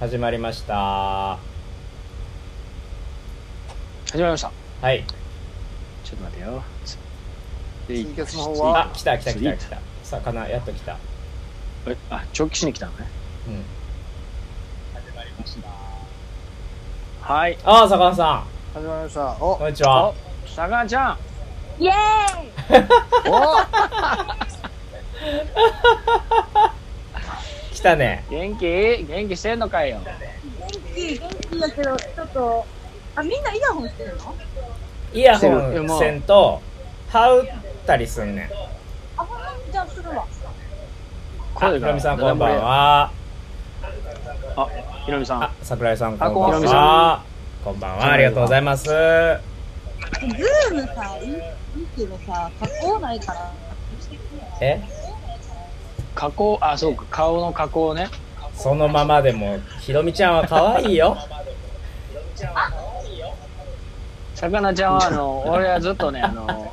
始まりましたは始まりましたいちょっと待ってよつでツイキャスの方つはあ来た来た来次た来た魚やっと来たうんえあ直帰しに来たのね始まりましたはいああ魚さ始まりました。んおこんにちは おさがちゃんイエーイお来たね元気元気してんのかいよ元気元気だけどちょっとあみんなイヤホンしてるのイヤホしてるンせんと羽打ったりすんねんあほんまにじゃあするわあ声ひがろみさんこんばんはあひろみさんあ桜井さんこあんばこんんばはこんばんはありがとうございますズームさいいいいけどさ加工ないからえ加工あそうか顔の加工ねそのままでもひろみちゃんは可愛いよさかなちゃんは あの俺はずっとねあの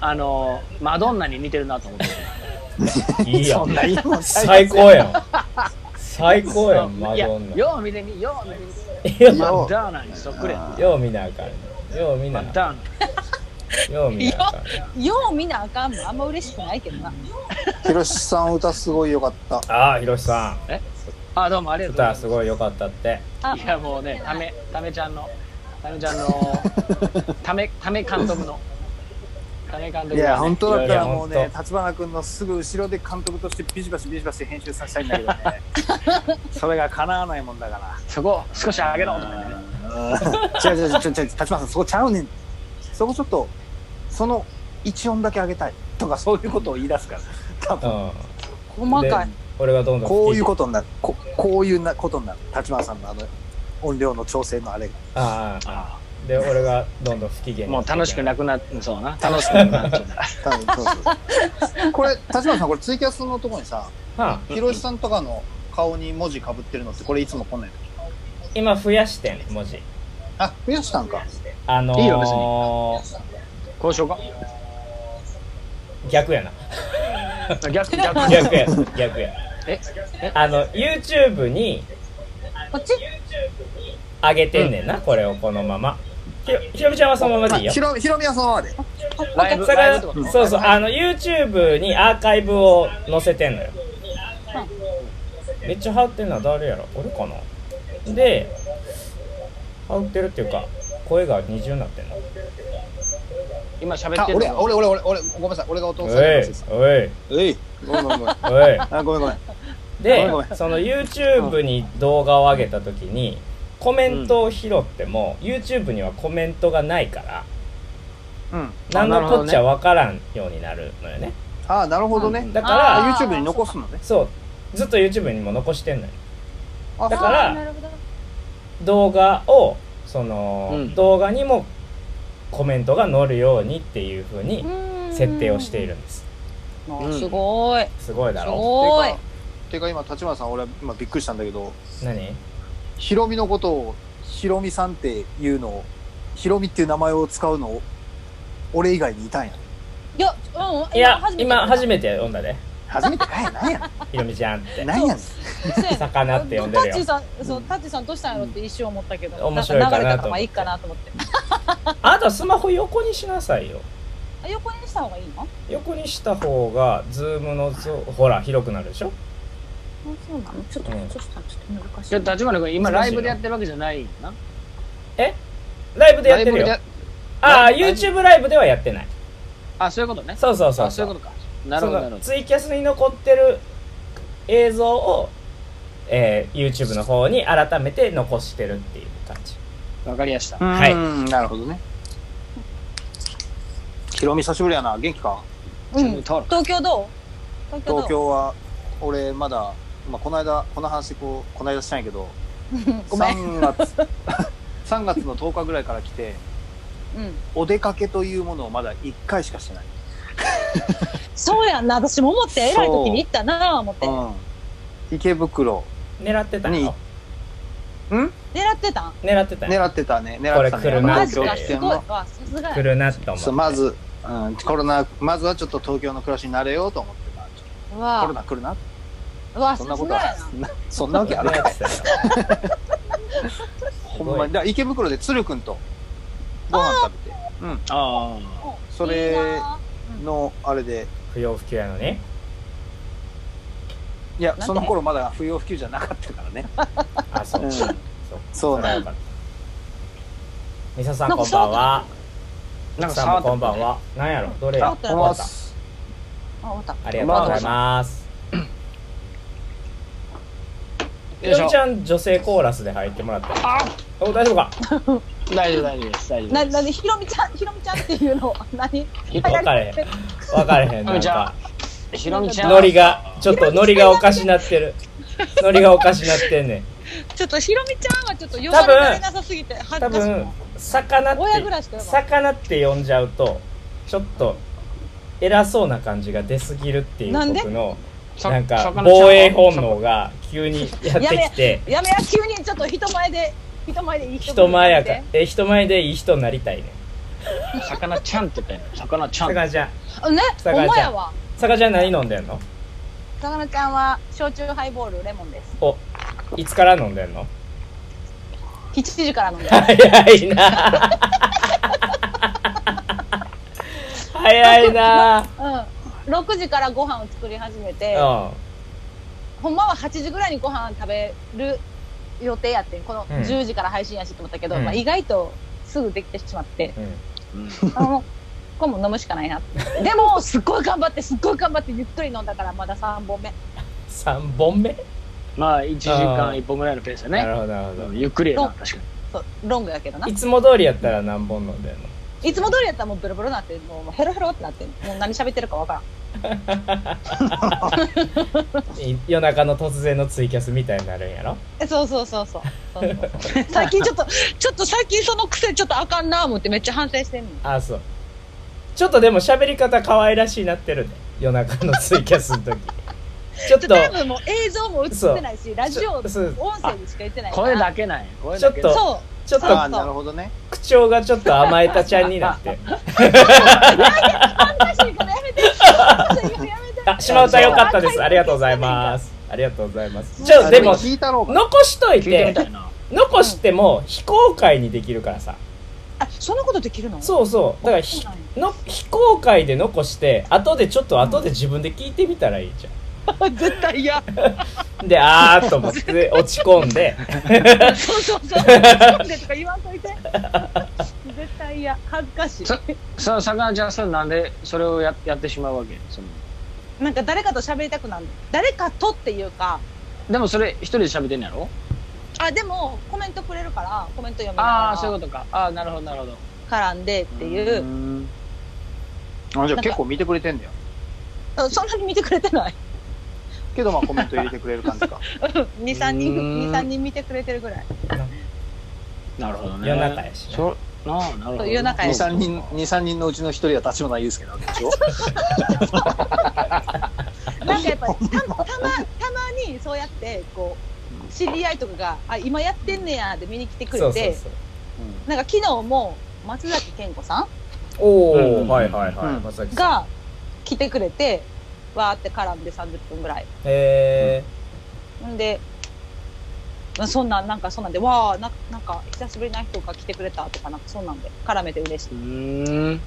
あのマドンナに似てるなと思っていいよな言いもん最高やん最高やんマいやドンナよう見てみよう見ていみやマダーナにそっくりやよう見なあかんねよう見なマあかダーナんよう見なあかんよう見なあかんのあんま嬉しくないけどなひろしさん歌すごい良かった。ああひろしさあどうもありんがと歌うございますすごい良かったってあいやもうね、ため、ためちゃんの、ためちゃんの、ため、ため監督の、ため監督がいねや、本当だったらもういやね本、立花君のすぐ後ろで監督としてビシバシビシバシ編集させたいんだけどね。 それが叶わないもんだから。そこ、少し上げろとかね。違う違う違う違う、立花さん、そこちゃうねん。そこちょっと、その一音だけ上げたいとか、そういうことを言い出すから。多う分ん細かいで俺がどんどんこういうとことになる。ここういうなことになる。立花さんのあの音量の調整のあれが。あああで俺がどんどん不機嫌あにもう楽しくなっなくなっそうな、楽しくなくなっちゃった。多分そうそう。これ、立花さん、これツイキャスのとこにさ、ていくからはあひろしさんとかの顔に文字かぶってるのってこれいつも来ないの今増やしてん文字あ増やしたんかあのいいよー別 こうしようか。逆やな逆、逆、逆や逆やえ、え、あの YouTube にこっち上げてんねんなこれをこのままひろひろみちゃんはそのままでいいよひろひろみはそのままでライブ、 それライブがってことそうそうあの YouTube にアーカイブを載せてんのよめっちゃハウってんのは誰やろ俺かなでハウってるっていうか声が二重になってんの今喋あってる俺の。俺俺俺俺ごめんなさい俺がお父おさんの話いですおいえいごめんごめんごめんおいあごめんごめんでごめんごめその YouTube に動画を上げた時にコメントを拾っても、YouTube にはコメントがないからうん何なるのほこどっねちゃわからんようになるのよねあなるほどねだかあらあ YouTube に残すのねそうずっと YouTube にも残してんのよあだかあーならるほど動画をその、うん動画にもコメントが載るようにっていう風にうーん設定をしているんですもううんすごいすごいだすろごいてか今立花さん俺は今びっくりしたんだけど何ひろみのことをひろみさんっていうのをひろみっていう名前を使うのを俺以外にいたんやいやうんいや今初てめて読んだで初めてかやなんやひろみち ゃんってねんなんやねんそうやね魚って呼んでるよタッチさんそうタッチさんどうしたんやろって一瞬思ったけど、面白いかなと思ってん流れたからまあいいかなと思ってあなたスマホ横にしなさいよあ横にした方がいいのあ横にした方がズームのぞほら広くなるでしょそうなのちょっと、うんちょっとちょっと難しちょっとい立花君、今ライブでやってるわけじゃないんだな。ライブでやってるライよブでああライブ YouTube ライブではやってないあ、そういうことね。そうそうそうあ、そういうことか。なるそほど、なるのほど。ツイキャスに残ってる映像を、えー YouTube の方に改めて残してるっていう感じわかりやした。はいうんなるほどねひろみ久しぶりやな元気かチャうンネルん登録。東京どう東京どう東京は俺まだ、まあ、この間この話こうこの間したんやけどごめん、 3月3月の10日ぐらいから来てうん、お出かけというものをまだ1回しかしてない、そうやんな私も思って偉い時に行ったなぁ思ってうん、池袋狙ってたにの狙ってたん狙ってたよ狙ってたね狙ってたこれ来るねなマ東ジ京か来すてごいのわさすが来やるなと思っそてうまず、うん、コロナまずはちょっと東京の暮らしに慣れようと思ってまあうコわロナ来るなうわ、そさんなすことがはやな。そんな そんなわけあ るやかってたよほんまにだから池袋で鶴くんとご飯食べてうんあそいいなれぁのあれで不要不急やのにいやなんでその頃まだ不要不急じゃなかったからねあそう、うんそうそうなんれはよかったミサさんなんこかんばんはあ。なんかさんも触っこたんばんはなんやろどれあやこんばんはすあ、終わった。ありがとうございますひよいしろょみちゃん女性コーラスで入ってもらったあお大丈夫か大丈夫大丈夫です大丈夫な、ですなに、ひろみちゃん、ひろみちゃんっていうの、 何。分かれへん分かれへんなんじゃあかひろみちゃんノリがちょっとノリがおかしなってるノリがおかしなってんねん ちょっとひろみちゃんはちょっと呼ばれられなさすぎて、恥多ずかしい分。魚って親ぐらいしか呼ばない魚って呼んじゃうとちょっと偉そうな感じが出すぎるっていなうんで僕のさなんか魚ちゃんは防衛本能が急にやってきてやめや、急にちょっと人前で、人前でいい人前やかでえ人前でいい人になりたいねん魚ちゃんって言ったよ魚ちゃん魚ちゃんあね、下ほがっちゃうんまやわ。魚ちゃん何飲んでんのさかなちゃんは焼酎ハイボールレモンです。おいつから飲んでんの7時から飲んでます。早いな早いなうん。6時からご飯を作り始めて、うんほんまは8時ぐらいにご飯食べる予定やってんこのうん10時から配信やしと思ったけど、うんまあ、意外とすぐできてしま って、うんうんあのこれも飲むしかないなってでもすっごい頑張ってすっごい頑張ってゆっくり飲んだからまだ3本目3本目まあ1時間あー1本ぐらいのペースだなるねほどなるほどゆっくりやなそう確かにそうロングやけどないつも通りやったら何本飲んでんのいつも通りやったらもうベロベロなってもうヘロヘロってなってもう何喋ってるかわからんい夜中の突然のツイキャスみたいになるんやろえそうそうそうそうそうそうそう最近ちょっとちょっと最近その癖ちょっとあかんな思ってめっちゃ反省してんのあそうちょっとでも喋り方可愛らしいなってるね夜中のツイキャスの時ちょっちとょっと多分もう映像も映ってないしラジオ音そうそう声でしか言ってないから声だけない声ちょだっけとそうちょっそうあとあなるほどね口調がちょっと甘えたちゃんになって恥ずかしいからやめて。恥ずかしいからやめて。あ島唄よかったですありがとうございますありがとうございますちょっとあでも聞いたろうが残しとい聞いてみてたいな残しても非公開にできるからさあ、そんなことできるの？そうそうだからひの非公開で残して後でちょっと後で自分で聞いてみたらいいじゃんう。絶対嫌。で、あーっと思 って落ち込んで、そうそうそう。なんでとか言わんといて。絶対嫌。恥ずかしそさあ魚ちゃんさなんでそれをややってしまうわけそのい。なんか誰かと喋りたくなる。誰かとっていうか。でもそれ一人で喋ってんのやろあ、でもコメントくれるからコメント読みなああがそういらうことかああなるほどなるほどっ絡んでっていう。あじゃあ結構見てくれてんだよそんなに見てくれてない。けどまあコメント入れてくれる感じか二三うーん人二三人見てくれてるぐらい。なるほどね夜中やしねそなあなるほどそう夜中やし23人二三人のうちの一人は立花祐介なわけでしょなんかやっぱ たたまたまにそうやってこう知り合いとかがあ今やってんねやで見に来てくそれて。うそうそう。なんか昨日も松崎健子さおうんー、はいはいはうい。んまさきんさん。が来てくれて、わーって絡んで30分ぐらい。へんで、そんなん、なんかそんなんで、わー、ななんか久しぶりな人が来てくれたとか、なんかそんなんで、絡めて嬉しい。うーん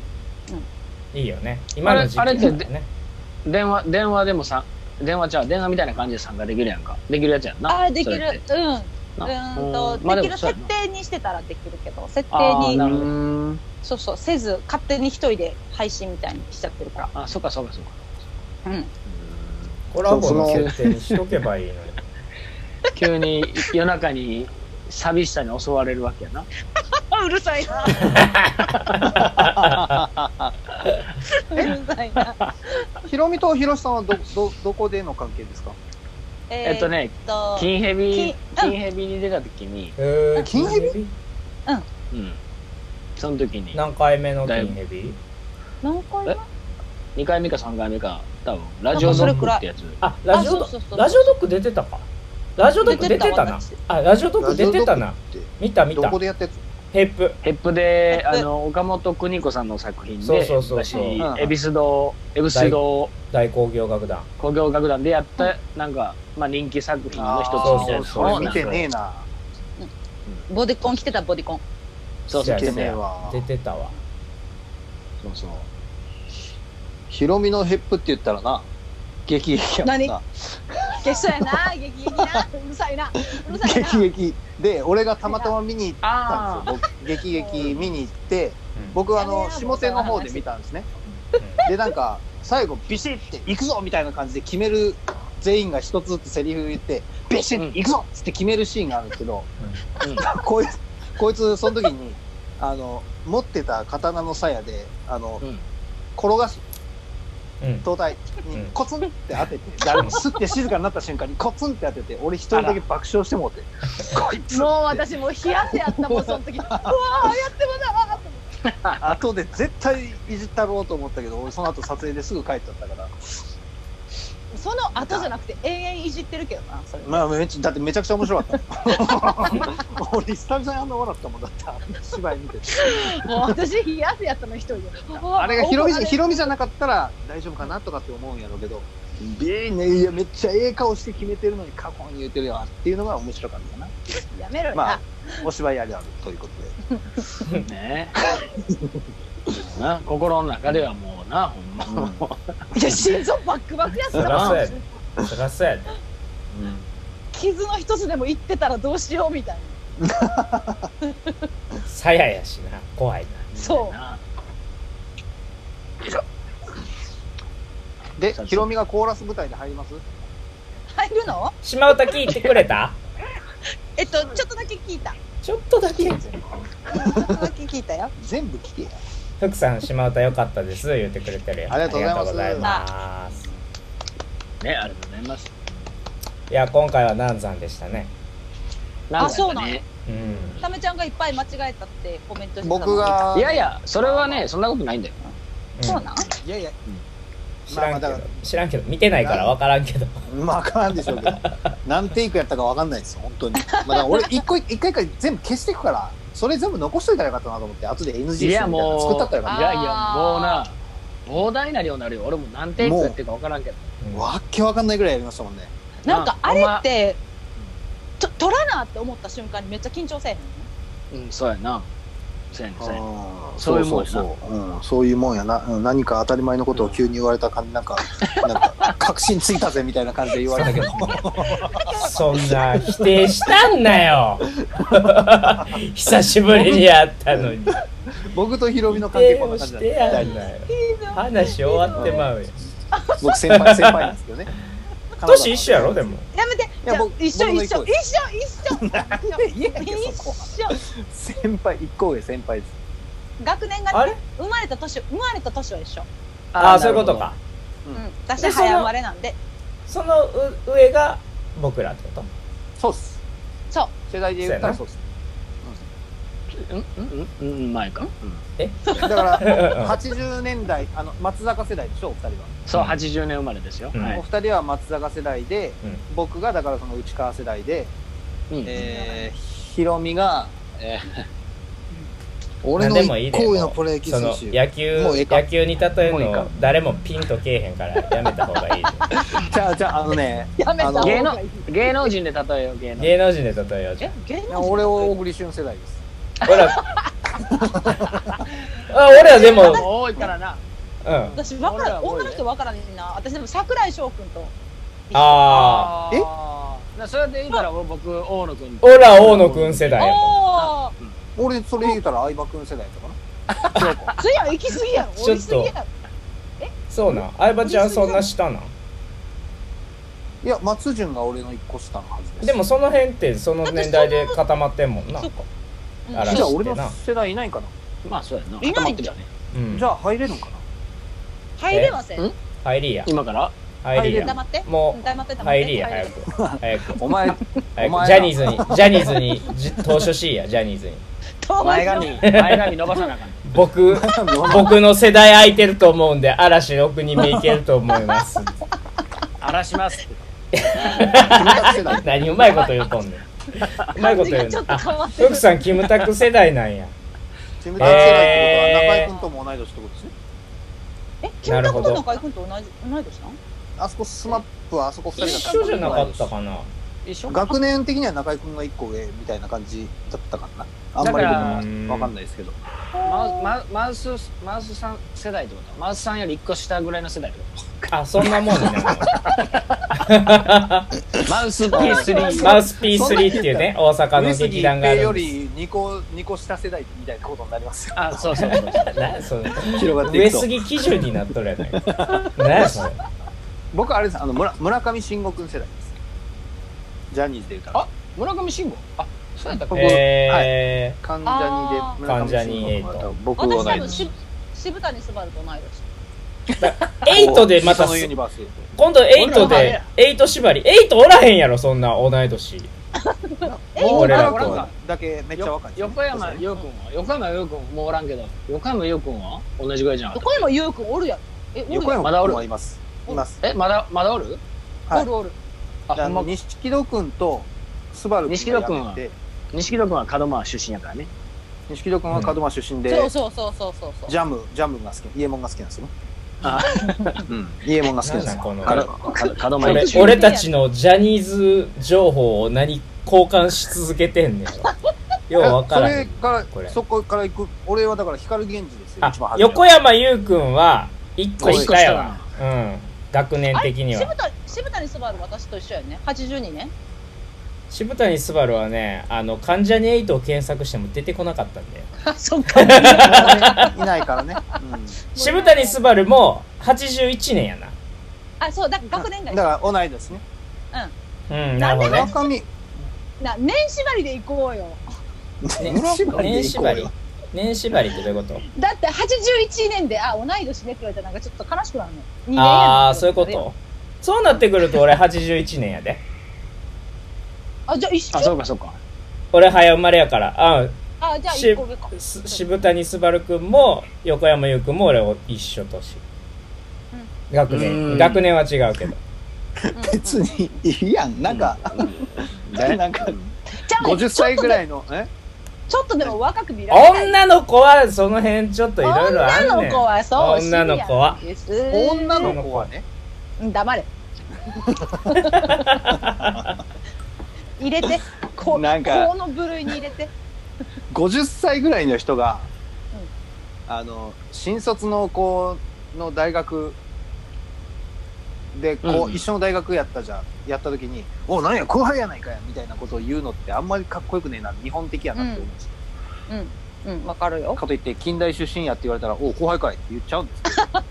ー、いいよね。今の時期あれあれってだね。電話電話でもさ電話じゃう電話みたいな感じで参加できるやんかできるやつやんなあー、でそきれっるて。うん。うなーんと、うんまあでできもるそう設やな定にしてたらできるけど、設あー定なに、るほうどーんそうそう、せず、勝手に一人で配信みたいにしちゃってるかあそっかそっかそっから。うん。コラボのそうその設定にしとけばいいのに。急に夜中に寂しさに襲われるわけやなあ、うるさいな。 うるさいな。ひろみとひろしさんはどどどこでの関係ですかえ えっとねーっと、金ヘビ金うん金ヘビに出た時にえー、金ヘビビうんその時に何回目の金ヘビ何回目2回目か3回目か多分ラジオドッグってやつあ、ラジオあそうそうそうそドうラジオドック出てたか。ラジオドック出てた出なてた私。あ、ラジオドック出てたなラジオドックっ。見た見どたこ。でやったやつヘップヘップで、ヘップあの、岡本邦子さんの作品で、そうそうそうそう昔うん恵比寿堂、恵比寿堂大工業楽団工業楽団でやった、なんか、まあ人気作品の一つみたいなのをそうそうそう見てねえな。ボディコン着てたボディコンそうそう見てねえわ。出てたわそうそう。ヒロミのヘップって言ったらな、激激やもんな。消しそうやな激激なうるさいなうるさいな激激。で、俺がたまたま見に行っあたんあ、ですよ。僕激激見に行って、うん僕はあやめの、や下手の方で見たんですね。で、なんか、最後、ビシッて、行くぞみたいな感じで決める、全員が一つずつセリフ言って、ビシッて、行くぞっつって決めるシーンがあるんですけど、こいつ、こいつ、その時に、あの、持ってた刀の鞘で、あの、うん転がし、うん灯台にコツンって当てて、誰もスッて静かになった瞬間にコツンって当てて、俺一人だけ爆笑してもうて、こいつもう私もう冷や汗やったもんその時うわーやってもだわー後で絶対いじったろうと思ったけど、俺その後撮影ですぐ帰っちゃったから、その後じゃなくて永遠いじってるけどなそれまあめっちゃ、だってめちゃくちゃ面白かった。 俺久々にあんな笑ったもんだって、あの芝居見てて。もう私冷や汗やったの一人であれがヒロミじゃ怒らヒロミじゃなかったら大丈夫かなとかって思うんやろうけど、ビーね、いやめっちゃええ顔して決めてるのに過去に言うてるよっていうのが面白かったな。やめろよな、ま あ、お芝居あるあるということで。 ねえ。な、心の中ではもうな、ほんま。いや心臓バックバックやつそだらなそうやでそらそうやで傷の一つでもいってたらどうしようみたいなさややしな怖いなそうなで、ヒロミがコーラス舞台で入ります入るの島唄聞いてくれ たえっとちょっとだけ聞いたちょっとだけちょっとだけ聞いたよ全部聞けや。福さん島唄良かったです言ってくれてるやんありがとうございますありがとうございますね、ありがとうございます。いや今回は難産でしたねなんかねあそうなんやうんためちゃんがいっぱい間違えたってコメントしてたの僕が、いやいや、それはね、そんなことないんだよ。そうなんいやいや、知らんけまあまあだどか知らんけど見てないから分からんけどまあ、わからんでしょう けど、何テイクやったかわかんないです、本当に。まあ、だから俺、一個、一回一回全部消していくから、それ全部残しといたらよかったなと思って、後で NG 集いみたやいなものう、作ったったらよかっいやいや、もうあな、膨大な量になるよ。俺も何テイクやってるか分からんけど。うんた。わっけわかんないぐらいやりましたもんね。なんかあれってと取らなって思った瞬間にめっちゃ緊張せえへんうん、そうやな。そうやねん、そうやねんうんそういうもんやなそうそうそう、うん、そういうもんやな、うん、何か当たり前のことを急に言われた感じ、なんか、な んか、確信ついたぜみたいな感じで言われたけど、そんな否定したんな よ久しぶりに会ったのに僕とヒロミの否関係定こんなを感じしなんてでや大ん丈夫でなすよ話終わってまうよ僕先輩、先輩なんですけ どね。年一緒やろでもやめてじゃあ僕一緒僕の一緒一個一い緒や い一や緒そこは一緒先輩一個上先輩です学年があねれ生まれた年生まれた年は一緒ああそういうこと。かうんで私その早生まれなんでそのう上が僕らってことそうっすそう世代で言ったらそうっすなるほどうんうんうん、前か。だからうん80年代あの松坂世代でしょお二人は、そう、80年生まれですよ。うんはいお。二人は松坂世代で、うん僕がだからその内川世代で、うんえー、ヒロミが、え ー、俺の一個上のプロ野その野球もうええか野球に例えるもうええかの誰もピンとけえへんからやめた方がいいじゃあじゃああのねやめたあの方芸が能いい芸能人で例えよう、芸能人。芸能人で例えようじゃえ芸能人俺を小栗旬世代ですほら あ俺はでももう多いからな。うん私わか俺らら多いね女の人わからんねんな私でも桜井翔くんとああーえなそれで言うたら俺僕、大野くん。俺は大野くん世代やとおお俺それ言うたら相葉君世代とかなそれや行き過ぎやろち追ょいっすとぎやろそうなん相葉ちゃんそんな下なんいや松潤が俺の一個下のはずですでもその辺ってその年代で固まってんもんなそっかうんあらじゃあ俺の世代いないかなまあそうやな。いないんじじゃゃね。うんじゃあ入れるんかな入れませんえん入りや今から入りや黙ってもう黙って黙って入りや入早く早く お前 早お前くらジャニーズにジャニーズにじ投書しいやジャニーズに遠前回しよ髪、前髪伸ばさなあかん。僕僕の世代空いてると思うんで嵐6人目いけると思います荒らしますって。君たち世代何うまいこと言うとんねんうまいこと言うちょっなとあ変わってフるクさんキムタク世代なんやキムタク世代ってことは中居君とも同い年ってことですね。えキムタクと中居君と同じ同い年なのあそこスマップはあそこ二人一だった緒じゃなかったかな一緒学年的には中居君が一個上みたいな感じだったかな。あんまりだ僕かもらわかんないですけど。マウマウマウスマウスさん世代ってことマウスさんより一個下ぐらいの世代ってこあそんなもんねとマウス P3 マウス P3 っていうね大阪の上杉劇一団があ平るよんですり二個二個下世代みたいなことになりますよ。あそうそうそう何その広がってい上くと。杉基準になっとるやないか何やそれ僕あれですあの村村上信五君世代です。ジャニーズで言うたら。あ村上信五あそうやったっけ僕え関ジャニで村上信五君と僕私同多い分年。し渋谷すばると同い年ー、8でまたそのユニバースで言うと。今度俺8らはでね8縛り8おらへんやろそんな同い年もう俺俺ららととだけめっちゃ若いですね。横山陽君は横山陽君もうおらんけど横山陽君は同じぐらいじゃなかっ横山優君おるやんえおる横やん山まだおるもいます。います。たえまだまだおるはいおるおるあじゃほあんま錦戸君とスバル君がやってて錦戸君は門真出身やからね錦戸君は門真出身で、そうそうそうそうそうそうジャムジャムが好きイエモンが好きなんですよあ うんイエモンが好きなんですなんなんこの彼はか門俺真中俺たちのジャニーズ情報を何交換し続けてんねん ようわからへんこそれかられそこから行く俺はだから光源氏ですよあ一番初め横山優くんは1個一個下下やだわうん学年的に渋は谷渋谷すばる私と一緒やね82年 渋谷すばるはねあの関ジャニ8を検索しても出てこなかったんであそ っかいないからね、渋谷すばるも81年やなあそうだから学年うがん、一だ緒から同いですねうんなるほどね村上な年縛りで行こうよ村上で年行縛こうりよ年縛りってどういうことだって81年であ同い年ねって言われたらなんかちょっと悲しくなるの人間やなああそういうことそうなってくると俺81年やであじゃあ一あ緒そうかそうか俺早生まれやからああじゃあし一個上かす渋谷すばるくんも横山優くんも俺を一緒年、学う年ん学年は違うけど別にいいやんなんか、うんなんかじゃあ50歳ぐいらいのえちょっとでも若く見られたい女の子はその辺ちょっといろいろあんねん女の子はそう女の子はシビアです女の子はねうん黙 れ入れてこなんかこの部類に入れて50歳ぐらいの人が、あの新卒の子の大学でこう、うん一緒の大学やったじゃんやった時に「おなんや後輩やないかや」みたいなことを言うのってあんまりかっこよくねえな日本的やなって思うんですよ、うんわかるよかといって近代出身やって言われたら「お後輩かい」って言っちゃうんですよ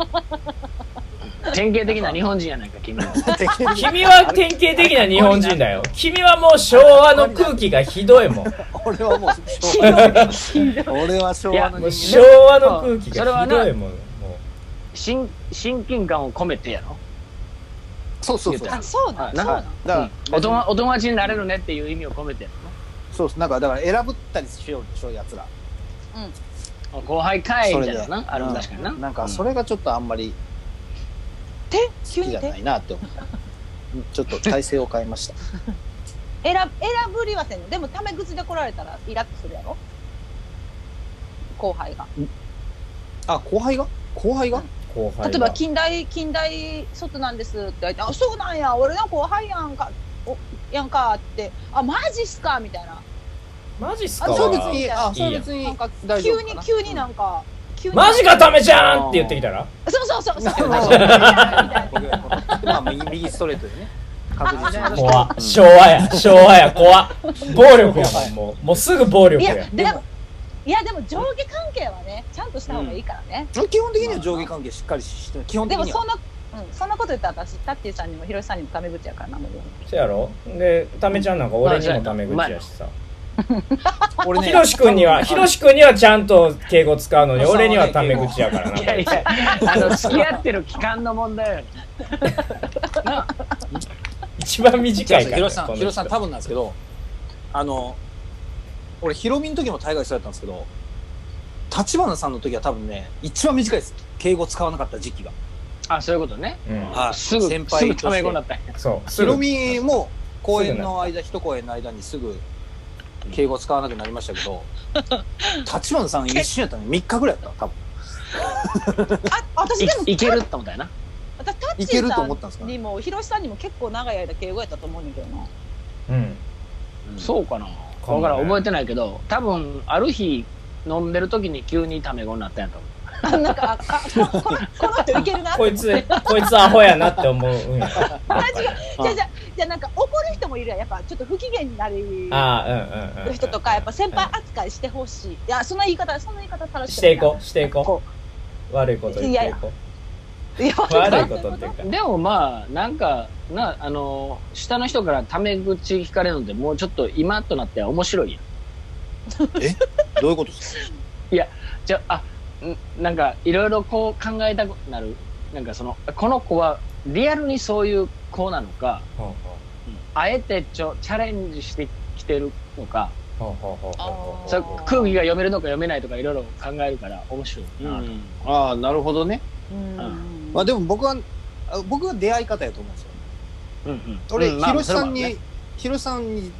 典型的な日本人やないか 君は適当に君は典型的な日本人だよ君はもう昭和の空気がひどいもん俺はもうひ昭どい和ひどい俺は昭和のもう昭人間和の空気がひどいもんも親親近感を込めてやろそうそうそうあそうなはんいそうなはいんだから、おとまお友達になれるねっていう意味を込めてやそうそうなんかだから選ぶったりしようでしょやつらろ後輩かいそみれたいでななあるうん確かにななんかそれがちょっとあんまり手好急きじにゃ手な選いなって思ったうんちょっと体勢を変えましたぶ選ぶりはせんのでもタメ口で来られたらイラッとするやろ後輩があ後輩が後輩がう後輩が例えば近代近代卒なんですって言ってあそうなんや俺の後輩やんかおやんかってあマジっすかみたいなマジっすあかそれう別にあそれ別なんにか大丈夫急かにな急になんか、急にマジかダメじゃんって言ってきたらそうそうそうそううんマジかダメじゃんみたいなまあ右右ストレートでね確実に怖っ昭和や昭和や怖っ暴力やもんもうもうすぐ暴力いややでもいやでも上下関係はねちゃんとした方がいいからね、基本的には上下関係しっかりして基本で的もにはそんな、うん、そんなこと言ったら私タッティさんにもヒロシさんにもタメ口やからなもうそうやろでタメちゃんなんか俺にもタメ口やしさ俺ひろし君にはひろし君にはちゃんと敬語使うのにそうね俺にはタメ口やからないやいやあの付き合ってる期間の問題やろ一番短いからヒロシさこんの人ヒロシさん多分なんですけどあの俺ヒロミの時も大概そうやったんですけど立花さんの時は多分ね一番短いです敬語使わなかった時期があそういうことねうんはいすぐ先先輩輩としてすぐため語になったんやそうすヒぐロミも公演の間、一公演の間にすぐ敬語使わなくなりましたけど、立花さん一瞬やったね、3日ぐらいやった、多分。あ私でもいいけるって思ったよな。私タッいチけーるとさ思ったんですかんにもひろしさんにも結構長い間敬語やったと思うんだけどな うんそうかな。もだねから覚えてないけど、多分ある日飲んでる時に急にタメ語になったんやと思う。あなんかああここのこの人いけるなってこ思いってつこいつアホやなって思うんやじゃあじゃあじゃあなんか怒る人もいるやんやっぱちょっと不機嫌になるああうんうんうん、うん、人とかやっぱ先輩扱いしてほしい、いやそんな言い方そんな言い方正ししくなていいこうしていこう悪いこと言っていこういやう悪いことっていうかでもまあ、なんか、な、あの、下の人からタメ口聞かれるのってもうちょっと今となっては面白いやん。どういうことですかじゃあ、んなんかいろいろこう考えたくなる。なんかその、この子はリアルにそういう子なのか、ほうほあえてちょチャレンジしてきてるのか、うほうほうほうほうほうそれ空気が読めるのか読めないとかいろいろ考えるから面白いなと。ああ、なるほどね。うんまあでも僕は、あ僕は出会い方やと思うんですよ。うんうん俺、うんヒまあロシさんそれもあるにね、ヒロシさんに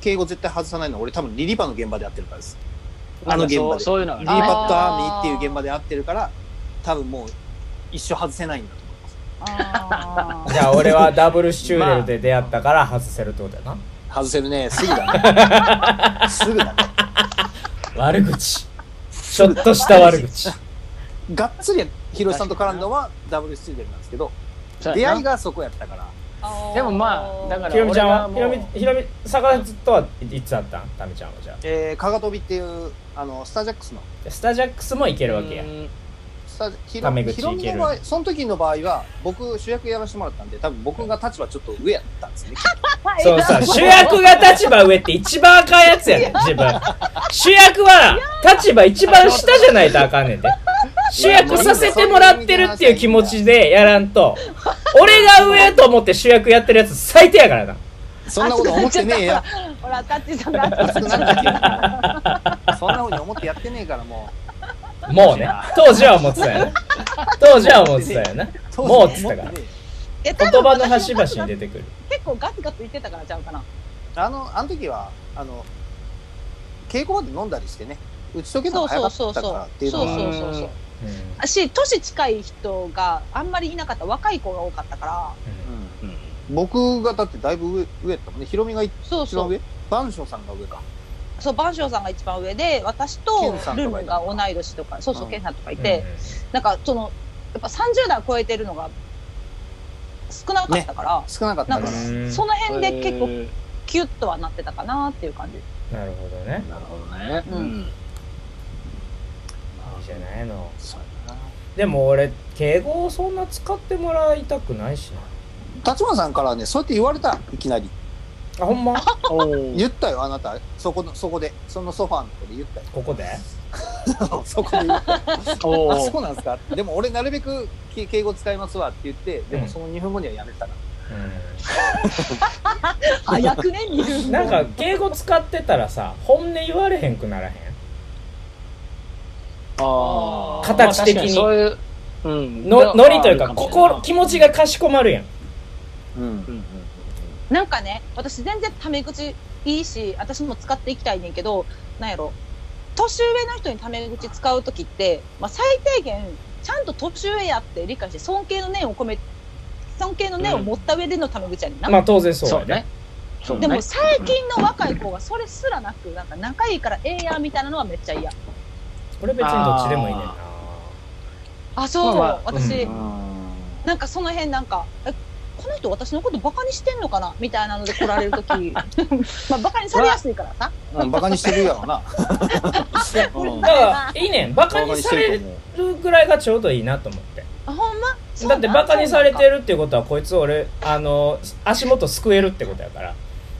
敬語絶対外さないのは俺多分リリバの現場でやってるからです。あの現そ場うで。そういうのリがリねバットアーミあーーっていう現場でやってるから、多分もう一生外せないんだと思います。 あじゃあ俺はダブルシチューレルで出会ったから外せるってことやな外せるね、 すぐだね。すぐだね。悪口ちょっとした悪 口がっつりヒロシさんと絡んだのはダブルスチューデルなんですけど、そう出やな会いがそこやったから。ーでもまあだかひろみちゃんはひ俺ろはみもうひろみ逆立とはいつあったんタミちゃんはじゃえー、かがとびっていう、あの、スタージャックスの、あスタージャックスもいけるわけやうんスタジヒタロメミ口ヒロいけミるの場合、その時の場合は、僕主役やらせてもらったんで、多分僕が立場ちょっと上やったんですね。はいそうさ主役が立場上って一番あかんやつやねん自分主役は立場一番下じゃないとあかんねんで主役させてもらってるっていう気持ちでやらんと俺が上と思って主役やってるやつ最低やからなそんなこと思ってねえ よ。ほらタッチさんが熱くなってきてそんなふうに思ってやってねえからももうね当時は思ってたよな当時は思ってたよなう。もうっつったからね 言言葉の端々に出てくる結構ガツガツ言ってたからちゃうかなあの、あの時は、あの、稽古場で飲んだりしてね、打ち解けたそのうが早そかうそうったかそらっうてそういうのそうが、そうそうし年近い人があんまりいなかった若い子が多かったからうん僕がだってだいぶ上、上やったもんね。ヒロミが一そう番そう上番匠さんが上か。そう番匠さんが一番上で私とケンさんとかいルたンルンが同い年とかそうそううんケンさんとかいでてなんかそのやっぱ30代超えてるのが少なかったから、少なかったなんか。からその辺で結構へキュッとはなってたかなっていう感じ。なるほどねーなるほどね。うんいいじゃないのそうやなでも俺敬語をそんな使ってもらいたくないしな立花さんからね、そうやって言われた、いきなり。あほんまおー言ったよ、あなた。そこの、そこで。そのソファーのとこで言ったよ。ここでそこで言ったよ。お あ、ーそうなんですかでも俺なるべくけ敬語使いますわって言って、でもその2分後にはやめてたな。早くね、見る。なんか敬語使ってたらさ本音言われへんくならへんあー形的にまあ確かそういう、うんのノリというかあるもしれんな心気持ちがかしこまるやんうんうんなんかね、私全然タメ口いいし、私も使っていきたいねんけど、なんやろ。年上の人にタメ口使うときって、まあ、最低限、ちゃんと年上やって理解して、尊敬の念を込め、尊敬の念を持った上でのタメ口やねんな。まあ当然そうそやうねね。そうでねも最近の若い子はそれすらなく、なんか仲いいからええやんみたいなのはめっちゃ嫌。俺別にどっちでもいいねんなああ、そまう、あまあ私、うなんかその辺なんか、えこの人私のことバカにしてんのかなみたいなので来られるとき、まあバカにされやすいからさ。うん、バカにしてるやろな。 うんだからいいねんバカにされるぐらいがちょうどいいなと思ってあほんまそうだなっんてバカにされてるっていうことはこいつ俺あの足元すくえるってことやから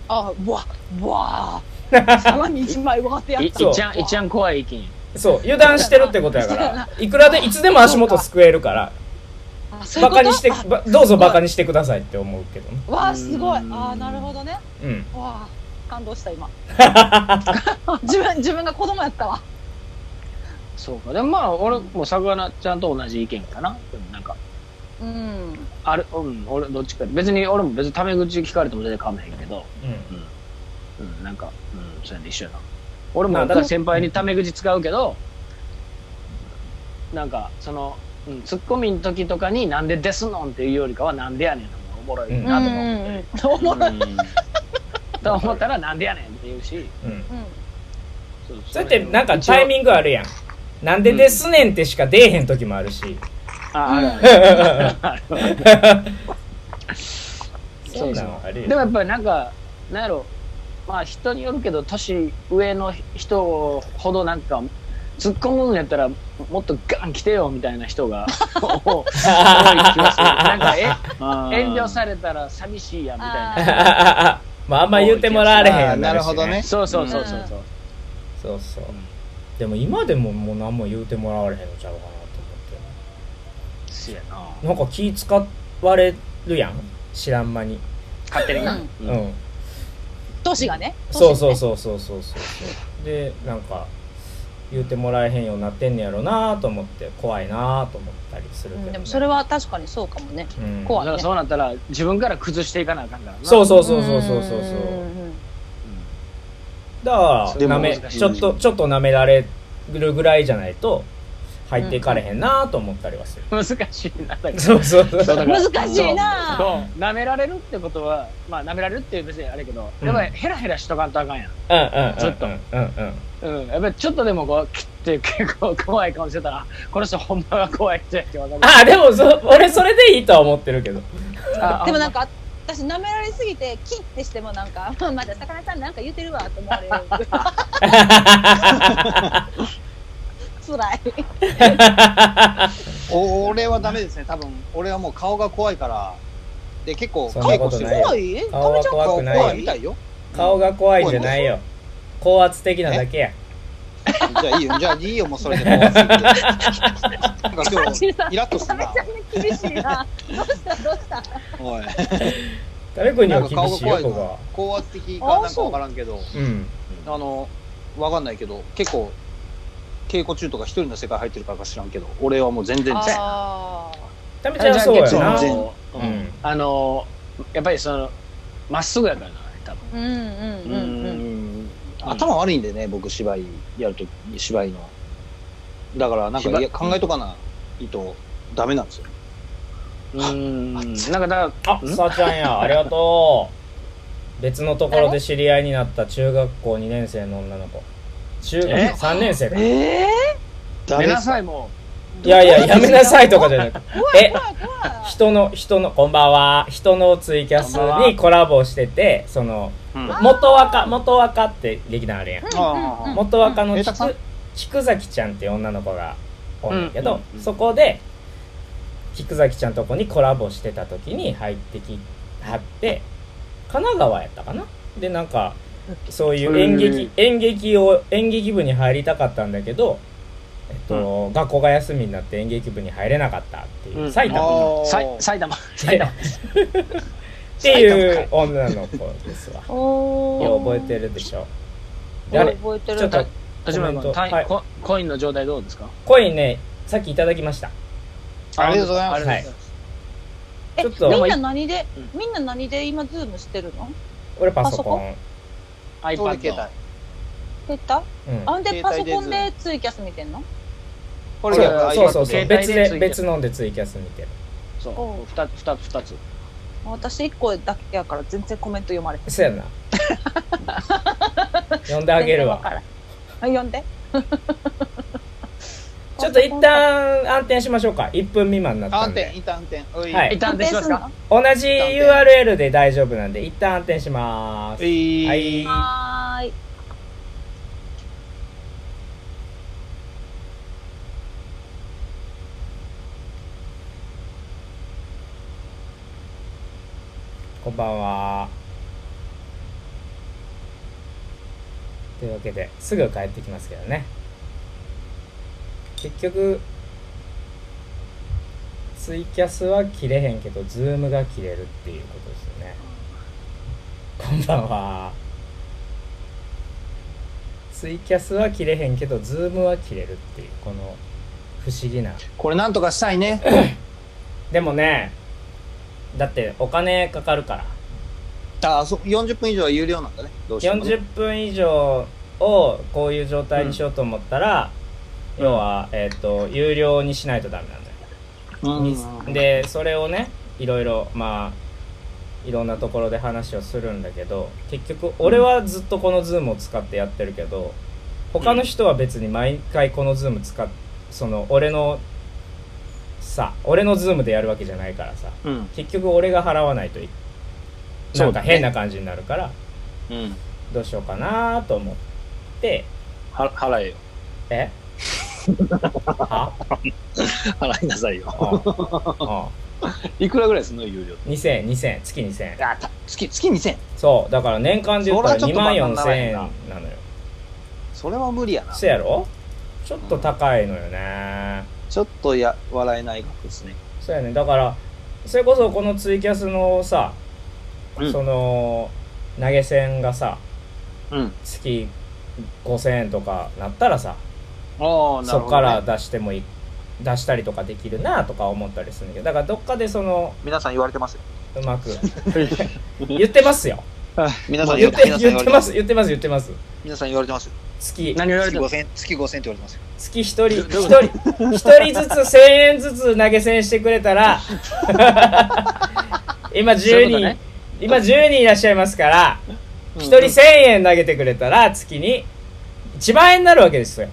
あ、うわ、うわ ー。さらに一枚上手やいっいた。そうちゃんいちゃん怖い意見そう油断してるってことやからいくらでいつでも足元すくえるからあそういバうことカにしてばどうぞバカにしてくださいって思うけどねあわあ、すごい。あうんーなるほどね。うんわあ、感動し た今。自分、自分が子供やったわ。そうかでもまあ俺もさくらちゃんと同じ意見かなでもなんかううん。ある、うん、俺、どっちか。別に、俺も別にタメ口聞かれても全然構わへんけど、うんうん、なんか、うん、それで一緒やな。俺も、まあだかだからら先輩にタメ口使うけど、なんか、その、うん、ツッコミの時とかに、なんでですのんっていうよりかは、なんでやねんの方がおもろいなとか思って。と思う。と思ったら、なんでやねんって言うし、うんうん。そうそれってなんか一応タイミングあるやんなんでですねんってしか出えへん時もあるしああるあるそんなんはあるよでもやっぱりなんか、なんやろ、まあ人によるけど、年上の人ほどなんか、突っ込むんやったら、もっとガン来てよみたいな 人が多い気がする。なんか、え、遠慮されたら寂しいやみたいあ まああんま言うてもらわれへんようになるるしほどねな。。そうそうそうそうそう。そうそうでも今でももう何も言うてもらわれへんのちゃうかなと思そやな。ってなんか気使われるやん知らん間に勝手にな。うん、うん都市がね。そうそうそそうそうそうそうそうでなんか言うてもらえへんようになってんねやろなと思って怖いなと思ったりするけどね、でもそれは確かにそうかもね。うん怖いだからそうなったら、自分から崩していかなあかんからな。そうそうそうそうそうそうそうだかそられなもめ難しいちょっとちょっと舐められるぐらいじゃないと入っていかれへんなと思ったりはする、難しいな。だからそうそう そうそうだから難しいなそうそう舐められるってことはまあ舐められるって別にあれやけどうんやっぱりヘラヘラしとかんとあかんやん、うんうんうんちょっとうんうんうん、やっぱりちょっとでもこうキッて結構怖い顔してたらあこの人ほんまは怖い人やってわかる ああでもそ俺それでいいとは思ってるけどあでもなんか、私舐められすぎて、キッてしてもなんか、 まあまだ魚さんなんか言うてるわと思われる。辛い。お俺はダメですね。多分俺はもう顔が怖いから。で結構そんな稽こ古としてないる。よ怖い顔は怖顔くな怖いいみよたいよ。顔が怖いんじゃないよ高圧的なだけやじゃあいいよ。じゃあいいよもう それで怖すぎて。なんか 今日イラッとするな。厳しいな。どうしたどうしたおい。誰君になはんか顔厳がしいよ怖いこなこは。高圧的かなんかわからんけど。うんあの、わかんないけど、結構、稽古中とか一人の世界入ってるからか知らんけど、俺はもう全然ちゃあためちじゃんゃはあそうや結な全然構ううんんあのやっぱりそのまっすぐやからな多分ー。うんうんううんうん。ん頭悪いんでね、僕芝居やるとき、芝居の。だから、なん芝かいや考えとかないとダメなんですよ。うんなんかだからあさあちゃんやありがと う別のところで知り合いになった中学校2年生の女の子中学え3年生かえ寝なささいもいやいや、やめなさいとかじゃなくて。え、怖い怖い。人の、人の、こんばんは。人のツイキャスこんばんはにコラボしてて、その、うん元若、元若って劇団あるやん。あー元若のえちたくさんく、菊崎ちゃんっていう女の子がおるんやけうどんう、んそこで、菊崎ちゃんとこにコラボしてた時に入ってきはって、神奈川やったかなで、なんか、そういう演劇、演劇を、演劇部に入りたかったんだけど、えっと、学校が休みになって演劇部に入れなかったっていう、うん埼玉 っあーさい埼玉埼玉ていう女の子ですわ。およう覚えてるでしょ。であ誰れ覚えてるちょっと、立花コメント君単位はいココインの状態どうですか声ね、さっきいただきました。ありがとうございますありがとうございますえちょっとみんな何でうみんな何で今ズームしてるの俺パソコパン。俺 iPad 携の帯。出たうんあんでパソコン携帯でツイキャス見てんのこそうれがそうそうそう iPad 携別帯でツでイキャス別のんでツイキャス見てるそう2つ2つ2つ私1個だけやから全然コメント読まれへんそうやな 呼んであげる全然わわからん読んで ちょっと一旦暗転しましょうか1分未満になった暗ん転、で一旦暗転。おいは一い旦安安定定しますすんかの同じ URL で大丈夫なんで一旦暗転しまおすいはいはーいこんばんはというわけですぐ帰ってきますけどね結局ツイキャスは切れへんけどズームが切れるっていうことですよねこんばんはツイキャスは切れへんけどズームは切れるっていうこの不思議なこれなんとかしたいね。でもねだってお金かかるからああ、そう、40分以上は有料なんだね。どうしても、ね。 40分以上をこういう状態にしようと思ったら、要は、えっと有料にしないとダメなんだようん。でそれをねいろいろまあいろんなところで話をするんだけど結局俺はずっとこの Zoom を使ってやってるけど他の人は別に毎回この Zoom 使っその俺のさ俺の Zoom でやるわけじゃないからさうん。結局俺が払わないといなんか変な感じになるからうん。どうしようかなと思っては払 えよ。えは払いなさいよ。ういくらぐらいすんの有料。ん、うん、2000円2000円月2000円あた月、月2000円。そうだから年間で言ったらそれ2は万ちょっと4000円なのよそれは無理やな。そやろちょっと高いのよねちょっとや、笑えない額ですね。そうやねだからそれこそこのツイキャスのさ、うんその投げ銭がさうん。月5000円とかなったらさああ、なそるほど、ね。っから。出してもいい出したりとかできるなとか思ったりするんだけどだからどっかでその皆さん言われてますよ。う まく言ってますよ皆さん言言っわれててます。言ってます言ってます言ってます皆さん言われてます。月何を言われ月ても5000円、月5000円って言われてますよ。月一人一人一人ずつ1000円ずつ投げ銭してくれたら今10人、そういうことね今10人いらっしゃいますからうん一人1000円投げてくれたら月に1万円になるわけですよ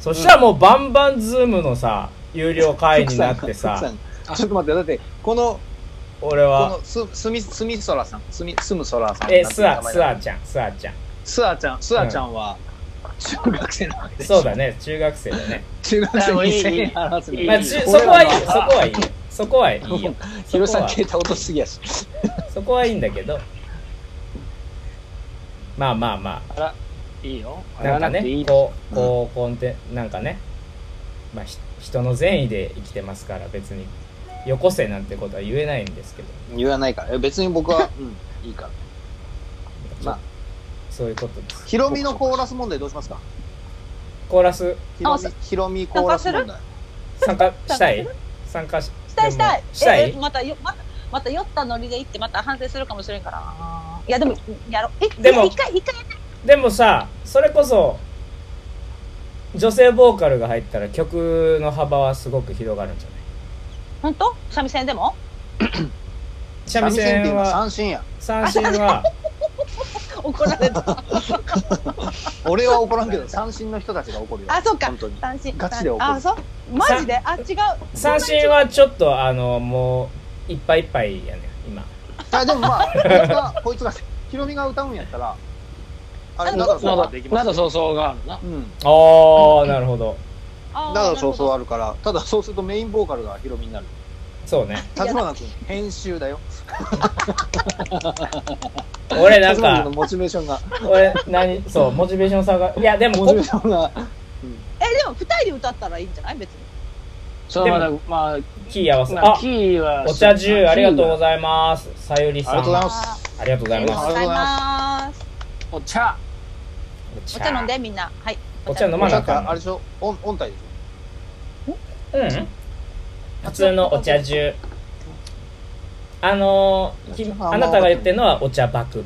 そしたらもうバンバンズームのさ有料会員になって奥さんあちょっと待って、だって、この、俺こはのす、すみ、すみそらさん、すみ、すむそらさん。えなんてスいう名ア前スだアちゃんスアちゃんスアちゃん、スアちゃんは、中学生なわけでしょそうだね中学生だね、中学あ生もういい2000円払わずいいに。まあ、ちゅそこはいいよそこはいいよそこはいいよそ広こさんは携帯落としすぎやし。そこはいいんだけどまあまあまいいよ。あやならんかなくていねい。こうこうコンテなんかねまあひ人の善意で生きてますから別によこせなんてことは言えないんですけど言わないから。え別に僕 は、うん、いいから。まあそういうことですヒロミのコーラス問題どうしますかコーラスヒロミあ、ヒロミコーラス問題。参加したい参加ししたいしたい。したいええまたよまたまた酔ったノリで行ってまた反省するかもしれんからな。いやでもやろう。ででもも一回一回やってでもさそれこそ女性ボーカルが入ったら曲の幅はすごく広がるんじゃない本当？三味線で も？三味っていう線のはは三振や。三振は怒られた。俺は怒らんけど、三振の人たちが怒るよ。あ、そうか本当に。。三振。ガチで怒るあ、そう。マジで？あ、違う。三振はちょっとあのもういっぱいいっぱいやね今あ、でもまあ、こいつが、こいつが、ヒロミが歌うんやったら、あれ、あなだそうなはどでき、まなすよどそうそうがあるな。うん。ああなるほどあーなどそうそうなるあるから、ただそうするとメインボーカルがヒロミになる。そうね立花君、編集だよ。 俺なん立花君かのモチベーショ ンが、俺何そうモチベーション差がいやでもモチベーこションが、ほどえ、でも二人で歌ったらいいんじゃない？別に。それまだ、まあ、キー合わせまあ、あキーは。お茶十ありがとうごいざいますさゆりあさりがとうございんます。ありがとうございあまりがとうございます。ます。お茶。すお茶飲んでみんな。はい。お茶飲まちなょいっとあれでしょ、音音体でしうん普通のお茶十あのーきあなたが言ってるのはお茶爆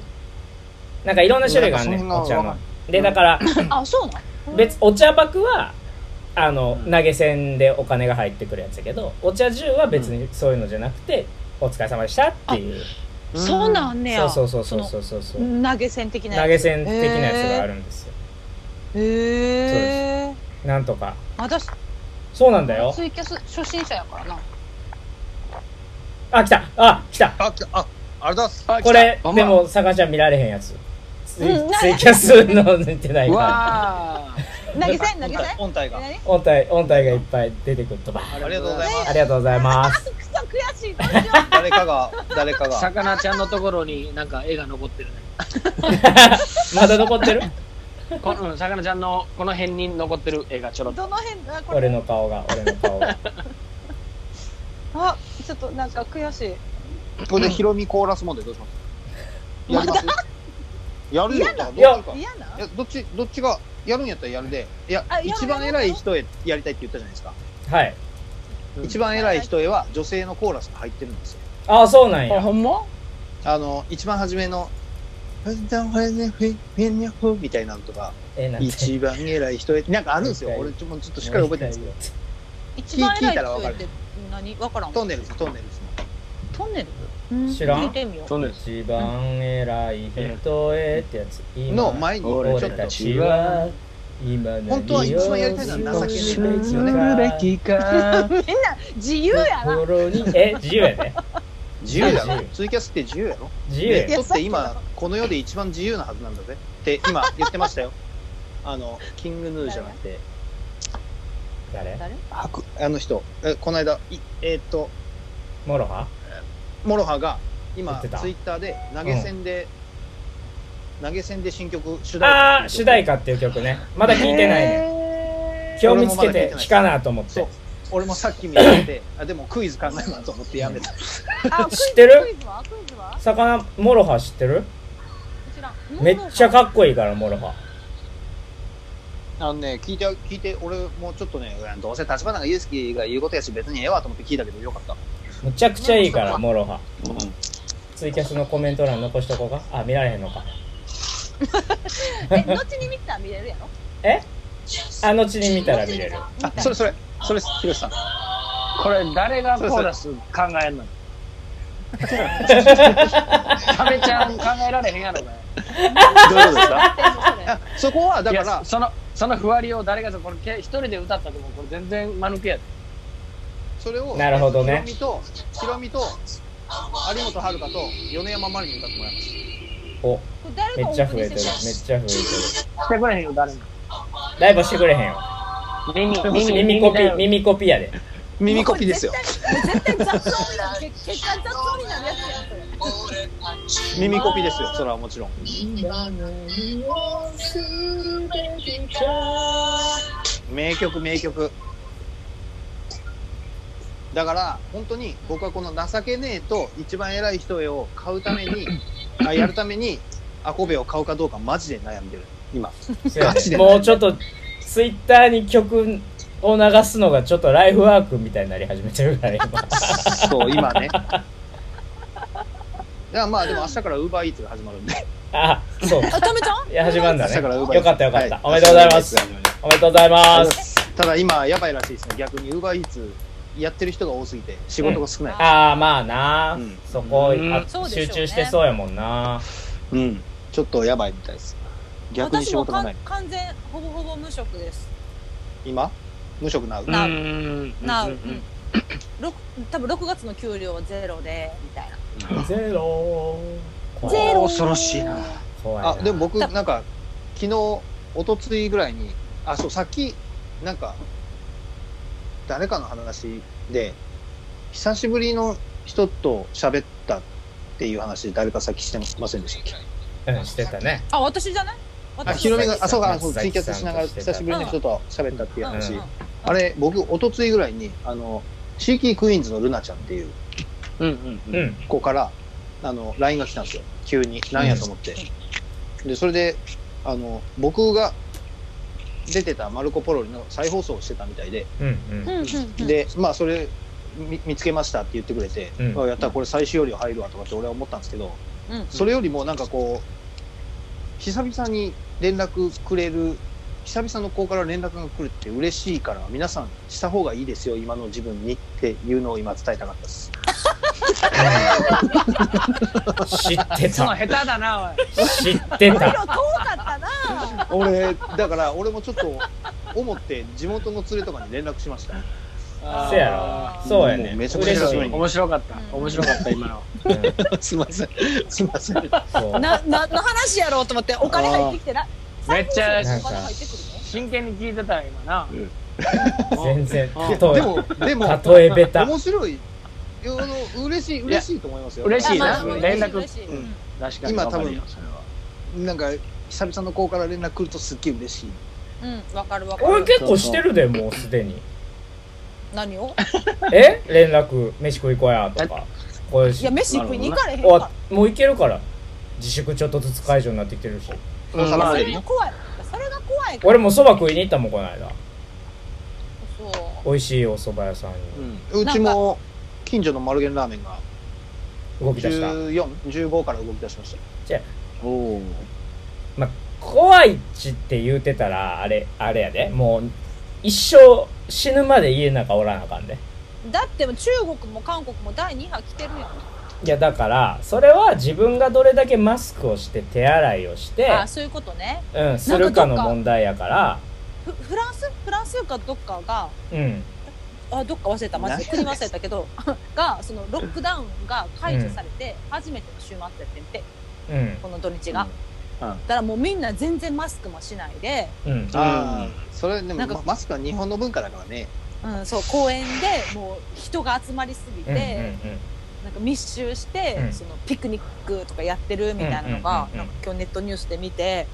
なんかいろんな種類があるねなんおかそんな茶わかんなのいでだからあ、そうなの。別お茶爆はあの、投げ銭でお金が入ってくるやつやけどお茶十は別にそういうのじゃなくて、お疲れ様でしたっていうょ。そうなんねや。そうそうそうそうそうそう、投げ銭的なやつ。投げ銭的なやつがあるんですよ、へえ。なんとか私そうなんだよツイキャス初心者やからな。あ来たあ来たあ、来たあ、ありがとうございます。これほんまでもさかちゃん見られへんやつツイ,、うんツイキャスの出てないからわあ。投げ銭投げ銭。音体が。あ何？ 音体音体がいっぱい出てくるとばりがとうございます。ありがとうござい ますくそ悔しい。誰かが、誰かが。魚ちゃんのところになんか絵が残ってるね。まだ残ってるこのうん魚ちゃんのこの辺に残ってる絵がちょろっと。どの辺あこ俺れ。の顔が俺の顔があちょっとなんか悔しこれでヒロミコーラス問題どうしますやりますやるよ。いやどうするか？い。嫌ないやどっち、どっちがやるんやったらやるで。いやあ、やる一番偉い人へやりたいって言ったじゃないですか。はい一番偉い人へは女性のコーラスが入ってるんですよ。ああ、そうなん あ、や。ほんまあの、一番初めの、ふんだんふんねふんふんにゃふんみたいなのとか、え、なんて一番偉い人へ、なんかあるんですよ。もう俺一ちょもうちょっとしっかり覚えてないんですけど。一番偉聞いいたらわ人かっるて何わからん。トンネルズ、トンネルズトンネルうん知らん聞いてみよう。そうです。一番偉い人へってやつ。の。の今前に、ち俺ょっ俺と、たちは今本当は一番やりたいのは情けないですよねか。みんな自由やな。心にえ自由やね自由だ自ろ由。ツイキャスって自由やろ。自由ネやットって今、この世で一番自由なはずなんだぜ。って今言ってましたよ。 あの、キングヌーじゃなくて、誰誰はくあの人、えこの間、いえーっと、モロハモロハが言っ今てたツイッターで投げ銭で、投げ銭で新曲主題歌ああ主題歌っていう曲ねまだ聞いてないねね今日見つけて聞かなと思ってそう俺もさっき見て てあでもクイズ考えなと思ってやめた あ、知ってるクイズはクイズは魚モロハ知ってる知らん。めっちゃかっこいいからモロハ あのね聞いて聞いて俺もちょっとねどうせ立花がユースキが言うことやし別にええわと思って聞いたけどよかったむちゃくちゃいいからモロハうんツイキャスのコメント欄残しとこうかあ見られへんのかえ、後に見たら見れるやろえあ後に見たら見れる見たあらそれそれそれひろ しさんこれ誰がコーラス考え んのサメちゃん考えられへんやろかどういうことですか見てんのそれあそこはだいかやらそのそのふわりを誰がこれけ一人で歌ったと思うこれ全然間抜けやでそれをなるほどねヒロミとヒロミと有本遥と米山麻里に歌ってもらいましおこれ誰めがっおちゃ送増りえしててるめっるちゃ増えてしてくれへんよ誰もるライブしてくれへんよ耳耳耳コピだ耳よコピやでた耳コピーですよ絶対雑音になる。結結果雑音になるやつやんそれ。耳コピーですよそれはもちろん名曲名曲だから本当に僕はこの「情けねえ」と「一番偉い人へ」を買うためにあやるためにアコベを買うかどうかマジで悩んでる今そうやねガチでもうちょっとツイッターに曲を流すのがちょっとライフワークみたいになり始めてるから今 そう今ねだからまあでも明日からウーバーイーツが始まるんであそうあ、ためちゃんいや始まるん明だ日ねから Uber よかったよかった、はいおめでとうございますお明日から Uber Eats が始まりますめでとうございますただ今やばいらしいですね逆にウーバーイーツやってる人が多すぎて仕事が少ない、ああまあな、うんそこ、うんあそうでしょう集ね中してそうやもんなうん、ちょっとやばいみたいです逆に仕私も事がな完い完全ほぼほぼ無職です。今無職なううなーんなううんうんん。六多分6月の給料はゼロでみたいな。ゼロ怖いゼロ恐ろしいな怖いなあでも僕なんか昨日一昨日ぐらいにあそうさっきなんか誰かの話で久しぶりの人と喋ったっていう話誰かさっきしてませんでしたっけうんしてたねあ、私じゃない？あ私ひろみがあそうか松そうツイ崎キさんャとスしながらしてた久しぶりの人と喋ったっていう話、うんうんあれ僕一昨日ぐらいにあのシーキークイーンズのルナちゃんっていううんうんうん子からあの LINE が来たんですよ急になんやと思って、でそれであの僕が出てた「マルコ・ポロリ」の再放送をしてたみたいで、うんう んうんうん。でまあそれ見見つけましたって言ってくれて、うんあやったらこれ最終より入るわとかって俺は思ったんですけどうんそれよりもなんかこう久々に連絡くれる久々の子から連絡が来るって嬉しいから皆さんした方がいいですよ今の自分にっていうのを今伝えたかったですうん知ってそのた下手だなおい知って遠たかったな。俺だから俺もちょっと思って地元の連れとかに連絡しましたせやろそうやねもうめちゃくちゃ嬉久ししいぶりうんに面白かった面白かった今 のすいませんすいませんそうな、何の話やろうと思ってお金入ってきてな。めっちゃ財布の中にお金入ってくるね。真剣に聞いてたよ今な全然あ例でえもでも例えベタ面白いあの嬉しい嬉しいと思いますよ嬉しいやなまあ嬉しい連絡嬉しいうん確かに今わか多る分よなんか久々の子から連絡来るとすっげえ嬉しいうん、わかるわか俺る。結構してるでもうすでに何を？え連絡飯食い行こうやとかこういういしや飯食いに行かれへん終わかっもう行けるから自粛ちょっとずつ解除になってきてるしうんまら。あそまれが怖い。それが怖いから。俺もそば食いに行ったもんこの間そう。美味しいお蕎麦屋さんうん、うちも近所の丸源ラーメンがに動き出した。 1415から動き出しましたおお。まあ、怖いっちって言うてたら、あれ、あれやで。もう、一生死ぬまで家の中おらなあかんで。だってもう中国も韓国も第2波来てるよ。いや、だから、それは自分がどれだけマスクをして、手洗いをして、ああ、そういうことね。うん、するかの問題やから、フフランスフランスかどっかが、うん、あどっか忘れた、マジで国忘れたけど、 が、そのロックダウンが解除されて、初めての週末やってみて、うん、この土日が。うんうんだからもうみんな全然マスクもしないで、うん。ああそれでもなんかまマスクは日本の文化だからねうん、そう公園でもう人が集まりすぎて、うん、うん、なんか密集して、うんそのピクニックとかやってるみたいなのうが、んうんうんうんなんか今日ネットニュースで見て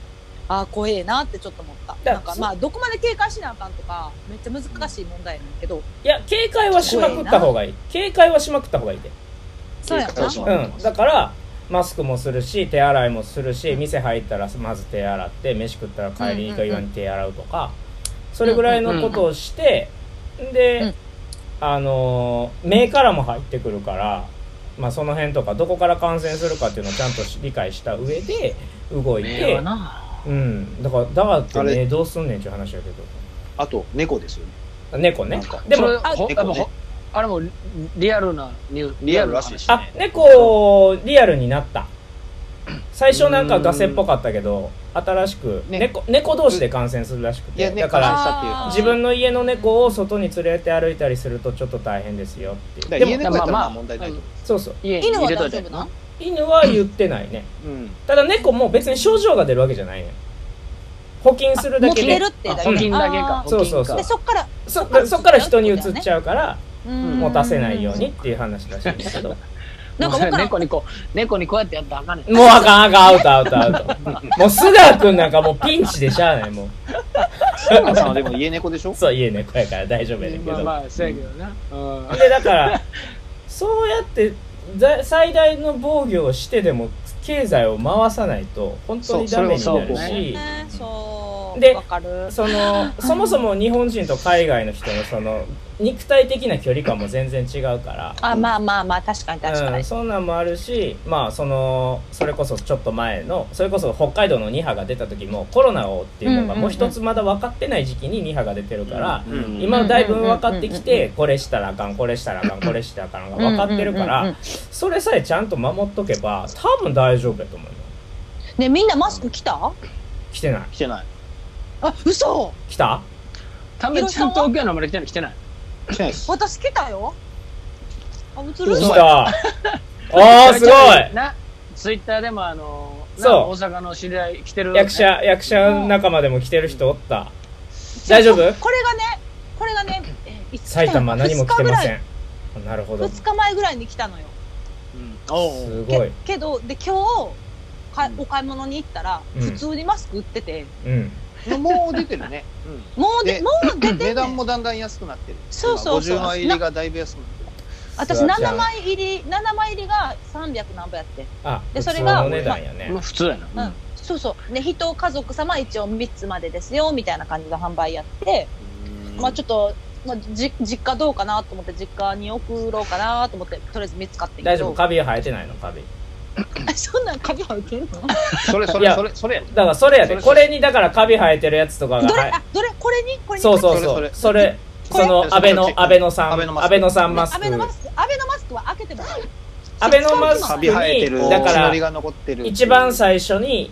ああ怖えなってちょっと思ったらなんかそまあどこまで警戒しなあかんとかめっちゃ難しい問題なんだけどいや、警戒はしまくった方がいい。警戒はしまくった方がいいで。そうやなそううん。だから、マスクもするし、手洗いもするし、店入ったらまず手洗って、飯食ったら帰りに行くように手洗うとか、それぐらいのことをして、うでん、あのー、目からも入ってくるから、まあその辺とか、どこから感染するかっていうのをちゃんと理解した上で動い目ては、な。うん。だから、だからってあね、れどうすんねんっていう話やけあと猫ですよねど。猫ねなんか。でそれも、ほ結構ねやっぱほあれもリリアルなニューリアルらしいしあ、猫、リアルになった。最初なんかガセっぽかったけど、新しく、ね猫、猫同士で感染するらしくいやて。ねだか感ら、染したっていうあー話自分の家の猫を外に連れて歩いたりするとちょっと大変ですよっていう。でもだから家猫やまあったらままああ問題ないと思そうそう。家に犬は入れと大い丈て夫な犬は言ってないね。う、うんただ猫も別に症状が出るわけじゃないね。補菌するだもうけ着れでる。ってあだ補け菌だけかあーそうそう補そう菌でかそっからそそっから人に移っちゃうから、うん持たせないようにっていう話らしいんですけど。もなんかわからん猫にこう猫にこうやってやったらあかんねんうあかんあかん、アウトアウトアウト。もう須賀君なんかもうピンチでしゃあない、もう。志村さんはでも家猫でしょそう家猫やから大丈夫やねんけまど、あまあそうやけどなうんでだからそうやってざ最大の防御をしてでも経済を回さないと本当にそうダメにそれなはるそうしねそうでわかるそのそもそも日本人と海外の人のその肉体的な距離感も全然違うから。あまあまあまあ確かに確かに、うん、そんなんもあるし、まあ、そのそれこそちょっと前のそれこそ北海道の2波が出た時もコロナをっていうのがもう一つまだ分かってない時期に2波が出てるから、うん今のだいぶ分かってきうんうんうんてこれしたらあかんこれしたらあかんこれしたらあかんが分かってるかうんうんうんうらんそれさえちゃんと守っとけば多分大丈夫やと思うよねみんなマスク着た来てない来てないあ嘘来たためちゃん東京のまで来てない来てない来てないです私来たよあ映る来たあーすごいなツイッターでもあのなそう大阪の知り合い来てる役者役者仲間でも来てる人おった大丈夫これがねこれがねえいつ来埼たの玉何も来てませ二日んなるほぐらどいす二日前ぐらいに来たのようんごいけけどで今日かお買い物に行ったら、うん普通にマスク売っててうんもう出てるね、もうででもう出てんねん値段もだんだん安くなってるそうそうそう今50枚入りがだいぶ安くなってる私すわちゃん7枚入り7枚入りが300何本やって、あでそれ器がの値段やね、まあ普通やなうんそうそうね人家族様一応3つまでですよみたいな感じの販売やって、まあちょっと、まあ、じ実家どうかなと思って実家に送ろうかなと思ってとりあえず3つ買ってん大け丈夫どカビは生えてないのカビ そんなんカビ生えてんのそれそいれやそれそれやねだからそれやでそれこれにだだからカビ生えてるやつとかがどれ、生えあ、どれ、これに、これに。そうそうそうそそれれそれこれそのそれ安倍のそれ安倍のさん安倍のマス安ク倍のさんマス安ク倍のマスク、安倍のマスクは開けてもいい。安倍のマスカクビ生えてるにだか血のらりが残ってる一番最初に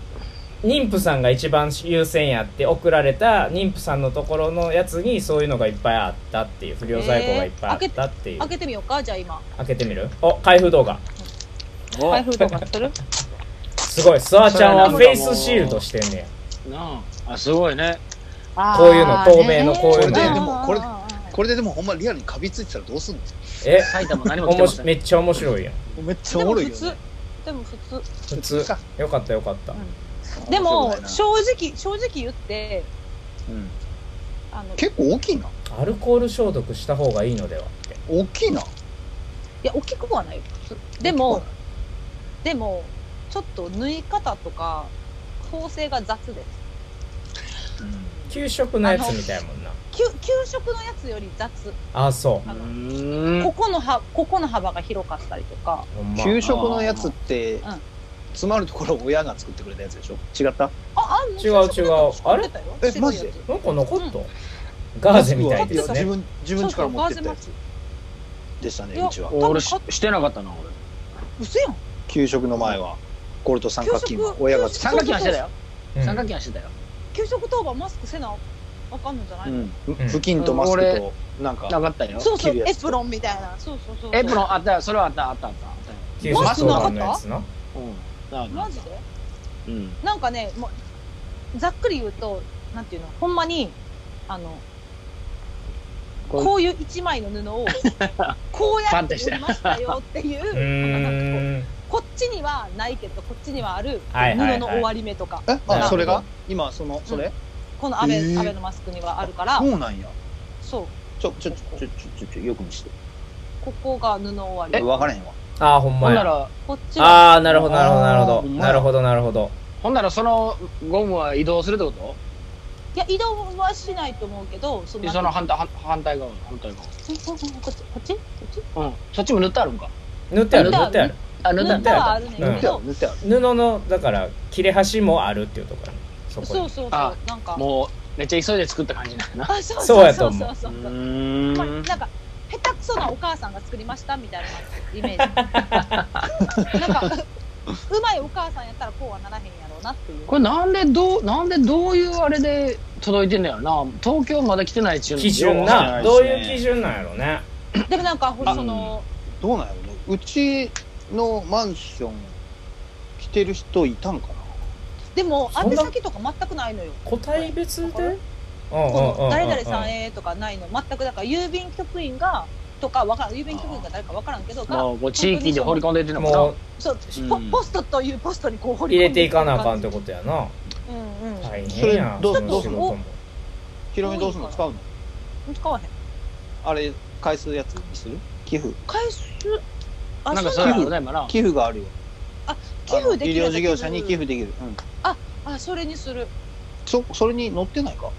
妊婦さんが一番優先やって送られた妊婦さんのところのやつにそういうのがいっぱいあったっていう不良在庫がいっぱいあったっていう、開けてみようか、じゃあ今。開けてみるお開封動画お開封とかするすごいスワちゃんはそフれェイなんかもうスシールドしてんねやなああすごいねあ ーこういうの透明のこういうのこれでねーでもこれあーあーこれででもほんまリアルにカビついてたらどうすんのえ埼玉何もお来てもましせんめっちゃ面白いやんめっちゃでおももろい普よ、通ね、。でも普通。普通かよかったよかった、でも面白くない、な正直、正直言って、うんあの、い結構大きいなアルコール消毒した方がいいのではって大きいなや、大きくはないよ。でも、でも、ちょっと縫い方とか、構成が雑です。給食のやつみたいやもんな給給食のやつより雑あそうあのんここのはここの幅が広かったりとかほんま給食のやつって、ん詰まるところ親が作ってくれたやつでしょ違ったああ違う違うあれえマジでなんか残った、ガーゼみたいです自ね分自分力持ってったやつでしたねいやうちは分俺ししてなかったな俺うせやん給食の前はゴルト三角筋は給食親が作三角形はしてたようん三角形はしてたよ給食当番マスクせなあかんのじゃない、うんん布巾とマスクとなんかなかったよそうそ切うるやエつプロンみたいなそうそうそうエプロンあったよそれはあったあったあったあった給よ食当番のやつなうんなマなジでうんなんかねもうざっくり言うとなんていうのほんまにあのこうこういう一枚の布をこうやって折りましたよっていううーんこっちにはないけどこっちにはあるはいはいはい布の終わり目とかなえるほあどそれが今そのそれこの安倍,、へー安倍のマスクにはあるからそうなんやそうちょちょちょちょちょちょよく見せてここが布終わえり分からへんわあーほんほまんなやらこっちはああなるほどなるほどなるほあーどほんまやなるほどなるほどほんならそのゴムは移動するってこいや移動はしないと思うけどそとそのこ反対反反対側反対側っちこっちこっちこっちうんそっちも塗ってあるんか塗ってある塗っ塗っててああるるあ塗布ってあるはあるねんうん塗っけてあどる塗ってある布のだから切れ端もあるっていうところそそこうそうそうあなんかもうめっちゃ急いで作った感じなんやな あそそううそやうそとう思そううそううそーうんまあなんか下手くそなお母さんが作りましたみたいな イメージなんかうまいお母さんやったらこうはならへんやろうなっていうこれなんでどうなんでどういうあれで届いてんだよな東京まだ来てない中基準などういう基準なんやろうねでもなんかほらそのどうなんやろうねうちのマンション来てる人いたんかなでもそん宛な先とか全くないのよ個体別でこれうんうんそうんうんうのん誰々さんへとかないの全くだから郵便局員がとかわからん郵便局員が誰かわからんけどがもうこう地域で掘り込んでいってんのかもうそううんポポストというポストにこう掘り入込んでれていかなあかんっとてことやなうんうん、大変やんそれどうその仕事どうもヒロミどうするの使うの使わへんあれ返すやつにする寄付返すあななんかそそうれなあのるね今な寄付があるよ寄付できるあやの医療つ事業者に寄付できる、うん、あそれにするそそれに載ってないか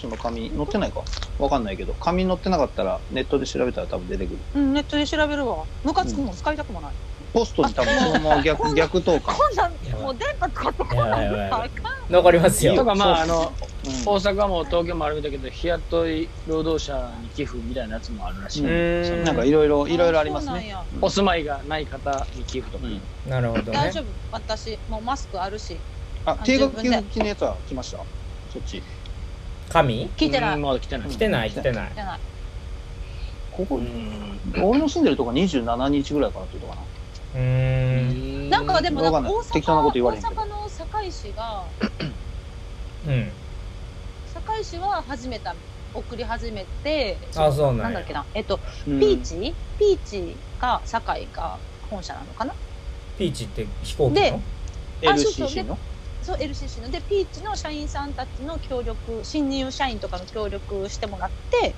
その紙に載ってないかわかんないけど紙に載ってなかったらネットで調べたら多分出てくるうんネットで調べるわムカつくもん使いたくもない、ポストに多分そのまま逆逆投下、こんなんもう電波使ってこないやばいやばあかん残りますとよかまああそうの大阪も東京もあるみたいだけど日雇い労働者に寄付みたいなやつもあるらしい、うーんなんかいろいろいろいろありますねあお住まいがない方に寄付とか、うんなるほどそうなんや大ね丈夫私もうマスクあるしああ定額給付金のやつは来ましたそっち紙聞いてない、うんまだ来てない、うん来てない来てないじゃないここ俺の住んでるとこ27日ぐらいかなっていうとこかなうーんなんかでもなんわかかんない大適当なこと阪言われ大へんけど阪の堺市がうん堺市は始めた送り始めてあそうななんんだやっけなえっとうんピーチピーチが堺が本社なのかなピーチって飛行機でのあそうそう LCC のそう LCC のでピーチの社員さんたちの協力新入社員とかの協力してもらって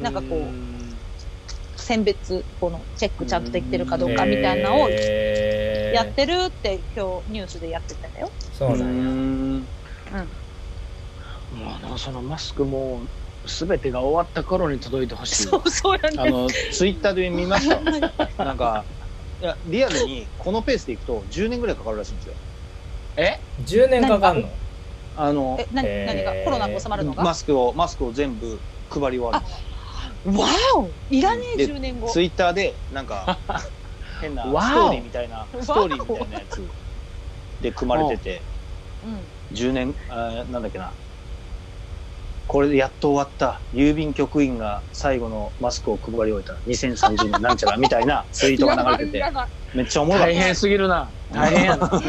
なんかこう選別このチェックちゃんとできてるかどうかみたいなのをへーやってるって今日ニュースでやってたよ。そうなんやんまあなそのマスクも全てが終わった頃に届いてほしいそうそうやあね。のツイッターで見ましたなんかいやリアルにこのペースでいくと10年ぐらいかかるらしいんですよえ10年かかんのあのえ、なえー何がコロナが収まるのが。マスクをマスクを全部配り終わるんですわお。いらねえで10年後。ツイッターでなん か変なストわおーリーみたいなストーリーみたいなやつで組まれててう10年あーなんだっけなこれでやっと終わった郵便局員が最後のマスクを配り終えた2030年なんちゃらみたいなツイーん。トが流れてやてばいめっちゃおもろかっ大た変すぎるな大変や なやばい。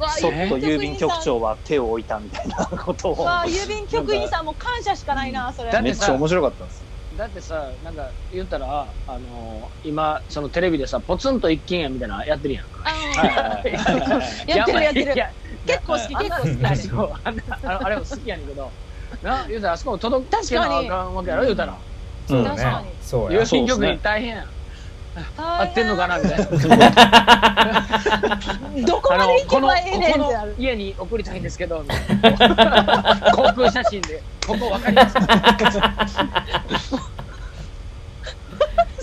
わあそっと郵便局。員長は手を置いたみたいなことさんをわあ郵便局員さんも感謝しかないなそれ。だめっちゃ面白かったんですよだってさなんか言ったらあの今そのテレビでさポツンと一軒家みたいなのやってるやんかあーやってるやってる。結構好きあん結な構好きあれ。そうあんなあのあれも好きやねんけどな言うたらあそこも届けなあかんわけやろ言うたらそう確かねにそうや郵便局に大変やん合ってんのかなみたいな。どこまで行けばええねんあのっこてのこなのる家に送りたいんですけど、みたいな航空写真で、ここ分かりますか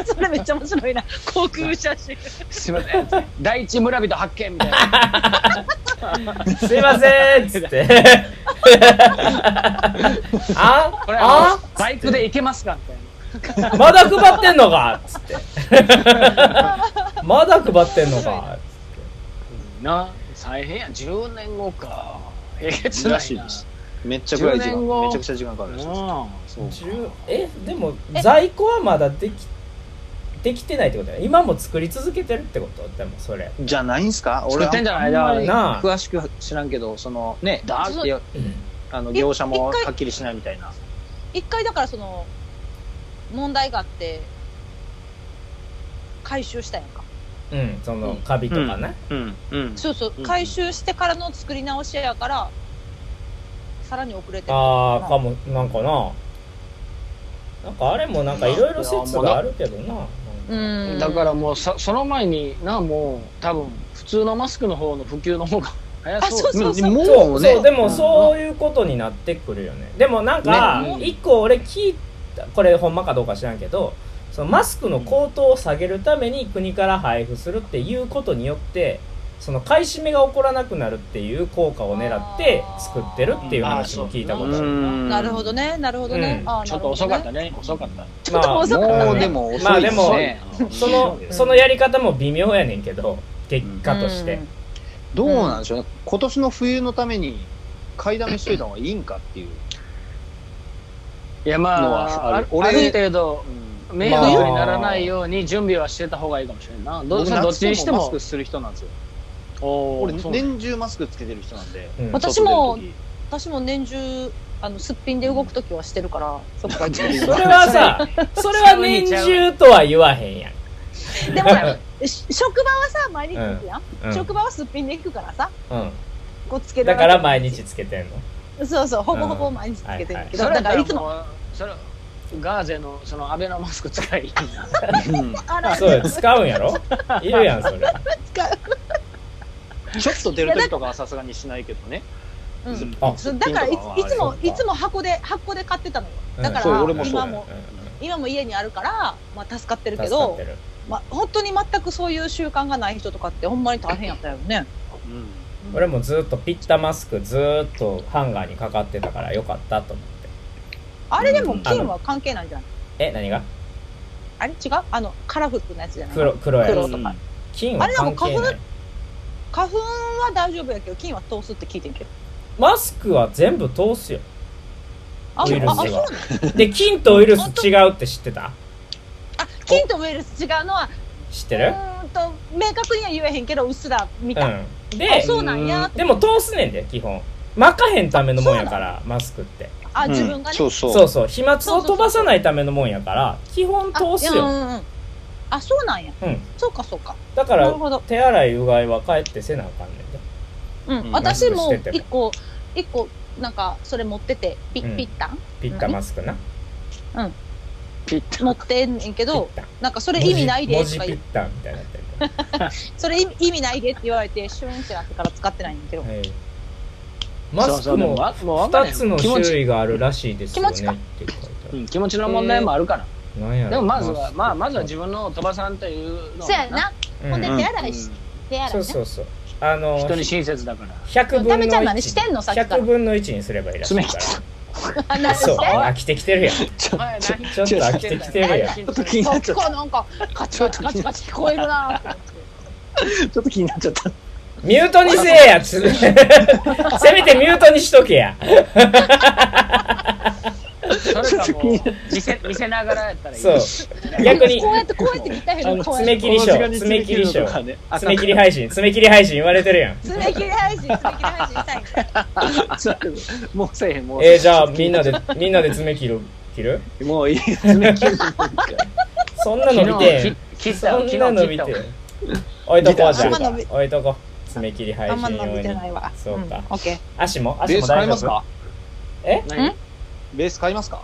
それめっちゃ面白いな航空写真すいません。第一村人発見みたいな。 すいませんっつって あこれああのバイクで行けますかみたいな。まだ配ってんのかっつって まだ配ってんのかな大変や10年後かえげつらなしいいなですめっちゃ暗い時10年間後めちゃくちゃ時間かかるらしいですそう10えでも在庫はまだできできてないってことや今も作り続けてるってことでもそれじゃないんすか作俺ってんじゃないあんまりなあ詳しくは知らんけどそのねだいやあのえ業者も一回はっきりしないみたいな一回だからその問題があって回収したやんかうんそのカビとかね、うんうんそうそう、うん回収してからの作り直しやからさらに遅れてるああかまもなんかななんかあれもなんかいろいろ説があるけどなうーんだからもうさその前になもう多分普通のマスクの方の普及の方が早あそそううそうそうもそううねそうでもそういうことになってくるよねでもなんかねうん一個俺聞いたこれほんまかどうか知らんけどそのマスクの高騰を下げるために国から配布するっていうことによってその買い占めが起こらなくなるっていう効果を狙って作ってるっていう話も聞いたことあうるんなるほどねなるほどね、うんあーちょっと遅かったなるね遅かったほどねちょっと遅かったまあもうねでも遅いでまあすでねそのそのやり方も微妙やねんけど結果として、うんどうなんでしょうね今年の冬のために買いだめしといた方がいいんかっていういやまのあはああるるある俺程度迷惑まあにならないように準備はしてた方がいいかもしれんなどう僕それどっちにしてマスもクする人なんですよお俺ーそう年中マスクつけてる人なんでうん私も外出る私も年中あのすっぴんで動くときはしてるから、そっかでそれはさそれは年中とは言わへんやん、 もほらし職場はさ毎日行くやん、うん職場はすっぴんで行くからさうこうつけん、るわだけから毎日つけてんのそうそうほぼほぼ毎日つけてるけど、それだだかかららいいつつももそれガーゼのそのアベノマスク使 い時うんあらそうよ使うんやろいるやんそれちょっと出る時とかはさすがにしないけどねうんずっあとそうだからいずっとついつもあれいつも箱で箱で買ってたのようんだから、そう俺もそう今も今も家にあるから、まあ、助かってるけど助かってるまあ、本当に全くそういう習慣がない人とかってほんまに大変やったよねうん俺もずっとピッタマスクずっとハンガーにかかってたからよかったと思ってあれでもうん金は関係ないんじゃないえ何があれ違うあのカラフルなやつじゃない黒黒や黒ろとか金は関係あれななんい花粉は大丈夫やけど金は通すって聞いてんけどマスクは全部通すよああウイルスはあそうなので金とウイルス違うって知ってたあ金とウイルス違うのは知ってるうーんと明確には言えへんけどうっすら見た、うんあでそうなんやでも通すねんで基本巻かへんためのもんやからマスクってあ自分がね、そうそうそうそう飛沫を飛ばさないためのもんやから基本あ通すようんうんうんあそうなんやうんそうかそうかだかならるほど手洗いうがいは帰ってせなあかんねんでうん、うん私もマスクしてて一個一個なんかそれ持っててピうんッピッタン、ピッタマスクなピッタ持ってんねんけピッどタなんかそれ意味ないで文と字か文字言ピうッタみたいになってるそれ意味意味ないでって言われてシュンってなってから使ってないんだけど、はいマスクもそうそうわもう分かれへ2んつの種類があるらしいですよねっ気て持書ちいてあうん気持ちの問題もあるから、るなんやろでもまずは、まあ、まずは自分の鳥羽さんというのそうやな、分ほんでうん手洗いし、手洗いそねうそうそうあの人に親切だから。 100ダ分のメちゃん何してんのさっきから100分の1にすればいいらしいかあならんそうで飽きてきてるやんちょ前何ちょっと飽きてきてるやんちょっっとと気に気にそなっっちゃっかなんかカチカチカチカチ聞こえるなぁちょっと気になっちゃったミュートにせえや つせめてミュートにしとけやそれかもう見せ見せながらやったらいい。そう 逆にこうやってこうやってギター減る声爪切り賞爪切り賞爪切り配信爪切り配信言われてるやん爪切り配信爪切り配信したいんだもうせえへんもうえー、じゃあみんなで みんなで爪切る切るもういい爪切るそんな昨の見て日切ったそん昨日切なの見ったて置いとこうじゃあんまん伸び置いとこう爪切り配あんま信伸用びてにないわそうかんオッケー足もベ足ーもス買大い丈ます夫か何んベース買いますか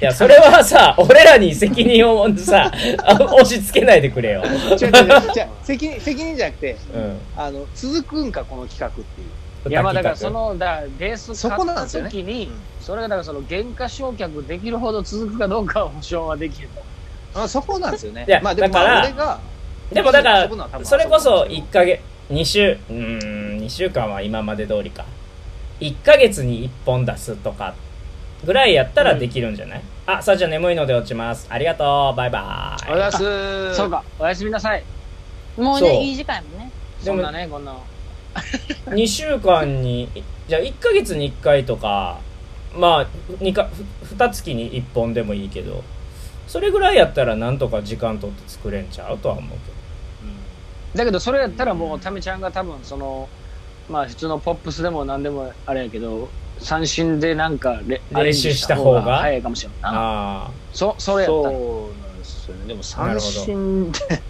いや、それはさ、俺らに責任を さ、あ押し付けないでくれよ。 違う違う違う違う責任責任じゃなくてうん。あの続くんかこの企画っていういやまあだからそのだからベースそ買こっなんたですよね時にうんそれがだからその原価償却できるほど続くかどうかは保証はできるあそこなんですよねいやまあでもだからまあ俺がでもだかこなん多ら、分それこそあ1ヶ月、2週、うーん、2週間は今まで通りか。1ヶ月に1本出すとか、ぐらいやったらできるんじゃない、あ、さあじゃあ眠いので落ちます。ありがとう。バイバおやーすそうかおやすみなさいもうそうね、いい時間やもんね。でそもんなねこんなイ。2週間に、じゃあ1ヶ月に1回とか、まあ、2か、ふ2月に1本でもいいけど、それぐらいやったらなんとか時間取って作れんちゃうとは思うけど。だけどそれやったらもうタメちゃんが多分そのまあ普通のポップスでも何でもあれやけど三振でなんかレ練習した方がアレンジ早いかもしれんないなあそそれやったらそうなんですよねでなもる三ほど振で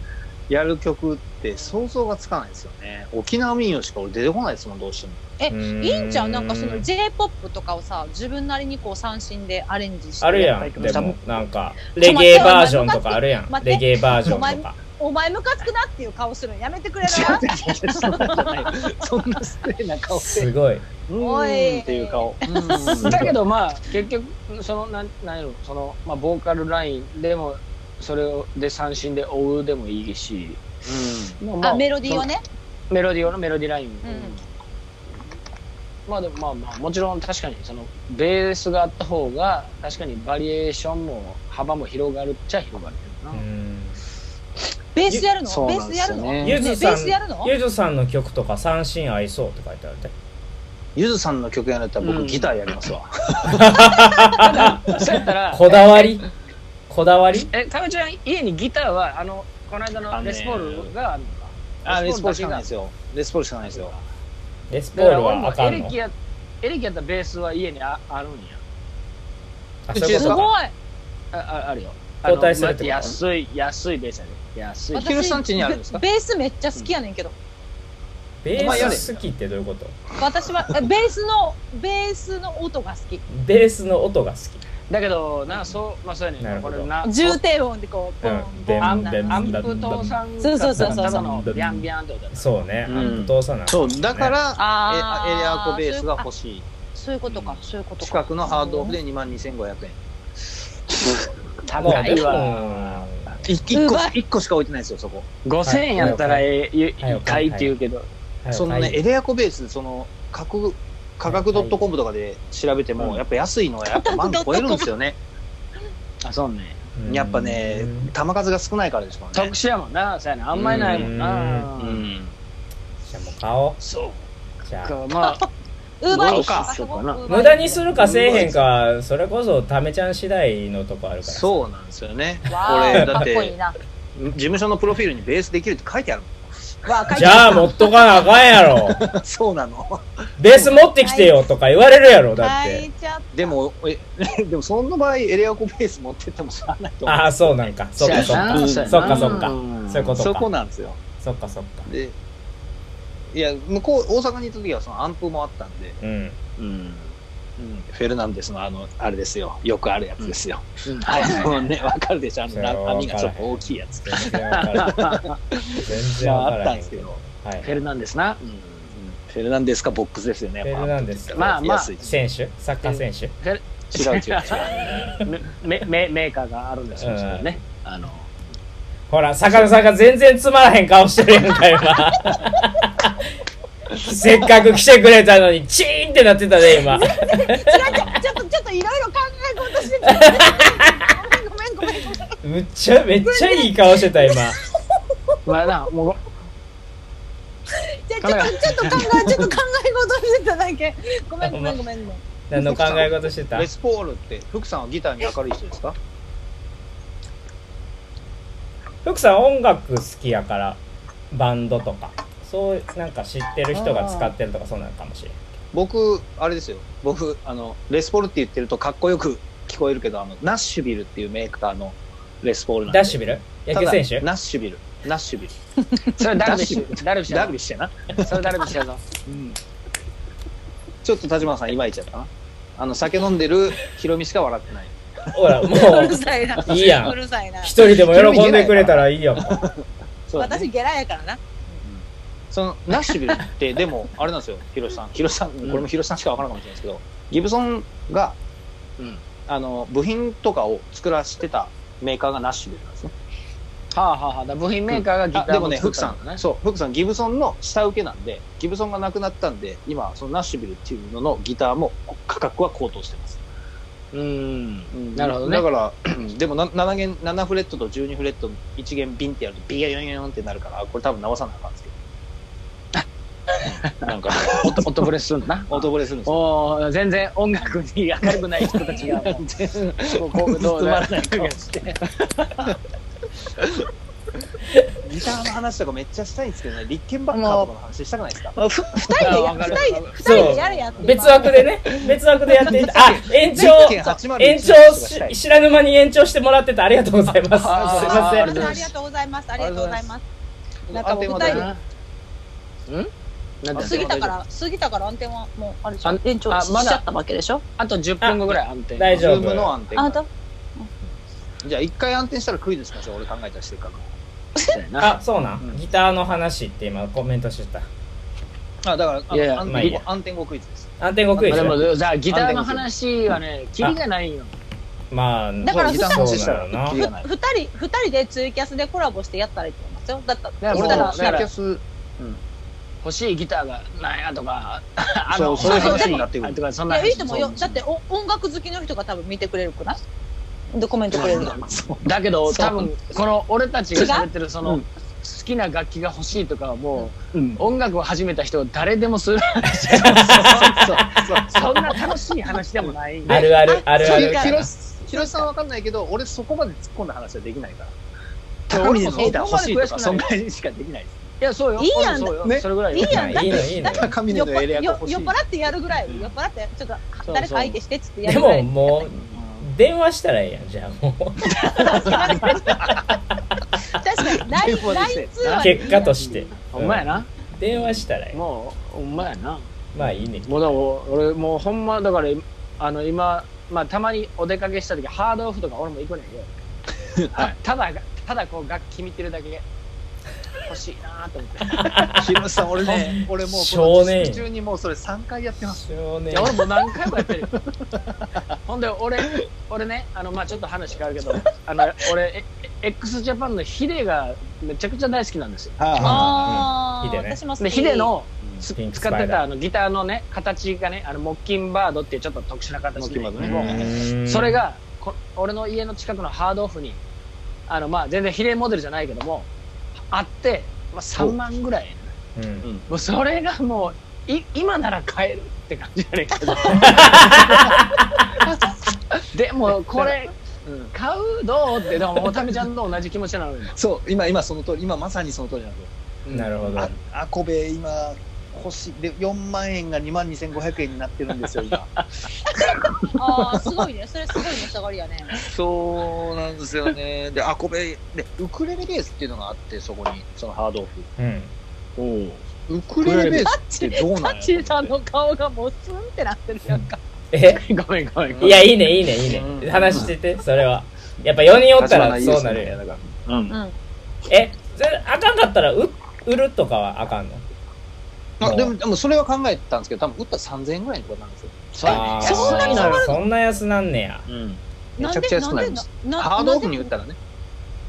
やる曲って想像がつかないですよね沖縄民謡しか俺出てこないですもんどう してもえ、うーんいいんちゃうなんかその J-POP とかをさ、自分なりにこう三振でアレンジして。あ。あるやん。いでも、なんか、レゲエバージョンとかあるやん。待ってレゲエバージョンとか。お前ムカつくなっていう顔するのやめてくれる違う違う違うそんなんじゃないそんな失 礼な顔してすごい。うおいーんっていう顔だけどまあ結局そのなんなんやろそのまあボーカルラインでもそれをで三振で追うでもいいし、まあまああ、メロディーをね。そのメロディーをのメロディーライン、んまあでもまあまあもちろん確かにそのベースがあった方が確かにバリエーションも幅も広がるっちゃ広がるけどな、ベースやるのそうベなーんスでやするよのねゆずさベースやるのん、ゆずさんの曲とか三振合いそうって書いてあるで。ゆずさんの曲やるんだったらう僕んギターやりますわ、そうやったらこだわりこだわりえかよちゃん家にギターはあのこの間あののねレスポールがあるのかあレスポールしかないレですよレスポールしかないですよレスポだかールら俺はあもかエんレのキやエレキやったベースは家にああるんやあ、そういうすことか。ごいあああるよ交代するってことあのま安い安いベースやで安い私ヒロシさん家にあるんですかベベースめっちゃ好きやねんけど。ベース好きってどういうこと私は、えベースの、ベースの音が好き。ベースの音が好き。だけどなそうまあそうやねなるんほこどれな重低音でこう、ボうんン、でボんン、アンなでんアンプ倒産そうそうそうそうただのビャンビャンってことだそうね。うんアンプ通さない。そうだから、あえーエレアコベースが欲しいそういうことか、そういうことか。近くのハードオフで2万2500円もう、高いわうん1う個まい一個しか置いてないですよそこ5000円やったらええはいいいかいって言うけどそのね、エレアコベース、その、各価格はい .com とかで調べても、うんやっぱ安いのはやっぱ万超えるんですよ ね。あそうねうんやっぱね、球数が少ないからですからね特。殊やもんなそうやねあんまりないもんなうん。じゃあもう買おう。そじゃうあ。かまあウーバーイーそツうかあそこそうかなウーバーイーツ無駄にするかせえへんか、それこそためちゃん次第のとこあるから。う。そうなんですよね。わー俺だかっってこいいな。事務所のプロフィールにベースできるって書いてあるわーじゃあ持っとかなあかんやろ。もん そうなの。ベース持ってきてよとか言われるやろ、だっ書て。いちゃっでも、え でもその場合、エレアコベース持ってってもしゃあないと思ああ、そうなんか。そっかそっか。うんそそっかそっかそういうこう。とそか。こなんですよ。そっかそっか。で、いや、向こう、大阪に行った時はそのアンプもあったんで、うん。うん。フェルナンデスのあの、あれですよ。よくあるやつですよ。うんはいはい、もうね、わかるでしょ、あそのれはな網がちょっと大きいやつ。全然わからん。全然まあわかあっらたへんんでけすけど。ど。はい。フェルナンデスなうんフェルナンデスかボックスですよね、フェやルっナぱ。ンデス。まあまあ安い選手サッカー選手違う違う違う。 メメメーカーがあるんですよそれねあのほら、坂野さんが全然つまらへん顔してるやんか、今。せっかく来てくれたのに、チーンってなってたね、今。た。ちょっと、ちょっといろいろ考え事してて。ごめん、ごめん、ごめん。ごめんむっちゃ、めっちゃいい顔してた、今。まあなもうじゃあちょっと、ちょっと考え、ちょっと考え事してただけ。ごめん、ごめん、ごめん。何の考え事してたレスポールって、福さんはギターに明るい人ですか福さん音楽好きやからバンドとかそうなんか知ってる人が使ってるとかそうなのかもしれん僕、あれですよ。僕、あの、レスポールって言ってるとかっこよく聞こえるけど、あの、ナッシュビルっていうメーカーのレスポールなんで。ダッシュビル野球選た手だナッシュビル。ナッシュビル。それダルビッシュダルビッシュダやルビぞッシュやな。それダルビッシュやぞちょっと田島さん、今言っちゃったな。あの、酒飲んでるヒロミしか笑ってない。ほら、もうるう、さいな。いいやんうるさいな。一人でも喜んでくれたらいいよ。そうだね私、ゲラやからな。そのナッシュビルってでもあれなんですよヒロシさんヒロシさんこれもヒロシさんしか分からんかもしれないですけど、ギブソンが、うんあの部品とかを作らしてたメーカーがナッシュビルなんですねはあはあはあだ部品メーカーがギタあーでもね作っ福たさのねんそう福さんギブソンの下請けなんでギブソンがなくなったんで今そのナッシュビルっていうののギターも価格は高騰してます、うんなるほどねだからでもな 7, 弦7フレットと12フレット1弦ビンってやるとビヨヨヨヨンってなるからあこれ多分直さなあかんんですけ どなんかオットオットプレスすんのな音ブレするんですよおー全然音楽に明るくない人たちがもうもうこうどうつまらないしてギターの話とかめっちゃしたいんですけどね、立憲バッカーとかの話したくないですかふ二人でや、あわか二る人で、二人でやれやっていう。別枠でね、別枠でやっていた。あ、延長、長延長し、知らぬ間に延長してもらってた。ありがとうございます。すいあませああん。りがとうございます。ありがとうございます。なんかもう二安定人までうんなんあて過ぎたから、過ぎたから暗転はもう、あれでしょあ延長あしまだちゃったわけでしょあと10分後ぐらい安定大ズ丈ームの夫。安定あんた、じゃあ一回安定したらクイズしましょう俺考えたしてるかあ、そうなん。ギターの話って今コメントしてた。らあだからあいやいや安まあいい定や後安定後クイズです安定極意までしあ、でょもじゃあギターの話はねキリがないよまあ、だからそうギターの話なしたのらなキリ。がない二人、二人でツイキャスでコラボしてやったらいいと思いますよ。だっただからそしそうだかたら、らだキャス欲しいギターがなんやとかあそうそういう話になってくるあとかそんいなや、話いいと思うよ。そだって、お音楽好きの人が多分見てくれるくないで、コメントくれるの。だけどそう多分この俺たちが喋ってるその好きな楽器が欲しいとかはもう、音楽を始めた人は誰でもするそんな楽しい話でもないあるある、あるある。ヒロシヒロシさんは分かんないけど俺そこまで突っ込んだ話はできないから俺もそギこターま欲でしい悔しとかくそんなぐいらいしかできないですいやそうよいいや俺んもそうよ、ねそれぐらいよいいやんいいのいいのよ。高峰酔っのエレ払アコよ欲しい酔っ払ってやるぐらいよ酔っ払って酔っ払ってちょっとそう誰か相手してっつってやでるぐらもいもう、電話したらええやん、じゃあもう。 電話して確かに LINE LINE 通話で結果として。ほんまやな、電話したらえもうほんまやなえ。まあいいね。もうだから俺もうほんまだからあの今、まあ、たまにお出かけした時ハードオフとか俺も行くねんけど、はいただただこう楽器見てるだけ欲しいなと思ってヒロシさん俺ね俺もうこの少年自粛中にもうそれ3回やってます少い年や俺もう何回もやってるよほんで俺俺ねあのまあちょっと話変わるけどあの俺え x ジャパンのヒデがめちゃくちゃ大好きなんですよあうんヒあデね私も好できヒデのつピンクス使パイダっーてたあのギターのね形がねあのモッキンバードっていうちょっと特殊な形でモッキンバードねもうそれがこ俺の家の近くのハードオフにあのまあ全然比例モデルじゃないけどもあって、まあ、3万ぐらいうんもうそれがもうい今なら買えるって感じやねん けどでもこれうん買うどうってでもおためちゃんと同じ気持ちなのにそう今今その通り今まさにその 通りなんですよなるほどあ。アコベ今欲しいで4万円が2万2500円になってるんですよ今ああすごいねそれすごい値下がりやね そうなんですよねでアコベでウクレレベースっていうのがあってそこにそのハードオうん。フウクレレベースってどうタなんッやチーさんの顔がもうスンってなってるやんかえ ごめんごめんごめんいや、いいね、いいね、いいうんね。話してて、それは。やっぱ4人おったら立花そう家なでるすよ。ねだからうんえ、それあかんかったら、う売るとかはあかんのあでもでもそれは考えたんですけど多分打ったら3000円ぐらいのとかなんですよそうやねあーそんなに下がるそんな安なんねや。めちゃくちゃ安くなりますなハードオフに打っなんでたらね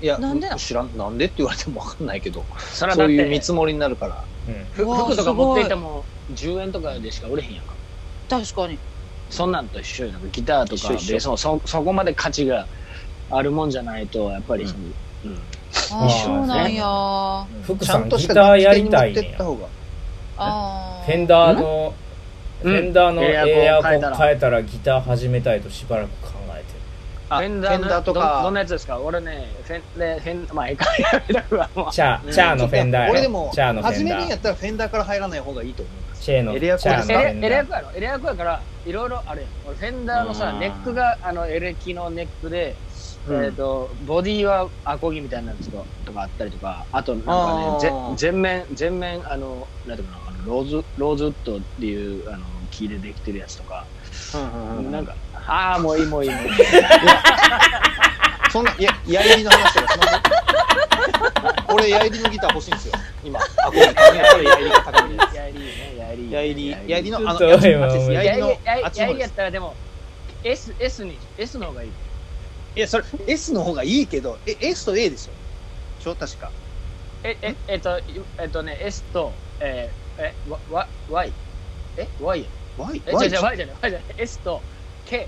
いやなんでなん知らんなんでって言われても分かんないけどそれはだそっういう見て積もりになるからうん。ふうわー服とかすごい持っていっても10円とかでしか売れへんやんか確かにそんなんと一緒やんギターと一かベ緒一緒ースもそそこまで価値があるもんじゃないとやっぱりその、うんああ一緒そうなんやあ福ちさゃん、んとギしたターやりたい楽ね器店に持ってっやた。方があフェンダーの、フうんェンダーのエアコンエアコン変えたら変えたらギター始めたいとしばらく考えてる。あフェンダーのフェンダーとかどどんなやつですか俺ねフェンでフェンまあええかやめたくはもうチャー、チャーのフェンダーやろ俺でもチャーのフェ始ンめダるんやー。ったらフェンダーから入らない方がいいと思うチェーの、エチレアャコンですかーのフエレェンエレダアー。コやろエレアコやからいろいろあれやん俺フェンダーのさうんネックがあのエレキのネックで、うんえっ、とボディはアコギみたいなやつととかあったりとかあとなんあかーねぜ全面全面あのなんていうのかなあのローズローズウッドっていうあの木でできてるやつとか、うんうんうんなんかああ、もういい、もういい。もういいそんな、いや、矢入りの話とかしません 俺、矢入りのギター欲しいんですよ。今、あ、これ、やっぱり矢入りが高いんでやりね、やり。矢入り、矢入りの、あの、ちょやっつとやつです今矢や入りりの、あやっりちのや方りでやっす。たらでも S, S に S の方がいいいや、それ、S の方がいいけど、え、S と A でしょちょ、確か。えええっといえっとね S とえー、えわわ Y え Y や Y? えじ Y? ゃじゃ Y じゃない Y じゃない S と K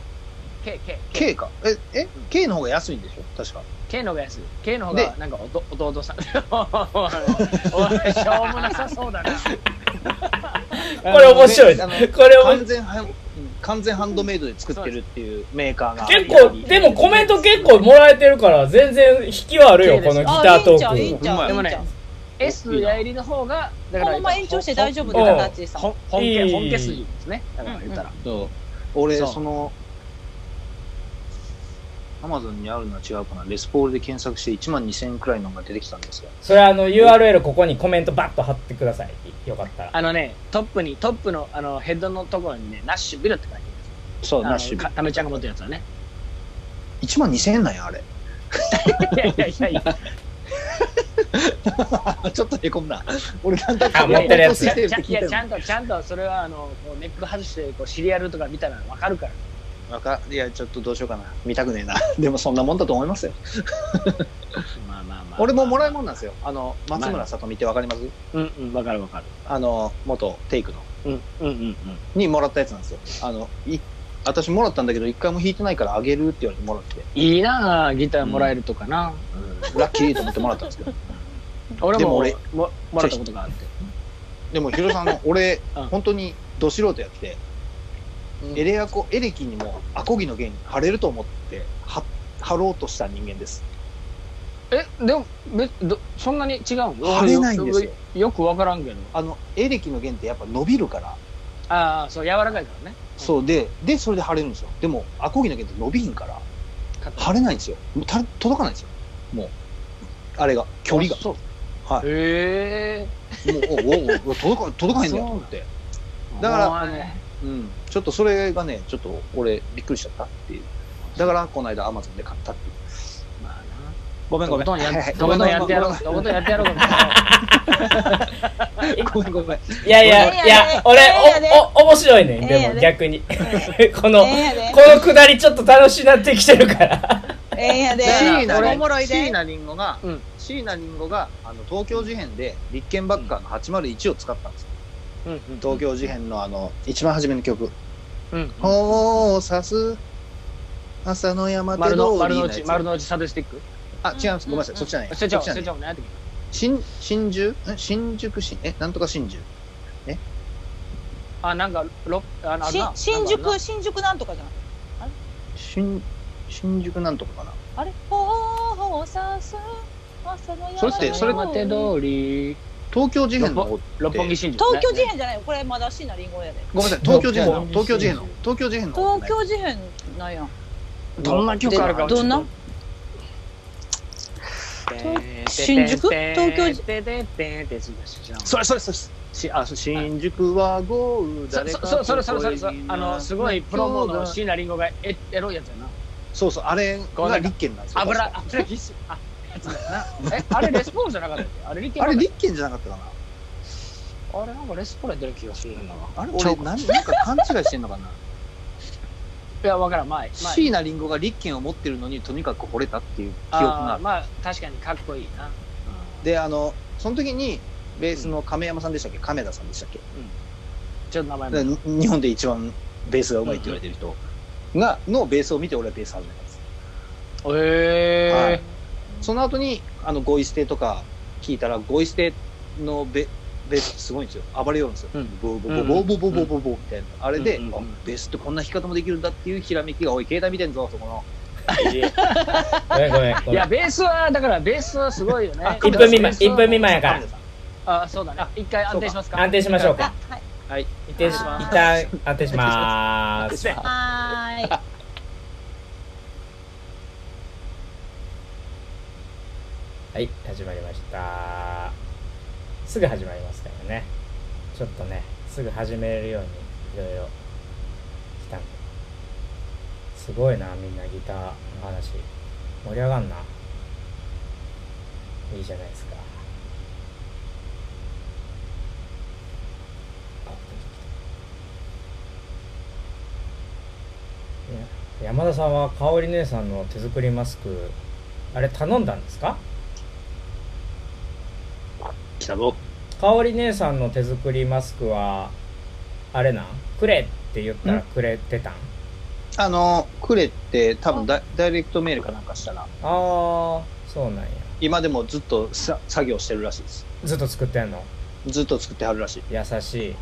K K K か。え、え、K の方が安いんでしょ確か。 K の方が安い K の方でがなんかおと弟さん おいおいしょうもなさそうだなこれ面白いあのこれ面白い完全ハン、うん完全ハンドメイドで作ってるっていうメーカーが。結構でもコメント結構もらえてるから全然引きはあるよこのギタートあいーいんクちゃういいんちゃういいんちゃううま S やりの方がだこのまま延長して大丈夫だなよ形でさほん本家いい本家筋ですねだから言ったら、そう俺そうそのアマゾンにあるのは違うかなレスポールで検索して1万2000円くらいのが出てきたんですよそれあの URL ここにコメントバッと貼ってくださいよかったらあのねトップにトップのあのヘッドのところにねナッシュビルって書いてますそうあナのッシュかタメちゃんが持ってるやつ はね。 1万2000円なんやあれいやいやいやいや。 ちょっとへこんだ俺なんだあ持ってるやつ落としてるちってゃんい聞いやてちゃんとちゃんとそれはあのこうネック外してこうシリアルとか見たらわかるから。るわかいやちょっとどうしようかな見たくねえな でもそんなもんだと思いますよまあまあま俺ももらいい。もんなんですよあの松村里美ってわかりますうんうんわかるわかる。あの元テイクのうんうんうんうん。にもらったやつなんですよあのい私もらったんだけど一回も弾いてないからあげるって言われてもらっていいなあギターもらえるとかな。ラッキーと思ってもらったん ですけど俺でもも俺ももらったことがあって。でもヒロさんの俺、うん本当にど素人やって、エレアコエレキにもアコギの弦貼れると思って貼貼ろうとした人間ですえでもめどそんなに違うの？貼れないんですよよ。よくわからんけど。あのエレキの弦ってやっぱ伸びるからああそう柔らかいからね。そうででそれで貼れるんですよでもアコギの弦って伸びひんから貼れないんですよもうた届かないんですよもうあれが距離がそう。はへえ。いもうおうおうおう届か届かへんねやと思ってだからまあねうんちょっとそれがねちょっと俺びっくりしちゃったっていうだからこの間アマゾンで買ったっていうまあな。ごめんどごこめんとんやはいはいどことんやってやろう。どことんやってやろうかな。ごめんごめんいやいやいや俺おお面白いねでも逆に このええんやでこのくだりちょっと楽しなってきてるからええんやでシーナ俺リおンもろいシでーナリンゴが、うんシーナリンゴがあの東京事変で立憲バッカーの801を使ったんですよ、東京事変のあの一番初めの曲うん「ほうさす朝の山手通丸りの丸ののや内つ」丸の内サデスティック。あ違いますごめんなさいそっちじゃない社そ長っちじゃな社い長何やって新新宿ん新宿新えなんとか新宿あなんかロあのあるしな新なんかあ宿新宿なんとかじゃない新新宿なんとかかなあれほうほうさす朝の夜それってそれるな東山手通り東京事変の方って六本木新宿。京事変じゃないよこれまだシーナリンゴやでごめんなさい東京事変の東東京事京事変変の東京事変の方東京事変なんやどんな曲あるかどんな新宿東京事変。それそれそれしあそう新宿は豪雨そ誰かそそれそれそれそとれ恋にあのすごいプロモのそう椎名林檎がエエロいやつやな。そうそうあれが立憲なんですよ確油か油ぎっしりあやつだよな。えあれレスポールじゃなかったっけ？あれリケあれ立憲じゃなかったかなあれなんかレスポールやってる気がするんだな。あれちゃ俺うなんなんか勘違いしてんのかないや、わからん、前。前椎名林檎が立憲を持ってるのにとにかく惚れたっていう記憶がああーるまあ、確かにかっこいいな。であのその時にベースの亀山さんでしたっけ亀田さんでしたっけちょっと名前でも。日本で一番ベースがうまいって言われてる人がのベースを見て俺はベース始めたんですはえいその後にあのゴイステとか聞いたらゴイステのベベースってすごいんですよ暴れようんですよ、うんボーボーボーボーボーボーボーボーボーみたいなあれで、うんうんうんあベースってこんな弾き方もできるんだっていうひらめきがおい携帯見てんぞそこのごめんごめんごいめんや、ベースは、だからベースはすごいよね。 1分未満ベースは1分未満やからあ、そうだね。一回安定しますか。安定しましょうか。かあははいい一旦し一旦安定しまーすはーいはい始まりましたすぐ始まりますからねちょっとねすぐ始めるようにいろいろしたんですごいなみんなギターの話盛り上がんないいじゃないですかあ出てきたいや山田さんは香織姉さんの手作りマスクあれ頼んだんですか来たぞ。香織姉さんの手作りマスクはあれなんくれって言ったらくれてたんあの、くれって多分ダイダイレクトメールかなんかしたら、ああそうなんや今でもずっとさ作業してるらしいです。ずっと作ってんのずっと作ってはるらしい。優しいうん。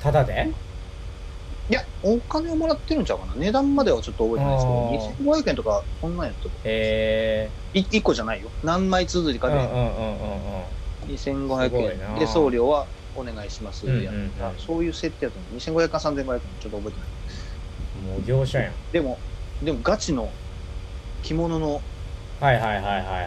ただでいや、お金をもらってるんちゃうかな。値段まではちょっと覚えてないですけど、2500円とか、こんなんやったと思う。えい1個じゃないよ。何枚続りー、かうんうんで、うんうんうんす2500ごいな円で送料はお願いしますうんうんうんやったそういう設定だと思う。2500か3500円、ちょっと覚えてない。もう業者やんでも、でもガチの着物のはいはいはいはいはいはい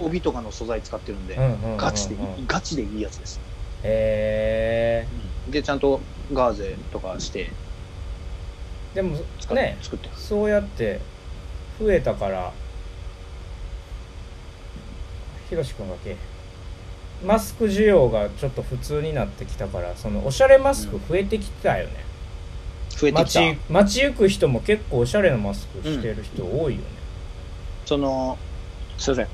帯とかの素材使ってるんで、うんうんうんうんガチでいい、ガチでいいやつです。えで、ちゃんとガーゼとかしてー、でも使っ、ね作ってます。そうやって増えたからひろし君がけえへんマスク需要がちょっと普通になってきたからそのおしゃれマスク増えてきたよね、増えてきた。街街行く人も結構おしゃれなマスクしてる人多いよね、その、すいません。い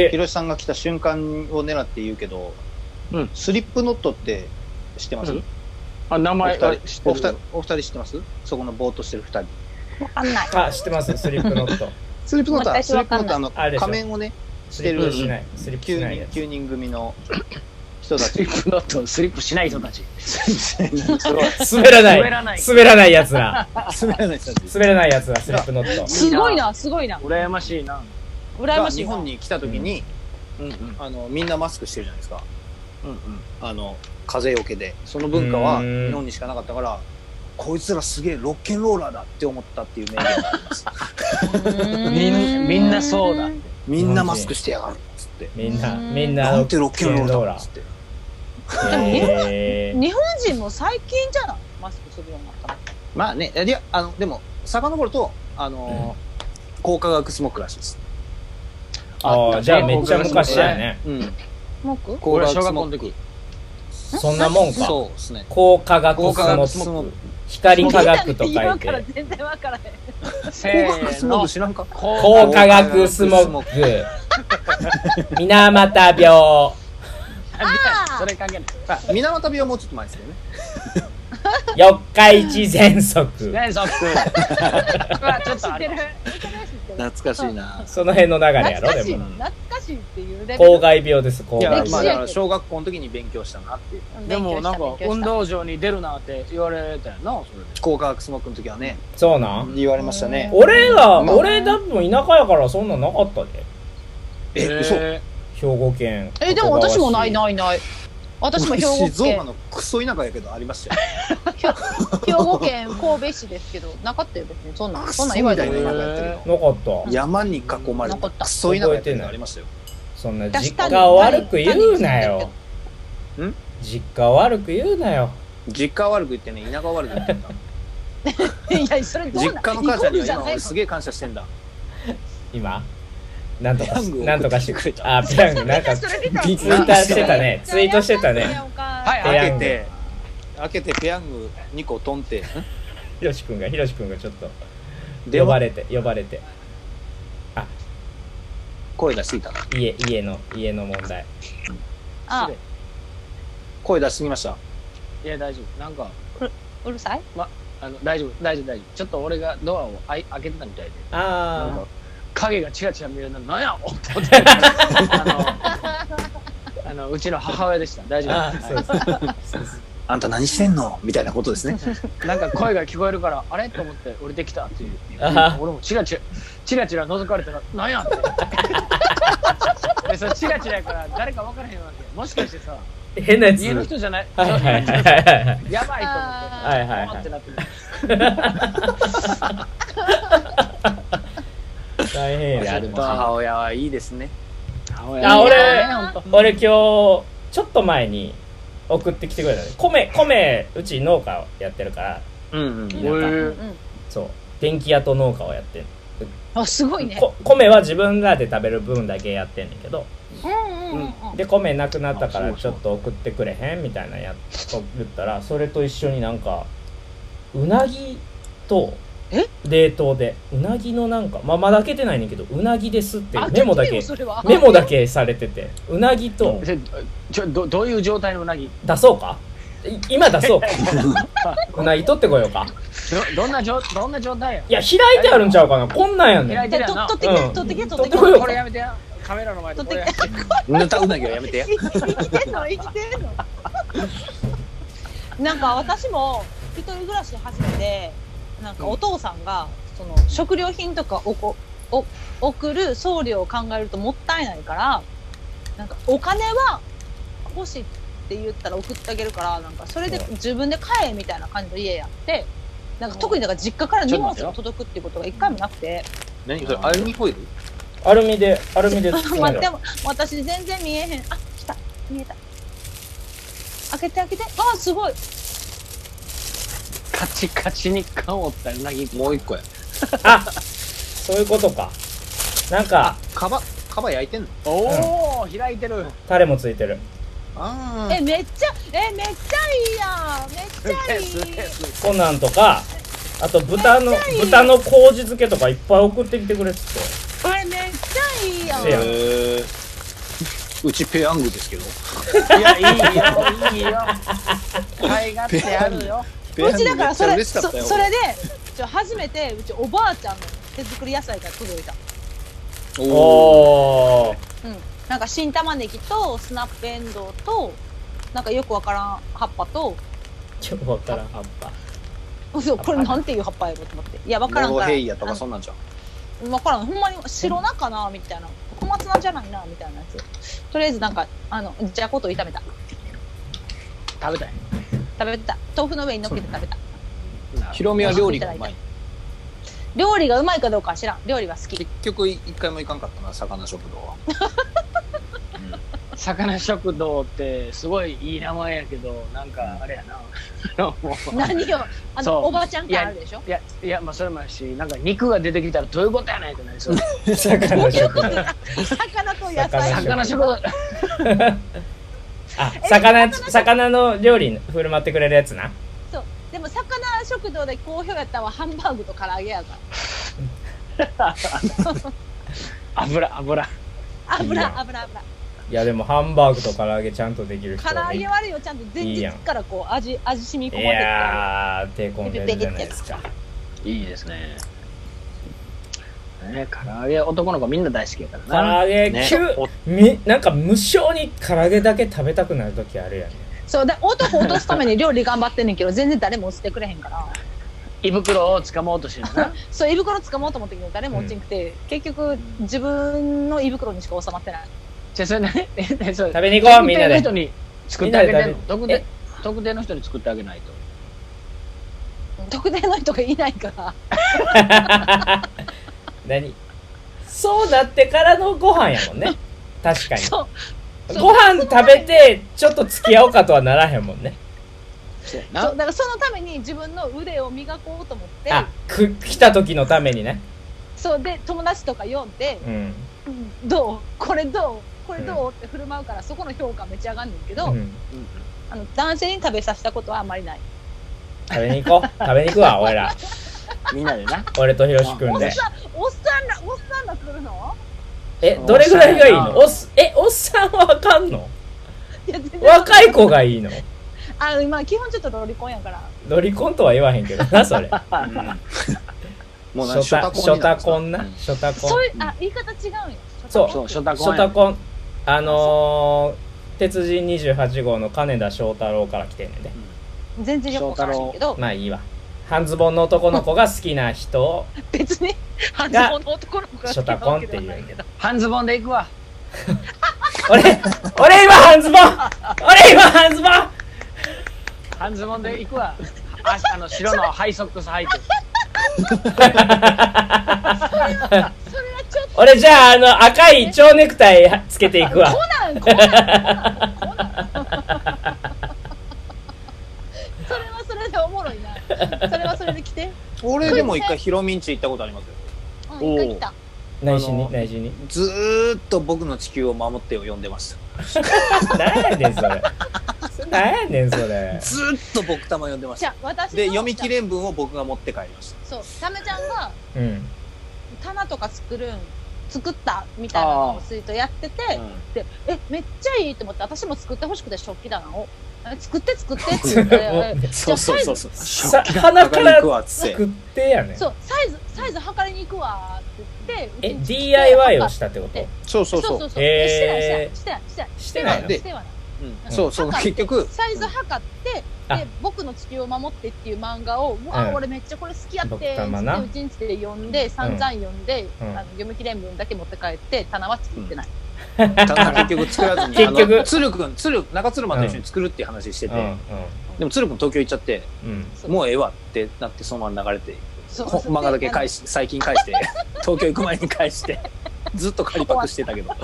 えひろしさんが来た瞬間を狙って言うけど、うんスリップノットって知ってます、うんあ、名お前は二知っ人ておる二人お二人知ってますそこのぼーっとしてる二人。わかんない。あ知ってますスリップノッ トスリップノットは、私スリわップかノんッなトあのいあれでしょ仮面をね、スリップしないスリップし9ないや人つ九人組の人たス ち リ。ップノット、スリップしない人たち。すごい。滑らない滑らない滑らないやつ ら滑らない人たち。滑らないやつらスリップノットすごいな、すごいな。羨ましいな。羨がまし日いわ。本に来た時に、うんうん。あの、みんなマスクしてるじゃないですか。うんうん。あの、風よけで。その文化はうん日本にしかなかったから、こいつらすげえロッケンローラーだって思ったっていう名言があります。みんみんなそうだ。みんなマスクしてやがるっつって。みんなうんみんななんてロッケンロールだっつって。えー 日本人も最近じゃないマスクするようになったの。まあね、いや、あの、でも、遡ると、あのー、光化学スモックらしいです。ああじゃあめっちゃ昔やねうん。文句光俺小学校の時。そんなもんかそうですね。光化学光化学ススモモッックク光化学と書今いからて全然わからへん。せ光化学ースモッのク。知らんか光化学スモック水俣病あそれ関係ない。あ水俣病はもうちょっと前ですけどね。四日市喘息何そっく あ、ちょっと知あっれてる。知ってる懐かしいな。その辺の流れやろ懐かでしい、も懐かしいっていうレベ公ル。害病です公い害や、歴史まやあ、けだどから小学校の時に勉強したなっていう。でもなんか運動動場に出るなって言われたよな、それで。光化学スモックの時はね、そうなん言われましたね。俺らまあ俺多分田舎やからそんなんなかったでえ、嘘え兵庫県え、でも私もないいないない。私も兵俺庫静岡県、のクソ田舎やけどありましたよ。兵庫県神戸市ですけど、なかったよ別に。そんなん、クそソんみなんた言いわなれた言われ田舎らやったけど。なかった山に囲まれ残たったクソ田舎やったけどありましたよ。そんな出実した家を悪く言うなよ何ん実家を悪く言うなよ実家は悪く言ってね、田舎は悪く言ってんだ。いや、それどう実なん家の母ちゃんには今イコール俺じすげえ感謝してんだ。今なんとかペヤングをなんとかして送ってくれたあペヤングなんかツゃないのビイッッターしてた ねツイートしてたね。は。はいい、ペヤ開ンけグて、開けてペヤング2個トンって。ひろしくんがひろしくんがちょっとで呼ばもれて呼ばれて声出しすぎたな。家家の家の問題あ、声出しすぎました。いや、大丈夫。なんか、うるさいあの、大丈夫、大丈夫、大丈夫。ちょっと俺がドアをあい開けてたみたいで、なんあか、影がチラチラ見えるな、なんやおって思ってあの、あの、うちの母親でした。大ー丈夫。あーそうですあんた何してんのみたいなことですね。なんか声が聞こえるから、あれと思って降りてきたっていう。あ俺もチラチラ、チラチラ覗かれたら、なんや って。でそれチラチラやから誰か分からへんわけもしかしてさー変なやつ家の人じゃない、はいはいはいはいはいやばいと思ってはいはいパーはってなってるい大変ややるな母親はいいですね。あ俺ねほんと俺今日ちょっと前に送ってきてくれたね米米うち農家をやってるからうんうん。なんかへうえんそう電気屋と農家をやってんあ、すごいね。こ米は自分らで食べる分だけやってんねんけどうんうんうんうん。で米なくなったかあらそうちそょうっと送ってくれへんみたいなやつと言ったらそれと一緒になんかうなぎとえ冷凍でうなぎのなんかまあまだ開けてないねんけどうなぎですっていうあメモだ聞いてけよそれはメモだけされててうなぎとでちょどどういう状態のうなぎ出そうかい今出 そうかうなぎ取ってこようかどどんな状どんな状態やいや開いてあるんちゃうかなこんなんやねん開いてでるとやな取ってきて、うん取ってき取て、取っっててこようきこれやめてやカメラの前でこれやめてぬたうなぎはやめてや。て。生きてんの、生きてんの。 なんか私も一人暮らし始めて、なんかお父さんが、その食料品とかおこ、お、送る送料を考えるともったいないから、なんかお金は欲しいって言ったら送ってあげるから、なんかそれで自分で買えみたいな感じの家やって、なんか特にだから実家から荷物が届くっていうことが一回もなくて、何それ、アルミホイルアルミでアルミで包ん 待でってるも私全然見えへんあ来た見えた開けて開けてあすごいカチカチに缶を折ったうなぎもう一個や。あそういうことかなんかカバ、カバ焼いてんのおお、開いてるタレもついてるあえめっちゃえめっちゃいいやんめっちゃ いいこんなんとかあと豚のめっちゃいい豚の麹漬けとかいっぱい送ってきてくれっつってこれめっちゃいいやんせやへえ。うちペヤングですけど。いやいいよいいよ買い勝手あるようちだからそペヤングめれっちゃ嬉しかそったよ。それでちょ初めてうちおばあちゃんの手作り野菜が届いた俺おお。おおうんなんか新玉ねぎとスナップエンドウとなんかよくわからん葉っぱと今日わからん葉っぱ嘘これなんていう葉っぱやろと思っていやわからんモロからヘイヤとかそんなんじゃん。分からんほんまに白菜かなみたいな小松菜じゃないなみたいなやつとりあえずなんかあのじゃこと炒めた食べたい食べた豆腐の上に乗っけて食べたヒロミは料理がうまい。料理がうまいかどうかは知らん料理は好き結局一回も行かんかったな、魚食堂は。魚食堂ってすごいいい名前やけどなんかあれやなあのもう何よあそうのおばあちゃん感あるでしょ いやいやまあそれもあるしなんか肉が出てきたらどういうことやねんってなり そう魚食堂魚と野魚菜魚食堂あ魚魚の料理振る舞ってくれるやつなそうでも魚食堂で好評やったのはハンバーグと唐揚げやか油油らいいやん油油油いやでもハンバーグと唐揚げちゃんとできる人唐揚げい悪いよちゃんと前いい日やんからこう味味染み込まれてるからやー手込んでるじゃないですかいいですねね唐揚げ男の子みんな大好きやから唐な揚げね急、みなんか無性に唐揚げだけ食べたくなる時あるやんそうだ男落とすために料理頑張ってんねんけど全然誰も落ちてくれへんから胃袋を掴もうとして るなそう胃袋掴もうと思ったけど誰も落ちんくて、結局自分の胃袋にしか収まってないじゃあそれ何 えそれ食べに行こうみんな特定ので人に作ってあげてんの特べに定特定の人に作ってあげないと特定の人がいないから何そうなってからのご飯やもんね確かにそうそうご飯食べてちょっと付き合おうかとはならへんもんねそうやそうなだからそのために自分の腕を磨こうと思ってあく来た時のためにねそうで友達とか呼んでうん、 「どうこれどうこれどう?」って振る舞うからそこの評価めっちゃ上がんねんけど、うん、あの男性に食べさせたことはあんまりない食べに行こう食べに行く わ俺らみんなでな俺とひろしくんでおっさんらおっさんら来るのえどれぐらいがいいのおっすえおっさんはあかんのいや全然若い子がいいのあのまあ基本ちょっとロリコンやからロリコンとは言わへんけどなそれもうなんかショタショタコンなショタコンそういうあ言い方違うんよそうそうシショョタシコンョやタねコンあのー、鉄人28号の金田正太郎から来てんねんで全然よくわからないけどまあいいわ半ズボンの男の子が好きな人を別に半ズボンの男の子が好きなわけではないけど半ズボンで行くわ俺俺今半ズボン俺今半ズボン 半ズボンで行くわああの白のハイソックス履いてそれはちょっと俺じゃああの赤い蝶ネクタイつけていくわコナンコナンコナンそれははそれでおもろいな。それはそれで来て。俺でも一回ヒロミンチ行ったことありますようん、一回来た。内心あのに内心にずーっと僕の地球を守ってを呼んでました何やねんそれそれ何やねんそれずーっと僕玉呼んでましじゃたあ、私ので読み切れん文を僕が持って帰りましたそう、サメちゃんがうん棚とか作るん、作ったみたいなのをツイートやってて、で、え、めっちゃいいと思って、私も作ってほしくて食器棚を。え作って 作ってって言って、そうそうそうそうさ鼻からくわっつって作ってやねんそう、サイズ、サイズ測りに行くわってえ言って、うちに来て DIY をしたってことそうそそううそそううそうへえーしてない、してない、してないのしてない。うんうんそうそう測っ結て局 サイズ測って、うんあで、僕の地球を守ってっていう漫画を、うわ、うん俺めっちゃこれ好きやって、僕たまなうちんちで読んで、散々読んで、うんあの読み切れん分だけ持って帰って、棚は作ってない。棚結局作らずに結局あの鶴くん鶴中鶴間と一緒に作るっていう話してうて、んうんでも鶴くん東京行っちゃってうんもうええわってなってそのまま流れてそうほそう漫画だけ返し最近返して東京行く前に返 してずっと借りパクしてたけど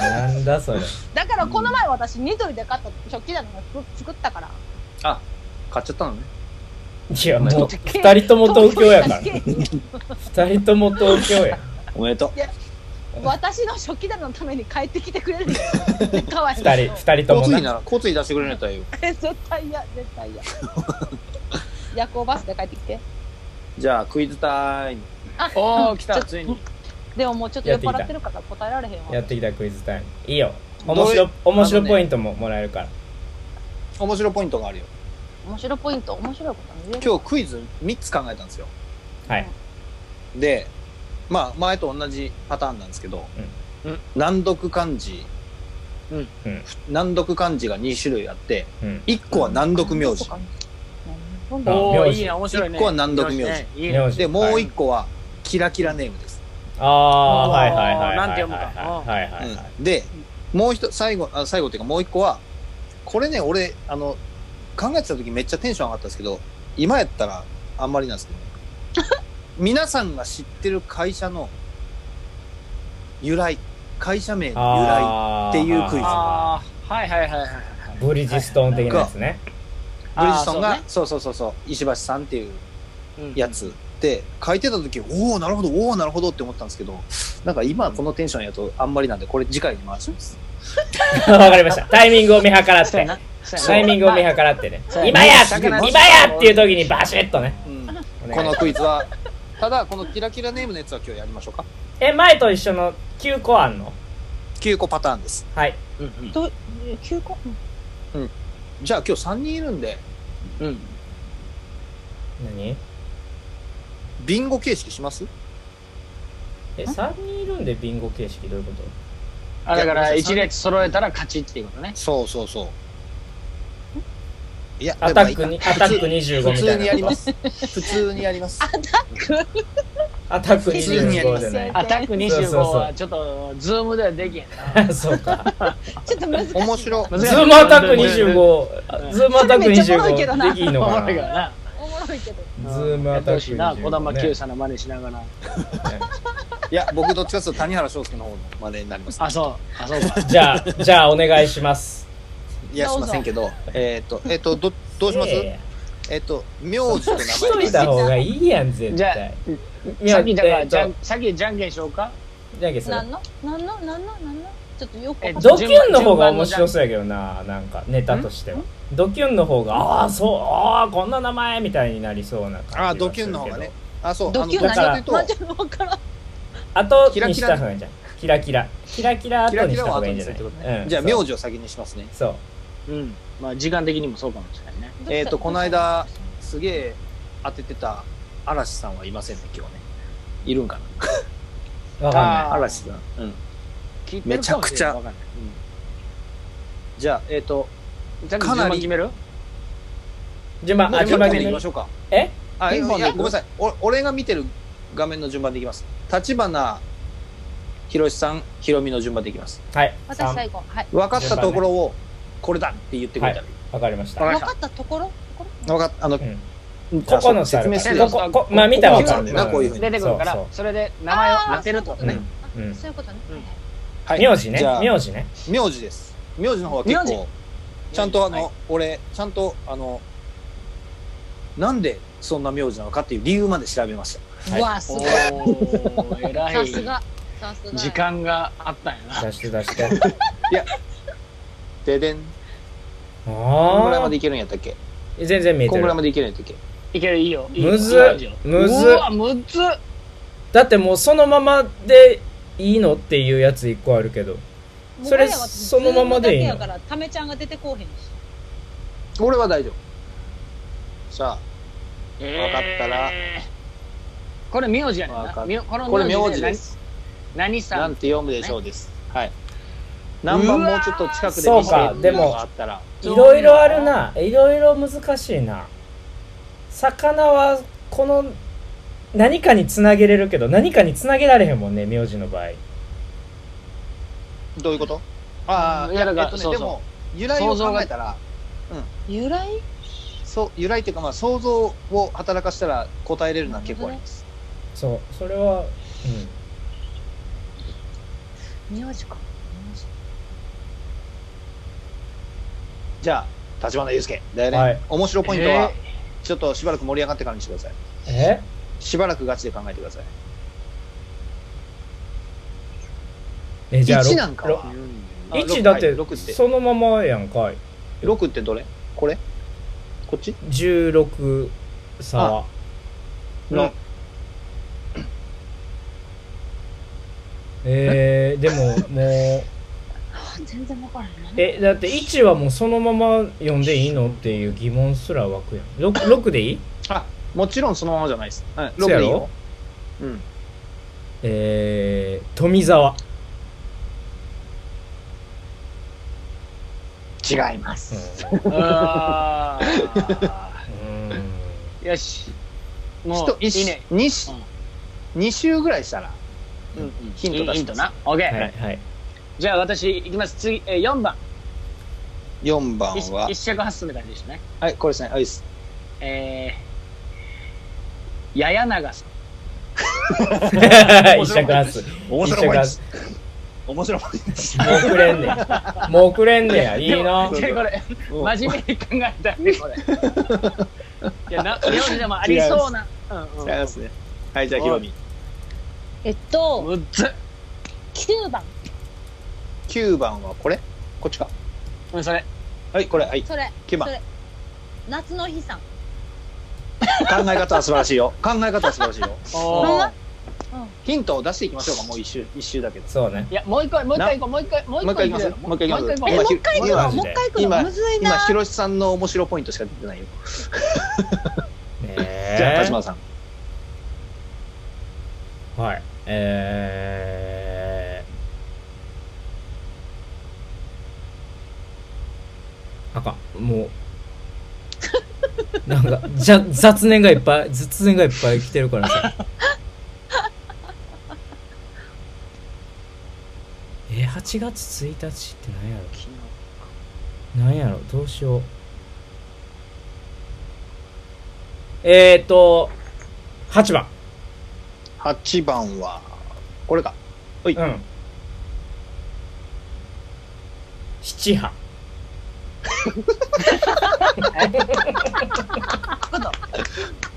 なんだそれだからこの前私、ニトリで買った食器棚が作作ったから。買っちゃったのねいやもう二人とも東京や から 二人とも東京やおめでとう私の食器棚のために帰ってきてくれ るんだよ。かわいい。二人二人と交も通費ななら交通費出してくれるんやったらいいよえ 絶対嫌、絶対嫌。夜行バスで帰ってきて。じゃあクイズタイムあ、おー、来ちた、ょついに。でももうちょっと酔っ払ってるから答えられへんわ。やってきたクイズタイムいいよどれ面白面あ白のねポイントももらえるから面白ポイントがあるよ面白いポイント、面白いこと言える今日クイズ3つ考えたんですよはいでまあ前と同じパターンなんですけど、うんうん難読漢字、うんうん難読漢字が2種類あってうん1個は難読名字、なんだお名ー、字いいね、面白いね。一個は難読名字ねいいね。名字でもうはい1個はキラキラネームです、ああーおーはいはいはいなんて読むかはいはいはいはいはいうんでもう一最後あ最後っていうかもう1個はこれね俺あの考えてた時めっちゃテンション上がったんですけど今やったらあんまりなんですけどね皆さんが知ってる会社の由来会社名の由来あっていうクイズあー、はいはいはいはい。ズブリヂストン的なやつねブリヂストンがあーそう,、そうそうそう石橋さんっていううんやつで書いてた時おおなるほどおおなるほどって思ったんですけどなんか今このテンションやとあんまりなんでこれ次回に回しますわかりました。タイミングを見計らっそうて。やな。そうやなタイミングを見計らってねそう。や今やそう今ややっていう時にバシッとね。うんおこ願いのクイズはただこのキラキラネームのやつは今日やりましょうかえ、前と一緒の9個あんの9個パターンですはい。うんどえ休校じゃあ今日3人いるんでうん。うん。何ビンゴ形式しますえ、3人いるんでビンゴ形式どういうこあ、だから、一列揃えたら勝ちっていうことね。そうそうそういやとアタックに、アタック25み普た通にやいりなこまと。す普通にやりますアタック普通にやりま25すじゃない。アタック25そうそうそうはちょっと、ズームではできへん な。そうか。ちょっと難しい。面白い難ズしいームアタック25。んズームアタックめっちゃおもろいけどな25。できいいのおもかろいからな。な。おもろいけど。ズームアタック25。な、小玉ね九さんの真似しながら。いや僕どっちかというと谷原章介の方の真似になりますあ、そう。あ、そうか。じゃあ、じゃあお願いします。いやしませんけどえっとえっとどどうしますえええっと、名字と名前。しといた方がいいやん、絶じゃあ対。さっきだから、じゃんん、さっきじゃんけんしようか。じゃんけんする何の何の何の何のちょっとよくわかんないドキュンの方が面白そうやけどな、なんかネタとしては。ドキュンの方が、ああ、そう、ああ、こんな名前みたいになりそうな感じがああ、ドキュンの方がね。。あ、そう。ドキュンだから何まあ、ちょっと分からん。あとキラにキしラた方がいいんじゃん。キラキラ。キラキラあと、キラ後にキしラたは方が後いいんにじすゃるなってこといね。うんじゃあ、そう名字を先にしますね。そう。うん。まあ、時間的にもそうかもしれないね。えっと、この間、すげえ当ててた嵐さんはいませんね、今日ね。いるんかわかな。あー嵐さん。うん。聞いてるかもしれないわかんないじゃあ、えっと、じゃんけんかな順番り決めるんない。順番、もうあ、順番決順でいめきるましょうか。えあ、いピやンポンいでいやくごめんなさい。お俺が見てる画面の順番でいきます。立花、ひろしさん、ひろみの順番でいきます。はい。私三最後。はい。分かったところを、これだって言ってくれたらいい。わかりました。わうかり分ましたかったところとこ分ろかった。あの、んあここのさ説明してるここ、こまあ見たらわかここるなんだよなこういうふうに出てくるから、そそうれで名前をあー当てるってことそうね。うんうんそういうことね。うんはい名字ねじゃあ名字ね名字です名字の方は結名字構ちゃんとあの、はい俺ちゃんとあのなんでそんな名字なのかっていう理由まで調べました。はいうわ、すおごい。ー、偉さい。すが。さすが。時。間があったんやな。出して出 して。ででん。こんぐらいあまでいけるんやったっけあ。全然見えこてんぐらる。いまでいけるんやったっけいける、いいよ。いいよむずいいよいいよむずうわ、むずだってもうそのままでいいのっていうやつ一個あるけど。それそのままでいいのだけやから、ためちゃんが出てこうへんし。俺は大丈夫。さ分かったなこれ名字やねんわかな。っみょこあ、のこれ名名字字でです。何何さなんんて読むでしょうです。はい。何番うわもーうちょっと近くでそう見せかるのがあったら。いろいろあるな。いろいろ難しいな。魚はこの何かにつなげれるけど何かにつなげられへんもんね名字の場合。どういうことああ、うんいいやだや、からえっとねそうそうでも、由来を考えたら、由来そう、由来っていうか、まあ、想像を働かしたら答えれるのは結構あります。そうそれは、名字か。じゃあ、立花祐介、だよね。はい面白ポイントは、えちょっとしばらく盛り上がってからにしてください。うん、えしばらくガチで考えてください。えじゃあ1なんかろはろ一だって6って、そのままやんかい6ってどれこれこっち16差はのえー、でももう全然わからない。えだって1はもうそのまま読んでいいのっていう疑問すら湧くやん 6, 6でいいあ、もちろんそのままじゃないです。はい、6そうやでいいろよ。うん。えー、富澤違います。うあん ーよし。も一う、いいね。 2しうん、二週ぐらいしたら、ヒント出ヒしますントな。オッケはいー。 はいじゃあ私、いきます。次、えー4番。 4番一は一、尺八寸みたいな感じでしたね。はい、これですね。はい、です。えー、やや長さん。一尺半数面一尺白いで半す数。面白いです。もうくれんねやもうくれんねやいいなでもこれ、うん真面目に考えたね、これ。いや、な、名字でもありそうな。うん 違いうんますね。はい、じゃあ、ヒロミ。えっと、むっつ。 9番。 9番はこれこっちか。うん、それ。はい、これ、はい、それ、 9番そ。れ夏の日さん。考え方は素晴らしいよ。考え方は素晴らしいよ。おーヒントを出していきましょうか、もう一周、一周だけど。そうねいや、もう一個、もう一回行こう、もう一回、もう一もう一回回いきますもう一回いきますもうえ、一今も回う一回行く今のもう一回行くの今むずい今、なヒ。ロシさんの面白ポイントしか出てないよ。ねえじゃあ、田島さん。はい。えー。あかん、もう。なんか、じゃ、雑念がいっぱい、雑念がいっぱい来てるからさ。えー、8月1日って何やろ昨日。何やろどうしよう。えーと、8番。 8番は、これか。うん。七波。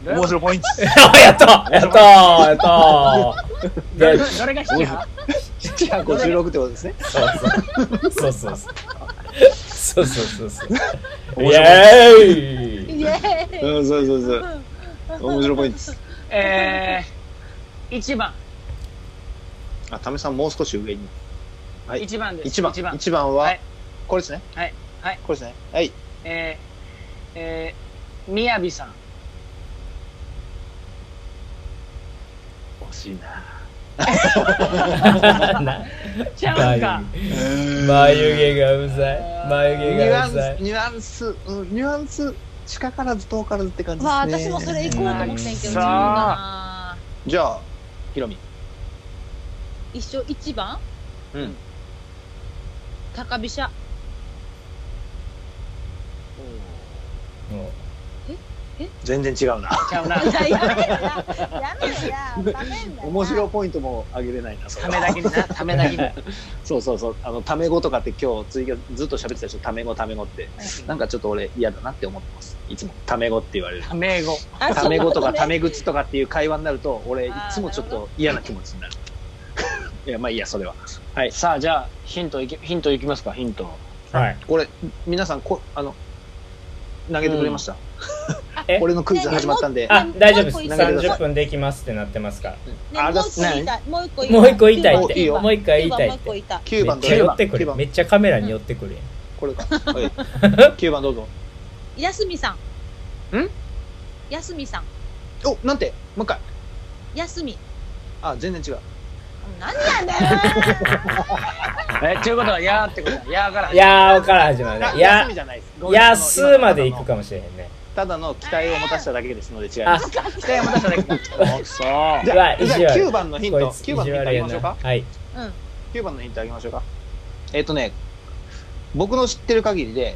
面白ポイント。あ、 やったやったやったど れでどれが七波756ってことですね。そうそうそうそう。そうそうそうそう。イェーイイエーイ。うん、そうそうそうう。ん面白ポイントです。えー、1番、あ、タメさんもう少し上に。はい1番です。 1番。一番。 1番は、はいこれですね。はいはいこれですね。はい。えー、えー、みやびさん。惜しいな。なちゃうんか。 眉毛がうざい。眉ニ毛ュがアうンざス、い。ニュアンス、うんニュアンス、近からず遠からずって感じですね。わあ、私もそれ行こうと思ってんけど、違うかな。じゃあ、ヒロミ。一生一番うん。高飛車。もう全然違う な。ちゃうな。ややめろな。やめろな。ダメんだよな。面白ポイントもあげれないな、それたはめだけにな、ためだけに。そうそうそう。あの、タメ語とかって今日、ついずっと喋ってたでしょ、タメ語、タメ語って。なんかちょっと俺嫌だなって思ってます。いつも、タメ語って言われる。ため語。あタメ語とかタそうねメ口とかっていう会話になると、俺いつもちょっあーなると嫌な気持ちになる。 いや、まあいいや、それは。はい。さあ、じゃあ、ヒントいき、ヒントいきますか、ヒント。はい。これ、皆さん、こあの、投げてくれま した、え俺のクイズ始まったんで。あ、大丈夫です。もう一個言ってくださ30い分できますってなってますから。ねあもうだ一個言いたい。もう一個もう一個言いたいって。もう一回言九番いたいっ九番もて。う一個言いたい。 9め番っどちゃう寄ぞってく9る。番め、っちゃカメラに寄ってくるやん。これか。はい 9番どうぞ。休みさん。ん休みさん。お、なんてもう一回。休み。あ、全然違う。何やねえ、ということは、やーってことだ。やーから。いやーから始まるあね。いや休み、じゃないです。ごめんやあーのすーまで行く今かもしれへんね。ただの期待を持たせただけですので違いあま、す。期待を持たせただけ。おそう。じうわゃあ、意地じゃ悪あ9番のヒント、こいつ、 9番のヒントあげましょな。うか。はい。ん。うん。 9番のヒントあげましょうか。えっ、とね、僕の知ってる限りで、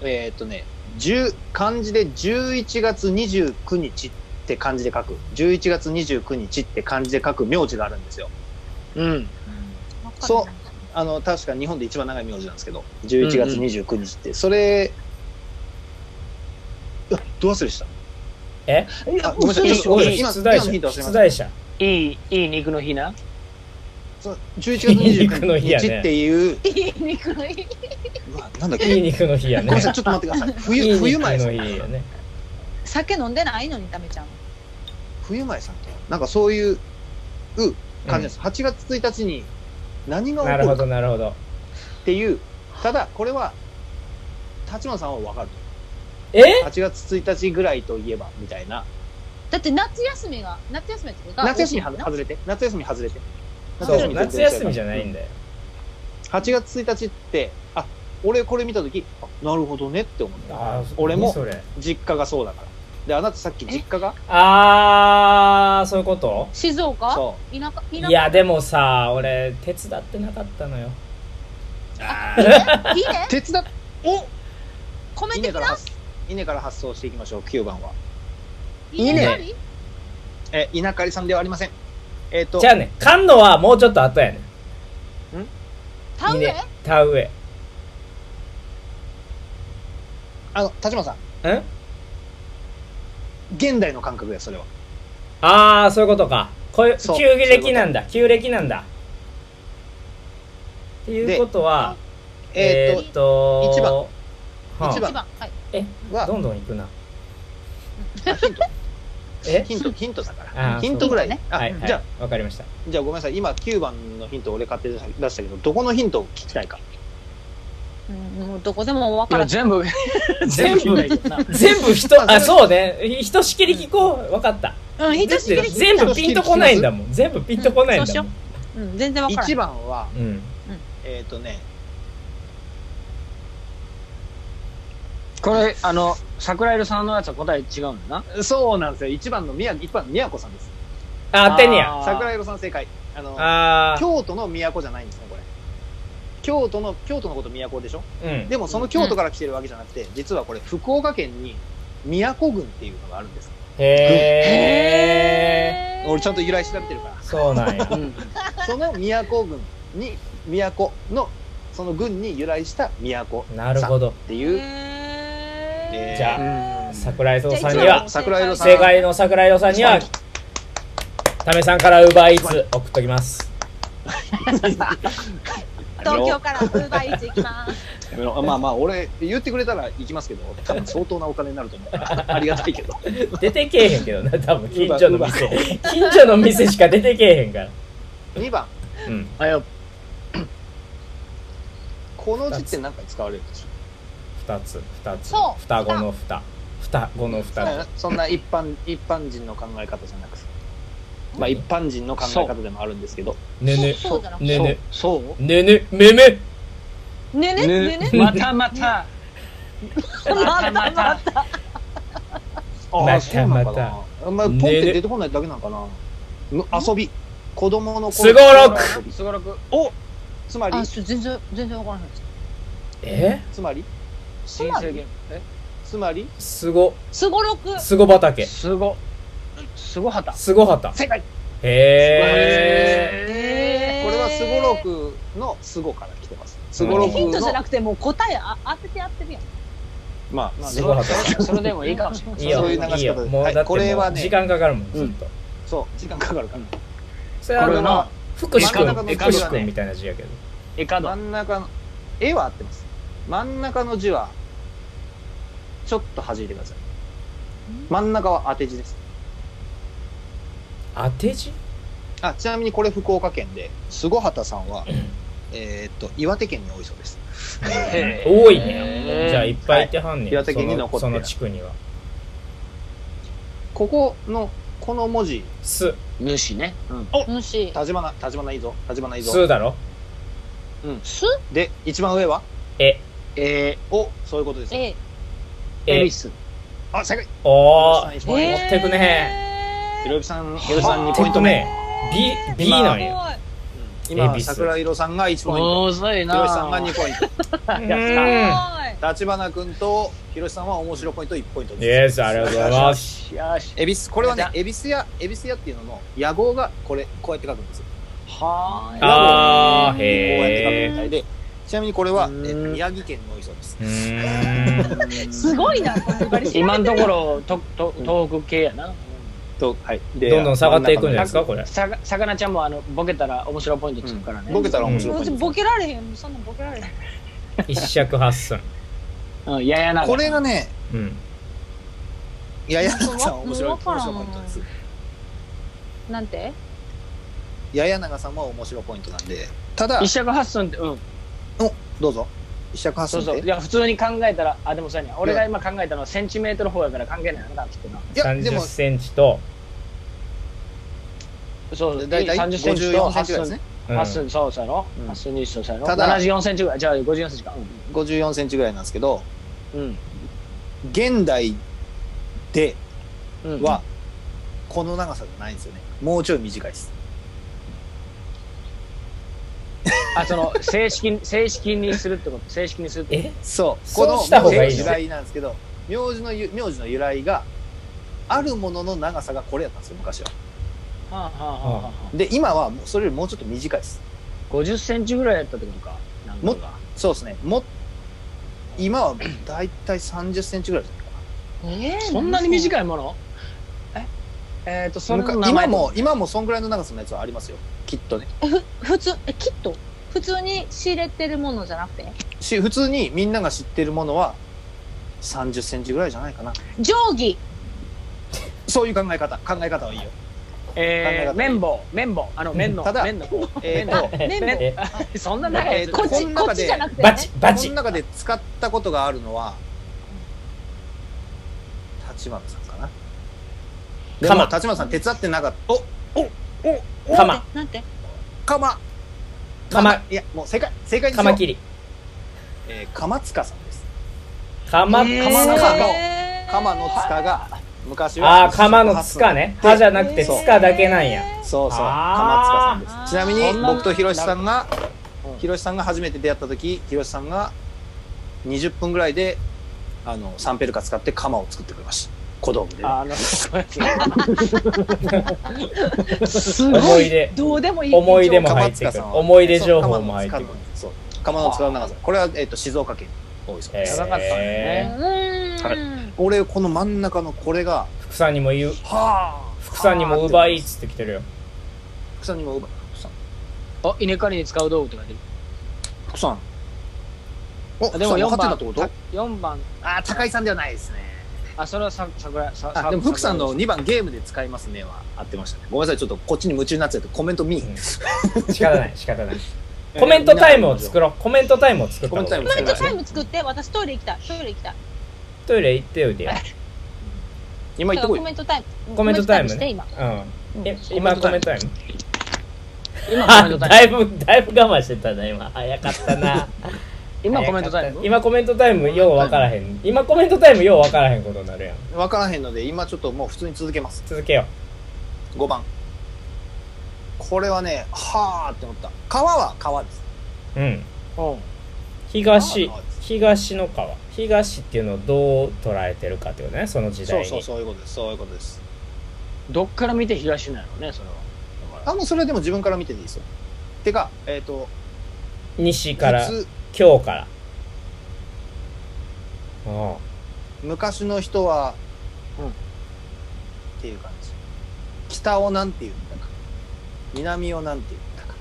えっ、とね、10漢字で11月29日って漢字で書く。11月29日って漢字で書く名字があるんですよ。うん。そうあの、確か日本で一番長い名字なんですけど、11月29日って、それ、うわどう忘れしたえいや、ごめんなさい、おい、今、出題今の者。ヒント忘れ出ました。題者。いい、いい肉の日な。そう11月29日っていう、言いにくい。うわなんだっいいけ、肉の日やごめねんな。さい、ちょっと待ってくださ い。いい冬、冬肉前さのん。日やね。酒飲んでないのにダメちゃん。冬前さんって、なんかそういう、う、感じです。8月1日に何がな起るこほるかど、なるほど。っていう、ただ、これは、立花さんはわかると。え8月1日ぐらいといえば、みたいな。だって夏休みが夏休みってことか夏休みは外れて。夏休み外れて。そう、全然夏休みじゃ違うないんだよ。 8月1日って、あ、俺これ見たとき、あなるほどねって思ったあー。俺も何それ実家がそうだから。で、あなたさっき実家があー、そういうこと静岡そ田舎田舎いや、でもさ、俺、手伝ってなかったのよ。いいねう。手伝っ、おコメン稲かトくらだ発稲から発送していきましょう、9番は。いいねありえ、稲刈りさんではありません。えっ、とじゃ、あね、菅野はもうちょっと後やね田植え稲田植え。あの、立花さん、ん現代の感覚や、それは。あー、そういうことか。こういう、そう旧暦なんだ。旧暦なんだ。っていうことは、えっ、えーっと、一番はあ一一番はいと、どんどん行くな。は、えヒント、ヒントだかあら。ーヒントぐらいそうね。あ、はい、はい、じゃわかりました。あ、じゃあごめんなさい。今、9番のヒント俺勝手に出したけど、どこのヒントを聞きたいか。うんもうどこでも分いかや、らん全部、全部聞いたけどな全部人、あ、そうね。ひひとしきり聞こう。わかった。うんひとしきりだって全部ピンとこないんだもん。全部ピンとこないんだもん。うん全然分から1ん番は、うん。えっ、とね、これ、あの、桜井さんのやつは答え違うんだな。そうなんですよ。1番の宮、一番、宮子さんです。あ、当てにや。あー桜色さん正解。あの、あ京都の都じゃないんですね、これ。京都の、京都のこと都でしょー、うん。でもその京都から来てるわけじゃなくて、実はこれ、福岡県に都郡っていうのがあるんです。へへー俺ちゃんと由来調べてるかー。 そうなんや。うん。ら。その都郡に、都の、その郡に由来した都なるほど。っていう。へーでじゃうん桜井じ聡ゃあさん一に番は桜色の、さん正解の桜井聡さんには、ためさんからウーバーイーツ送っときます。東京からウーバーイーツ行きますやめろまあまあ、俺、言ってくれたら行きますけど、多分相当なお金になると思う から、ありがたいけど。出てけえへんけどな、多分近所の店。近所の店しか出てけえへんから。 2番、うん。あよ、 この字って何回使われるでしょ二つ、二つ。そう双子の蓋。双子のだか蓋ら。そんな一般、一般人の考え方じゃなくて。まあ一般人の考え方でもあるんですけど、ねね。そうじゃなくねてね。そうねね。めめ。ねねねねまたまた。 またまた。ああ、そうなまのたかな。まあ、ポンって出てこないだけなのかな。む遊び。子供の頃すごろく遊びすごろく。おつまりあ、そう全然全然分からないえつまりつ人ま生りゲーつまり、すごすごろくすご畑ム。すご。すご畑。すご畑正解へええーこれはすごろくのすごから来てます。すごろくヒントじのゃな、くてもう答えあ当ててやってるやんままあ、すそごれ畑それでもいいかもしれない。いいよそういう流し方いいよでもうだはっいてもこれはうね時間かかるもんずうっんとあ、そう、時間かかるから。それあこれのな福士真君ん中の福士字はね君みたいな字やけどエカド真。ん中の、絵は合ってます。真ん中の字は、ちょっと弾いてください。真ん中は当て字です。当て字あ、ちなみにこれ福岡県で、菅畑さんは、 えーっと、岩手県に多いそうです。へー多いねじゃあいっぱいいてはんねんはい岩手そ県にの残っそてるの地区にはここの、この文字、す主ね。うん。主田島な、田島ないいぞ、田島ないいぞ。すだろすで、一番上は、ええー、お、そういうことです。えエえビス。あ、正解おひろゆきーさん一ポ持イントってくねひろゆきさん、ひろゆきさん持2ってポインくト目。ね B B なんや今、恵比寿桜色さんが1ポイント。おー、遅いひろゆきさなんが2ポインうすごいんト。立花君とひろゆきさんは面白ポイント1ポイントイエです。スありがとうございますす。よし。恵比寿、これはねやっ、恵比寿屋、恵比寿屋っていうのの野号がこれ、こうやって書くんですよ。はーい。あーこうやって書へくみたえいで、ちなみにこれは、うえんー宮城県のおいそうです。すごいなこれバリ調べてる 今のところ、と、と、東北系やな。と、はい。でどんどん下がっていくんじゃないですかこれさが、さかなちゃんも、あの、ボケたら面白いポイントつくからね。ボケたら面白もポうイントボケられへんそんなんボケられへん一尺八寸うん、ややな。これがね、うんいやや長さんは面白いわ面からん白いポイントです。なんてやや長さんは面白いポイントなんで、ただ一、尺八寸って、うん。どうぞ。一尺八そう寸そう。いで。や、普通に考えたら、あ、でもそうやね。俺が今考えたのはセンチメートル方やから関係ないよな、きっとな。いや、三で十も、センチとそうそう。だいたい30センチと54セン八チぐらいで寸すね。。うん八寸、そうそうやろう。ん八寸にそうそうやろ。ただ74センチぐらい。じゃあ54センチか。 54センチぐらいなんですけど、うん。現代でうん。は、この長さじゃないんですよね。もうちょい短いです。あ、その、正式に、正式にするってこと。正式にするってこえそう。そこうのした方がいい名字のの由来なんですけど、名字のゆ名字の由来が、あるものの長さがこれやったんですよ、昔は。と。はあはあはあはあ。で、今はもうそれよりもうちょっと短いです。 50センチぐらいやったってことか。なんかが。そうですね。も、今はだいたい30センチぐらいじゃないかな。えそんなに短いものええっと、その昔今も、今もそんぐらいの長さのやつはありますよ。きっとね。いふ普通えきっと普通に仕入れてるものじゃなくてし、普通にみんなが知ってるものは、30センチぐらいじゃないかな。定規そういう考え方、考え方はいいよ。えー、綿棒、綿棒、あの、綿の、ただ綿のこう、え綿ーとの、綿棒え そんな長いやつ。えーこっこちのこ中でっちじゃなくてねバチ バこチの中で使ったことがあるのは立花さんかなでも鎌立花さん手伝ってなかったおカマなんてかまカマいやもう正解正解ですカよマキリえー、かまつかさんですカマえーカマのの塚カのかまのつかが昔はあーカマのつかね歯じゃなくてつかだけなんやそうそうあーかまつかさんですちなみそにんな僕とひろしさんがうんひろしさんが初めて出会った時ひろしさんが20分ぐらいであのサンペルカ使って鎌を作ってくれました小道具でね、あの、 こうやってす思い出どうでもいい思い出も鎌入っ塚てくさるんは思い出情報も入ってくるそう鎌の使う長さこれは、えっと静岡県多いそうです、長かったうねーん俺この真ん中のこれが福さんにも言うはあ福さんにもウーバーイーツって来てるよ福さんにもウーバー福さんお、稲刈りに使う道具とか出る。福さんおあででもも分か4っ番てたってこと、 4番、あ高井さんではないですねあ、それはさ桜、さあでも福さんの2番ゲームで使いますねは合ってましたねごめんなさいちょっとこっちに夢中になっちゃってコメント見えへん仕方ない仕方ないコメントタイムを作ろうコメントタイムを作ったコメントタイムをコ作メろンうトタイム作って私トイレ行きたいトイレ行きたいトイレ行っておいでよ今行ってこいよコメントタイムコメントタイムして今うんえ今コメントタイム今コメンあトタだイいム。ぶだいぶ我慢してたな今早かったな今コメントタイム。今コメントタイムようわからへん今コメントタイムようわからへんことになるやん分からへんので今ちょっともう普通に続けます続けよ5番これはねはあって思った川は川ですううんうん東東の川東っていうのをどう捉えてるかっていうことねその時そ代うにそうそういうことですそういうことですどっから見て東なのね、それは。あもうそれでも自分から見てていいですよてかえっ、と西から普通今日からあ昔の人は、うん、っていう感じ北をなんて言ったか南をなんて言ったか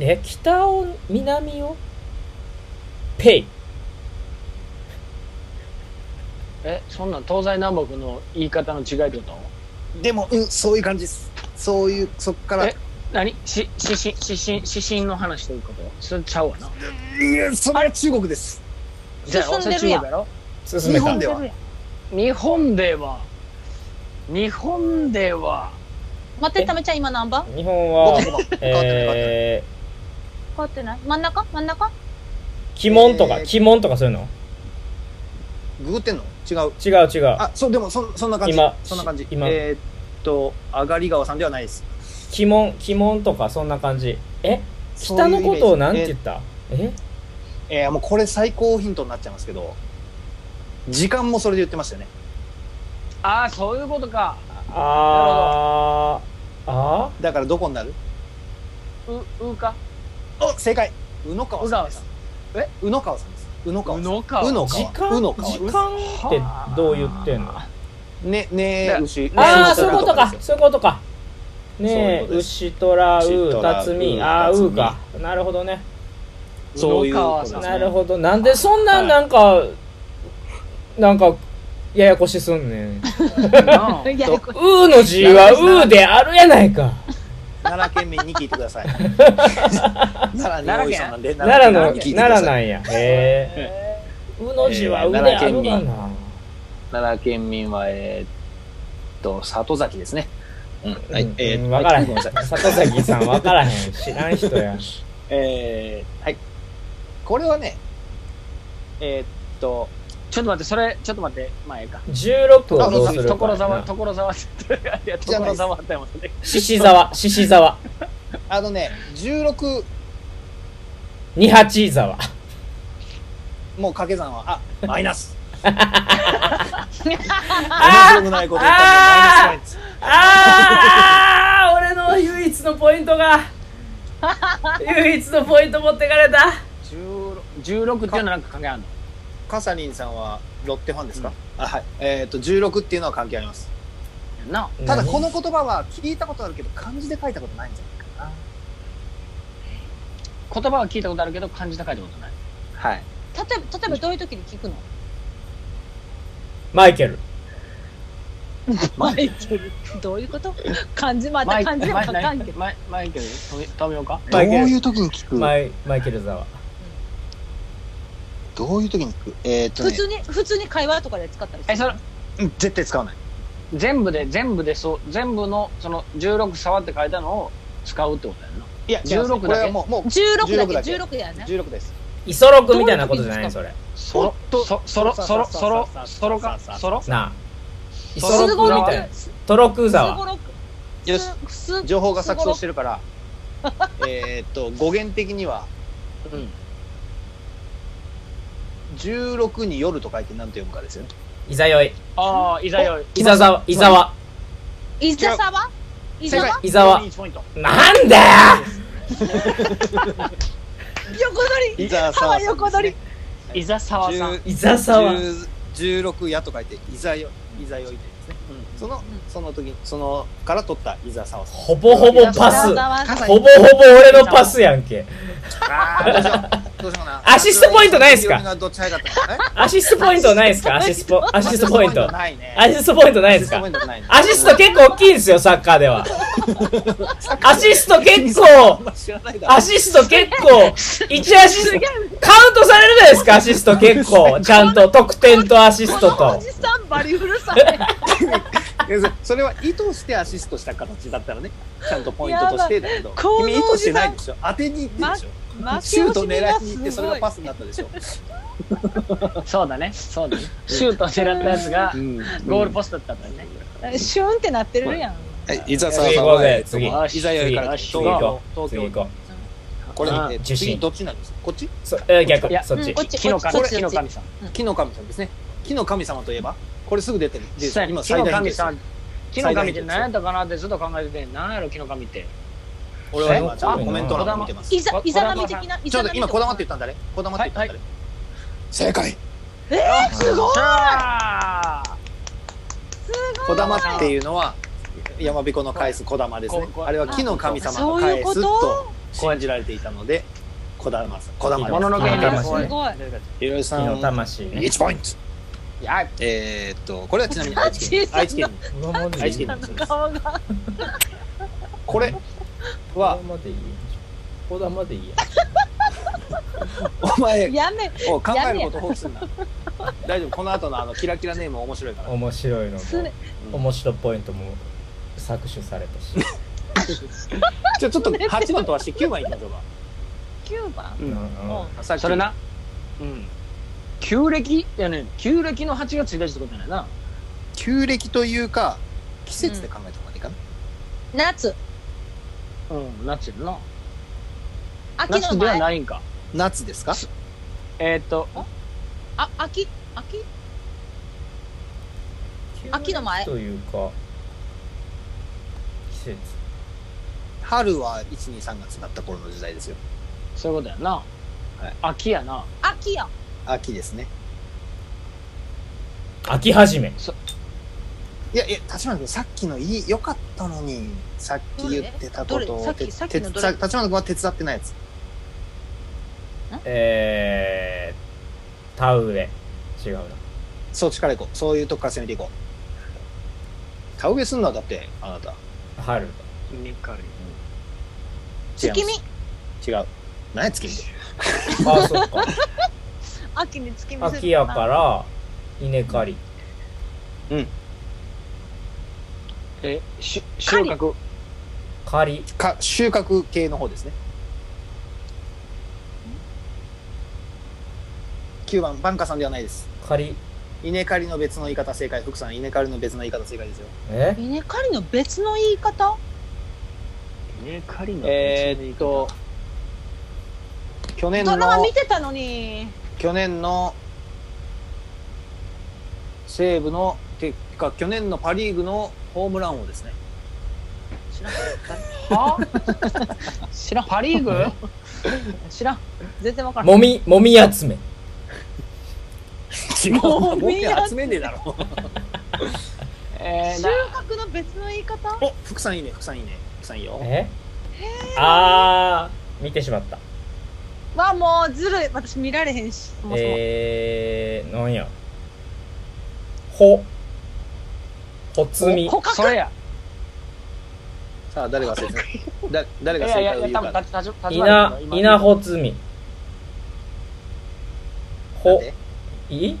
え北を南をペイえ、そんなん東西南北の言い方の違いってことでも、うん、そういう感じですそういうそっからえ何し、し、し、し、し、指針の話ということそれちゃうわな。いやそれは中国ですじゃあ、進んでるやんそれ中国やろ進日め本たでは日本では、日本では、待って、ためちゃん今何番日本5は番5番え変わってない真ん中真ん中ー鬼門とかえー鬼門とかそういうのググってんの違う違う違うあそうでもそんそんな感じ今そんな感じ今えーっと上がり川さんではないです鬼門鬼門とかそんな感じえ北のことをなんて言ったええー、もうこれ最高ヒントになっちゃいますけど時間もそれで言ってましたよねああ、そういうことか。あーあだからどこになるう、うかお正解宇野川うさんがでさすん。え宇野川さんです宇野川うさんのか。うの時間うのか時間ってどう言ってんのはねねだえ牛ああ、牛そういうことかで、すよそういうことか。ねそういうこえ、とで牛とら牛う、とらたうつみ、あー辰巳うか。なるほどね。そういうこ宇野川さとんですなるほど。なんでそんな、なんか、なんか、ややこしすん ねん。なあややこしいうの字はうであるやないか。奈良県民に聞いてください奈良に大井さんなんで奈良の、県民に聞いてくだ奈良さいなんや。へえ。 うの字はうであえーる奈良か県な。奈良県民は、えーっと、里崎ですね。うん。はういん。えうーんわからへん。ごめんなさい。里崎さんわからへん。知らん人 や。えー、はいこれはねえー、っとちょっと待って、それ、ちょっと待って、まあええか。 16をどうするか。所沢、所沢って、いや、じゃない所です沢ってもんね。獅子沢、獅子沢。あのね16二八沢。もう掛け算はあマイナス面白くないこと言ったんでマイナスああ 俺の唯一のポイントが唯一のポイント持ってかれた16 16っていうのはなんか関係あるのカサリンさんはロッテファンですか、あはいえー、っと16っていうのは関係ありますやんなただこの言葉は聞いたことあるけど漢字で書いたことないんじゃないかな言葉は聞いたことあるけど漢字高いってことないはい例えば、例えばどういう時に聞くのマイケルマイケル。どういうこと漢字まマたイ漢字はマわイかんけど。マイマイケル富岡マイケルどういう時に聞く、マイマイケル沢どういう時に聞くえー、っと普ね通に、普通に会話とかで使ったりすえる。それうん絶対使わない全部で全部でそう全部のその16沢って書いたのを使うってことやんないや違いますねこれはもうもう16だ16だけ、け16だよね。 16ですイソロくみたいなことじゃないそれソロそソロソロソロソロかソロなあイソすロごくろみくたいな。トロクす沢ごろく。よしす、す、情報が錯綜してるから えーっと語源的にはうん16に夜と書いて何て読むかですよねイザヨイああいざよいイザザワイザワ伊沢沢伊沢イザワ1ポイントなんだよ横取り伊沢さん沢横取りいざ沢さんイザサワ16夜と書いていざよいざよいでですねそのその時そのから取った伊沢さんはほぼほぼパス伊沢沢ほぼほぼ俺のパスやんけあーどうしようどうしようかな アシストポイントないっすかヒロミがどっち早かったかアシストポイントないですかアシストアアシストポイントないねアシストポイントないですかアシストポイントないねアシスト結構大きいんですよ、サッカーでは。アシスト結構、知らないだろアシスト結構、1アシスト、カウントされるじゃないですか、アシスト結構。ちゃんと得点とアシストこのおとじ。さんバリフルさねえそそれは意図してアシストした形だったらねちゃんとポイントとしてだけどばこのお君じ意さん図してないでしょ当てにいってるでしょ、負シュートけ惜しみが狙いにす行っごていそれがパスになったでしょ、そうだねそうだね シュートを狙ったやつがん、ゴールポストだったんだよねシュンってなってるやんはい伊沢次行こうぜ、次。よしいざよいからよし次行東こう。次行ここれ、うんえー受信次どっちになりますこっちそえー逆いやそっち、うんこっち木のこ神っち木の神さん木の神様ですね。木の神様といえばこれすぐ出てる。で木の最大神ですさん木の神って何やったかなってずっと考えてて何やろ木の神って俺は今ちょっえとコメント欄を見てます。いざ、こいざなみ的な、いちょっざなとみ今、こだまって言ったんだね。こだまって言ったんだね。正解。すごいこだまっていうのは、山彦の返すこだまですねこ。こあれは木の神様のそうい返うこすとと信じられていたので、こだまさん。こだまもののでけ姫あですすごい。。す。いろいろさ火のん、魂ね1ポイント。いやえーっと、これはちなみに愛知県愛知県に。上まで愛い知い県あなんのですよ顔が。これ上は、までいい小玉でいいやお前、やめ。お考えることを放棄するな。 大丈夫、この後のあの、キラキラネーム面白いから。面白いのもすね面白いポイントも搾取されたし、じゃあちょっと8番飛 ばして9番いきましょうか。九番。 うんうんあさっきそれなうん旧暦いやね旧暦の8月1日ってことじゃないな旧暦というか季節で考えた方がいいかな、夏。うん夏やんな秋の夏では前。ないんか夏ですかえーっとあ、秋。秋。秋の前というか季節春は123月だった頃の時代ですよそういうことやんな、い秋やな秋やん。秋ですね秋始めいやいや立花君さっきのいいよかったのにさっき言ってたこどれとどれさっきてさっきのてどつれ立花君は手伝ってないやつえー、田植え違うなそっちからいこうそういうとこから攻めていこう田植えすんのはだってあなた 春稲刈り違います月見。違う何や月見てあそっ か秋に月見する。秋やか。ら稲刈りえし収穫刈りか収穫系の方ですね9番バンカさんではないです刈り稲刈りの別の言い方正解福さん稲刈りの別の言い方正解ですよえ稲刈りの別の言い方。稲刈りのえーっと去年ドラマの見てたのに。去年の西武のてか去年のパ・リーグのホームラン王ですね知らん。は 知らんパ・リーグ知らん全然わからん。もみもみ集め違うもうもうみんな集めねえだろ えー、収な穫の別の言い方。お福さんいいね福さんいいね福さんいいよえあー見てしまったはもうずるい。私見られへんし。そもそもえー、なんやほほつみ捕獲それやさあ誰が正解 だ誰いがや正い解やをい言やう多か分立ち立ち立ち稲稲ほつみなんほでい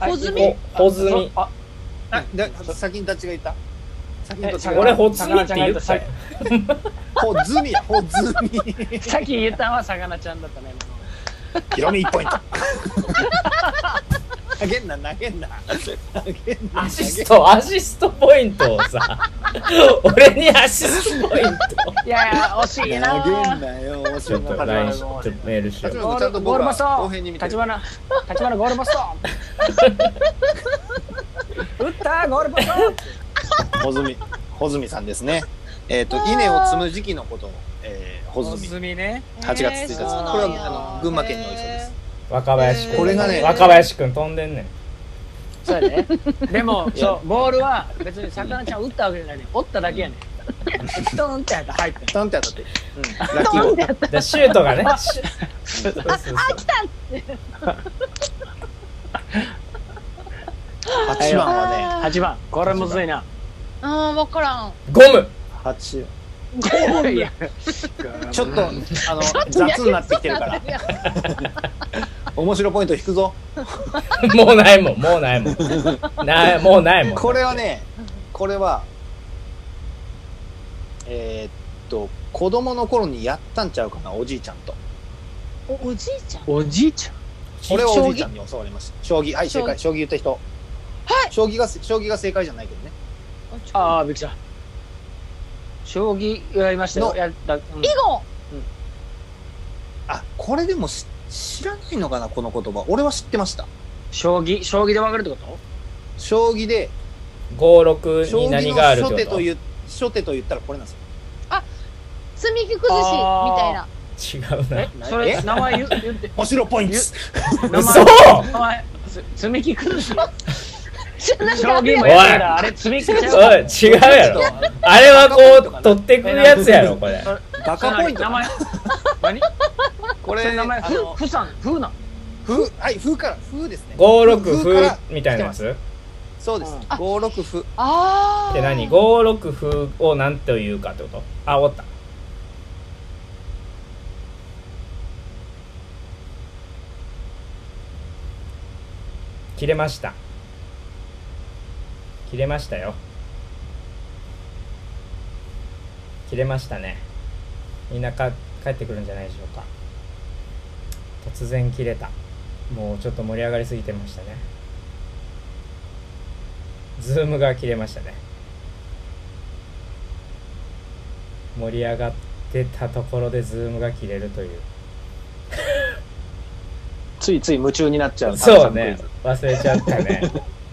ほずみほほずみああだ先にどっちが言った先にどっちがえ俺言っほつみって言ったよたほずみやほずみさっき言ったのは魚ちゃんだったね今の ヒロミ1ポイント。 投げんな、投げんな。投げんな。アシストアシストポイントをさ 俺にアシストポイントいやいや惜しいな投げんなよ。面ちょ白いっなと立 LINE 花しちょっのとメールしよ立う花ゴ君ちゃんーとル僕ゴールはポスト後編に見て立る。花立花ゴールポス ト打ったゴールポストほずみ、ほずみさんですね。えっと、稲を摘む時期のことを、えーほずみ。みね8月1日。これそうなんやは、あの、群馬県においそうです。若林くんこれがね若林くん飛んでんねんそうやね でもそうボールは別に魚ちゃん打ったわけじゃないね折っただけや ねストーンってやったら入ってんなんて当たって。うんラッキーゴール。でシュートがねシュそうそうそう8番はね、 8番これむずいなうん、わからん。ゴム8。い や ちょっと、あの、雑になってきてるから。面白ポイント引くぞ。もうないもんもうないもんないもうないもんこれはね、これは、えーっと、子供の頃にやったんちゃうかな、おじいちゃんと。お、おじいちゃん。おじいちゃんち俺はおじいちゃんに教わりました。将棋、はい、将棋正解、将棋言った人。はい将棋が、将棋が正解じゃないけどね。ああびっくりした将棋やりましたよのやったうん囲碁。これでもし知らないのかな、この言葉。俺は知ってました。将棋、将棋で分かるってこと将棋で、 56将に棋何があるのっ初手てとこ言う初手と言ったらこれなんですよ。積み木崩しみたいな。と違うなえ、それ、名前言う 言って。面白ポイント名前嘘名前、つ積み木 崩し。なん将か棋もやってたら、あれ積み木ちおゃい 違うやろあれはこう取ってくるやつやろこれうバカポイント名。前、何ここれ、れ名前、あふ、の、ふさん、ふうなん。ふ、はい、ふから、ふですね。 56風から風みたいなやつっそうです。五六歩。ああ。て何56風を何と言うかってことあおった切れました切れましたよ切れましたねみんなか帰ってくるんじゃないでしょうか突然切れたもうちょっと盛り上がりすぎてましたねズームが切れましたね盛り上がってたところでズームが切れるというついつい夢中になっちゃう。そうね忘れちゃった ね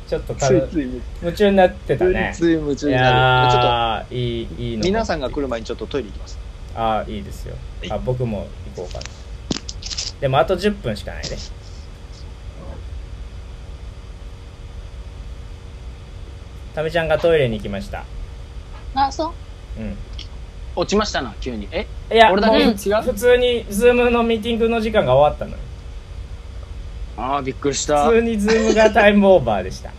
ちょっとタカたさんぶクイズ。ついつい夢夢中になってた中ねついつい夢中いになる。ちょっとやーいいいいの皆さんが来る前にちょっとトイレ行きます。ああいいですよあ僕も行こうかなでもあと10分しかないねタメちゃんがトイレに行きましたあ、そう。うん落ちましたな、急に。え、いや俺だけもう違う普通にズームのミーティングの時間が終わったのよああ、びっくりした普。通にズームがタイムオーバーで した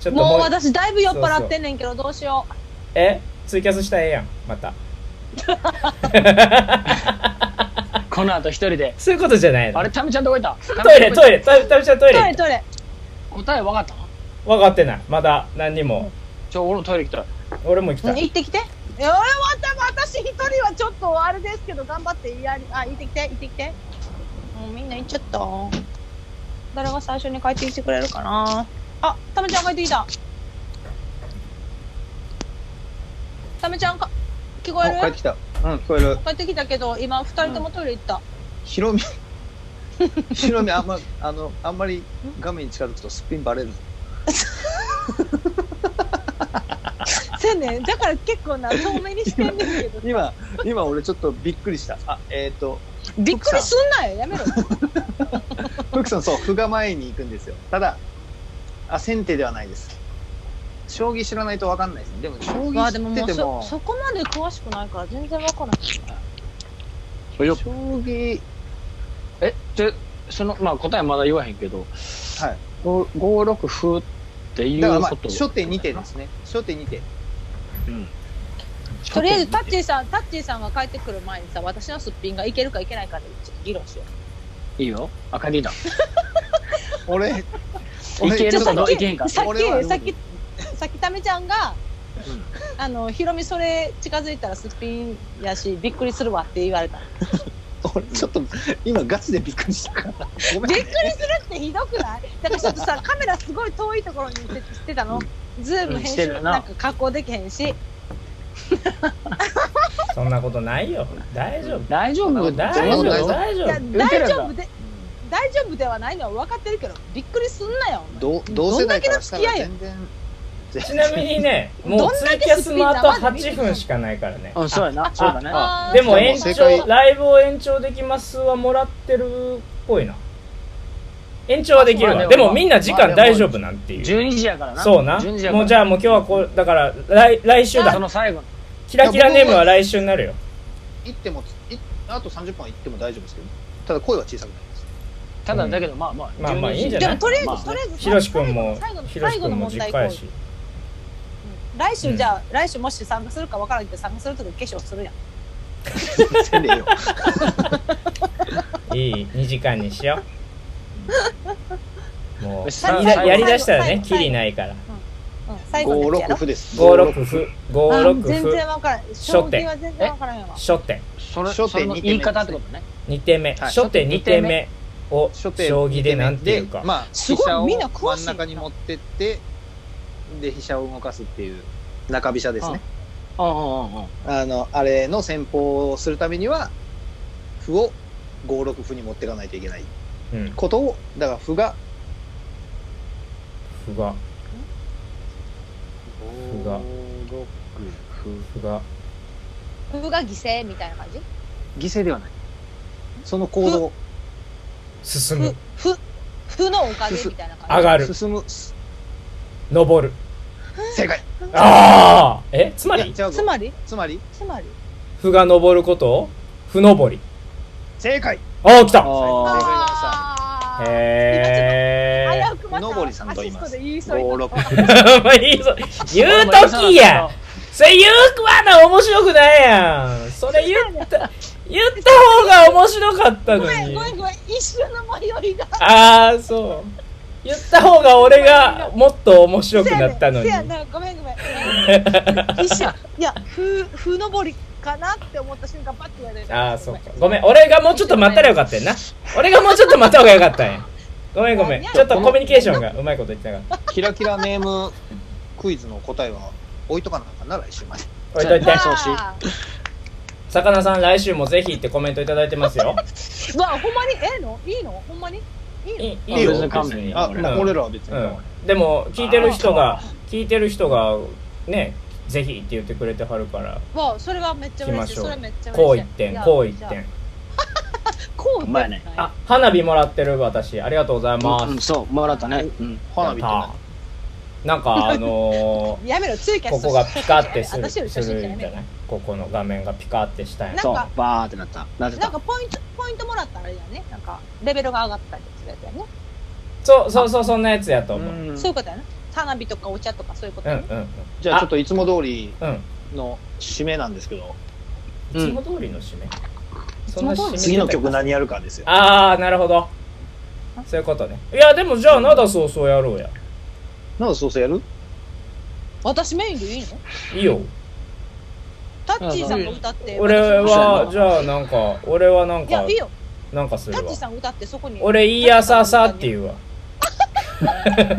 ちょっとももうう私だいぶ酔っ払ってんねんけどどうしようえツイキャスしたらええやんま たこの後一人で。そういうことじゃないのあれ、タミちゃんどこいたトイレトイレ。レタメちゃんトイトイレレトイレ答え分かった分かってないまだ何にもちょ、俺もトイレ行きたい。俺も行きうんたい行ってきていや俺は多分私一人はちょっとあれですけど頑張ってやりあ行ってきて行ってきてもうみんな行っちゃった誰が最初に帰ってきてくれるかなあためちゃん帰ってきたためちゃんか聞こえお帰っるてきた。うん、聞こえる。帰ってきたけど今二人ともトイレ行った、ひろみ。 ひろみ、あんま、あの、あんまり画面に近づくとすっぴんバレる。せんねんだから結構な遠目にしてんね んけど今、今俺ちょっとびっくりした。あ、えっ、と、びっくりすんなよやめ ろ福さん、そう、歩が前に行くんですよ。ただ、あ、先手ではないです。将棋知らないとわかんないですね。でも、将まあ棋でも知もっうててそ も、そこまで詳しくないから全然わからない将棋、え、で、その、まあ答えまだ言わへんけど、。はい5六歩っていだからうまあ、こと。初手2手ですね。初手2手。とりあえずタッチーさんタッチーさんが帰ってくる前にさ私のすっぴんがいけるかいけないかでちょっと議論しよいいよ。あ、帰ってきた。俺、いけうちるょっかどうとさいっけんかき。さっ俺はきさっきさっきタメちゃんが、あのひろみそれ近づいたらすっぴんやしびっくりするわって言われた俺ちょっと今ガチでびっくりしたからごめんびっくりするってひどくないだからちょっと さカメラすごい遠いところに設置してたのズームうん編して集るななんか加工できへんしそんなことないよ大丈夫大丈夫大大丈夫大丈丈夫いや夫言うて大るやん丈夫で大丈夫ではないのは分かってるけどびっくりすんなよ同同世代からしたら全然ちなみにねもうどんツだイけキャスのあとスピード8分しかないからねうん、そうやな。そうだね。あーでも延正長解ライブを延長できますはもらってるっぽいな延長はできるまあわででももみんな時間大丈夫なんていう12時やからな。そうな12時やからもうじゃあもう今日はこうだから来来週そだの最後の。キラキラネームは来週になるよ行ってもいあと30分は行っても大丈夫ですけどただ声は小さくなりますただ、だけど、まあまあ、まあまあいいんじゃでないもとりあえず、まあとりあえずひろしくんも最後のひろし最く後のんも問実題家や行こしう来週じゃあ、来週もし参加するか分からんけど参加するとき化粧するやんせんでえいえよい2時間にしよ うもようしやりだ最後やりだしたら最ね後キリないからうん 最後のやつや56ろ歩です56歩56あ全歩然分からん将初手棋は全然分からんわ初手それ、初手その二手目言い方ってことね。 2手目い初手2手目を将棋でなんていうかでまあす飛ごい車をみんな詳真しいんな中に持ってってで飛車を動かすっていう中飛車ですねうんうんうんうん。あのあれの戦法をするためには歩を5六歩に持っていかないといけないうんことをだから歩が歩が歩が歩が風が犠牲みたいな感じ犠牲ではないその行動進むふ、ふのおかげみたいな感上がる進む登る正解ああえつまいやり違うじ。つぞまりつまりつまり歩が登ることを歩登り正解ああ来たああーへ 危うくまたのぼりさんと言いますアシストで言いそうに5な六えまあいいぞ言うときやそれ言うわな面白くないやんそれ言った言った方が面白かったのごめんにごめんごめん一瞬の迷いがああそう言った方が俺がもっと面白くなったのにせやねんせやなごめんごめ ん一瞬いやふふのぼりかなって思った瞬間パッて言われるああそうかごめん俺がもうちょっと待ったらよかったよな俺がもうちょっと待った方がよかったんやごめんごめんちょっとコミュニケーションがうまいこと言ってなかったキラキラネームクイズの答えは置いとかなあかんな来週まで置いといてわー魚さん来週もぜひってコメントいただいてますようわほんまにええのいいのほんまにいいいいよ別に勘別弁にあうん俺らは別にうん、でも聞いてる人が聞いてる人がねぜひって言ってくれてはるからわあそれはめっちゃ嬉し行きまいしょうそれめっちゃ嬉しいこう一点いやこう一じゃ点あこう一う点まいねあ花火もらってる私ありがとうございまうん、すそう、もらったね。うん。花火ってあな何んかあ のやめろツイキーャこスこがピカってする私よりす初心者るやんめじゃろないここの画面がピカってしたいなんかそう、バーってなった。なってなた。んかポイントポイントもらったらあれだよねなんかレベルが上がったりするやつやねそうそうそうそんなやつやとう思ううんんそういうことやな花火とかお茶とかそういうことうんうやんねじゃあちょっといつも通りうんの締めなんですけどいつも通りの締めそんな締め次の曲何やるかですよああなるほどそういうことねいやでもじゃあなだそうそうやろうやなんでそうそうやる私メインでいいのいいよタッチーさんが歌って俺は私じゃあなんか俺はなんいやかいいよなんかするタわッチーさん歌ってそこに俺いいやささって言うわ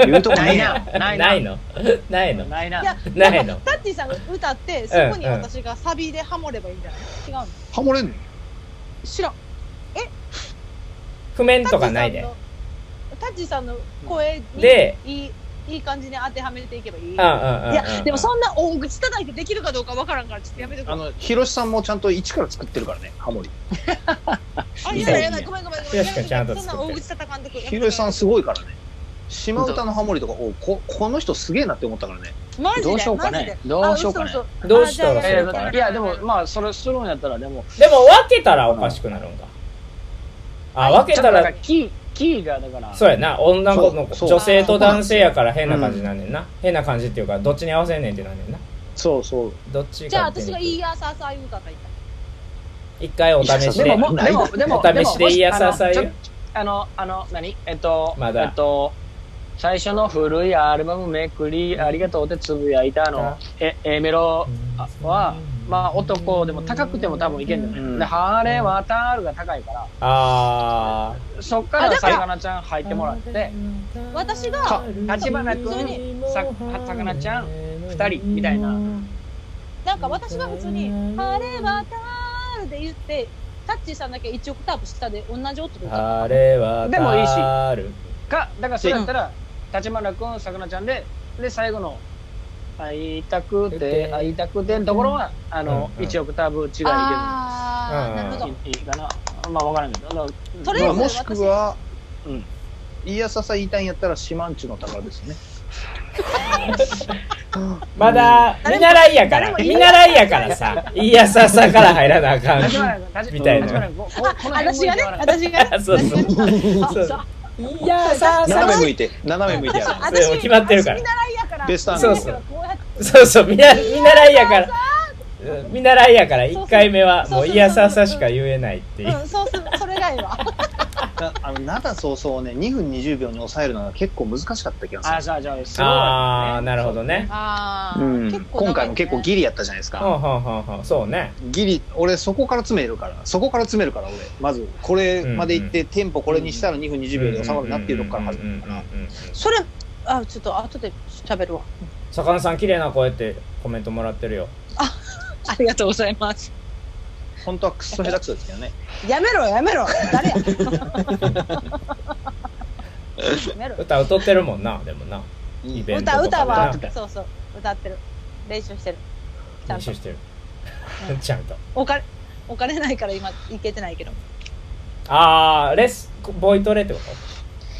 言うとこなねえいやな。んないな。ないの ないのないいやな。なんなかいのタッチーさんが歌ってそこに私がサビでハモればいいんじゃない違うのハモれんの知らん譜面とかないでタッチーさんの声にでいいいい感じに当てはめていけばいいういんうんうんやでもそんな大口叩いてできるかどうかわからんからちょっとやめてくあれのヒロシさんもちゃんと一から作ってるからねハモリあやだやだごめんごめんごめんよしかちゃんとそんな作って大口叩かんでくれヒロシさんすごいからね島唄のハモリとかおここの人すげえなって思ったからねマジでどうしようかマジでね。どうしようかねあ。嘘嘘どうしたらそあじゃれあえかーらいや、でも、まあ、それするんやったら、でも、でも分けたらおかしくなるんかあ分けたちょっとなんらかキー、キーが、だから、そうやな女の子のそうそう女性と男性やから変な感じなんねんな変な感じっていうかどっちに合わせんねんってなんねんなそうそうどっちじゃあ勝手に私がいいアーサーサー言うから言った一回お試しででも、もないでも、でも、お試しでいいやささいでもよもしあの、ちょあの、あの何えっと、まだえっと、最初の古いアルバムめくり、ありがとうってつぶやいたあの、え、A メロは、まあ、男でも高くても多分いけんじゃない、うんで、ハーレー渡るが高いから、あそっからあだからさかなちゃん入ってもらって、ー私がか立花くんささかなちゃん二人みたいななんか私は普通に「晴れ渡る」で言ってタッチーさんだけ1オクターブ下で同じ音で歌うあれはでもいいしいしか、だからそれやったら、立花くん、さかなちゃんで、で、最後の、会いたくて、会いたくてのところは、あの、うんうん1オクターブ違いであーなるほうどんいいかなまあ分からんけど。だからそれまよありも私しくはうんいいやささ言いたいんやったら島んちの宝ですねまだ見習いやから見習いやからさいいやささから入らなあかん立花立みたいな立花こここの辺私向がねいてもらう私がねそうそう私がね そうあいやさ斜め向いて斜め向いてやあるでも決まってるから私見習いやからベストアンそう見そうそうそ習いやからこうやってう見な見習いやからうん見習いやから一回目はもういやささしか言えないっていううんそうするそれがいいわなあのなだ早々ね2分20秒に抑えるのが結構難しかった気がすあるー、じゃあ、じゃあ、すごい。ああなるほど ねあうーん結構長いね今回も結構ギリやったじゃないですほか、うほうほうほうそうねギリ俺そこから詰めるからそこから詰めるから俺まずこれまでいって、テンポこれにしたら2分20秒で収まるなっていうとこから始めるから、うんうんうんうんそれあちょっと後で喋るわ魚さん綺麗な声ってコメントもらってるよありがとうございます本当はクソ下手くそですけどね。やめろやめろ 誰ややめろ歌歌ってるもんなでもなうんイベントとか歌で歌はなそうそう歌ってる練習してるち練ゃんと習してる ちゃんとお金お金ないから今行けてないけどああレッスボイトレってこ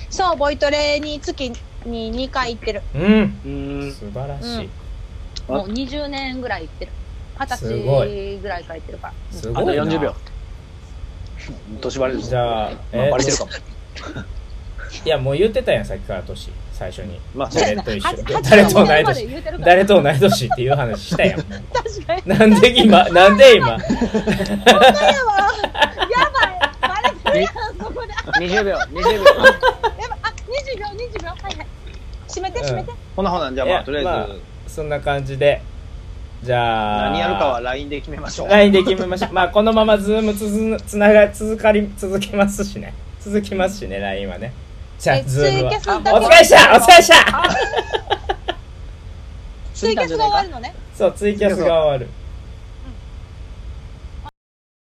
そうボイトレに月に2回行ってるとうんうん。素晴らしいもう20年ぐらい行ってる。二十すご歳ぐらいから行ってるから。すあとごいな40秒。年バレるぞじゃあまあえバレてるかも。いやもう言ってたやんさっきから年最初にまあそう誰と一緒はは誰と同いま年で言うてるから誰と同い年っていう話したやんもう確かになんで今なんで今やばいやばいバレてるやんここであ20秒、20秒。やばいあ20秒20秒はいはい閉めて閉めて、ほなほな、じゃあいまやあ、とりあえず、そんな感じでじゃあ何やるかは LINE で決めましょう。 LINE で決めましょう。まあ、このままズームつづつなが、続かり、続きますしね。続きますしね、LINE はね。じゃあ、えズームツイはキャ。スだけお疲れっしたお疲れっしたツイキャスが終わるのねそう、ツイキャスが終わる。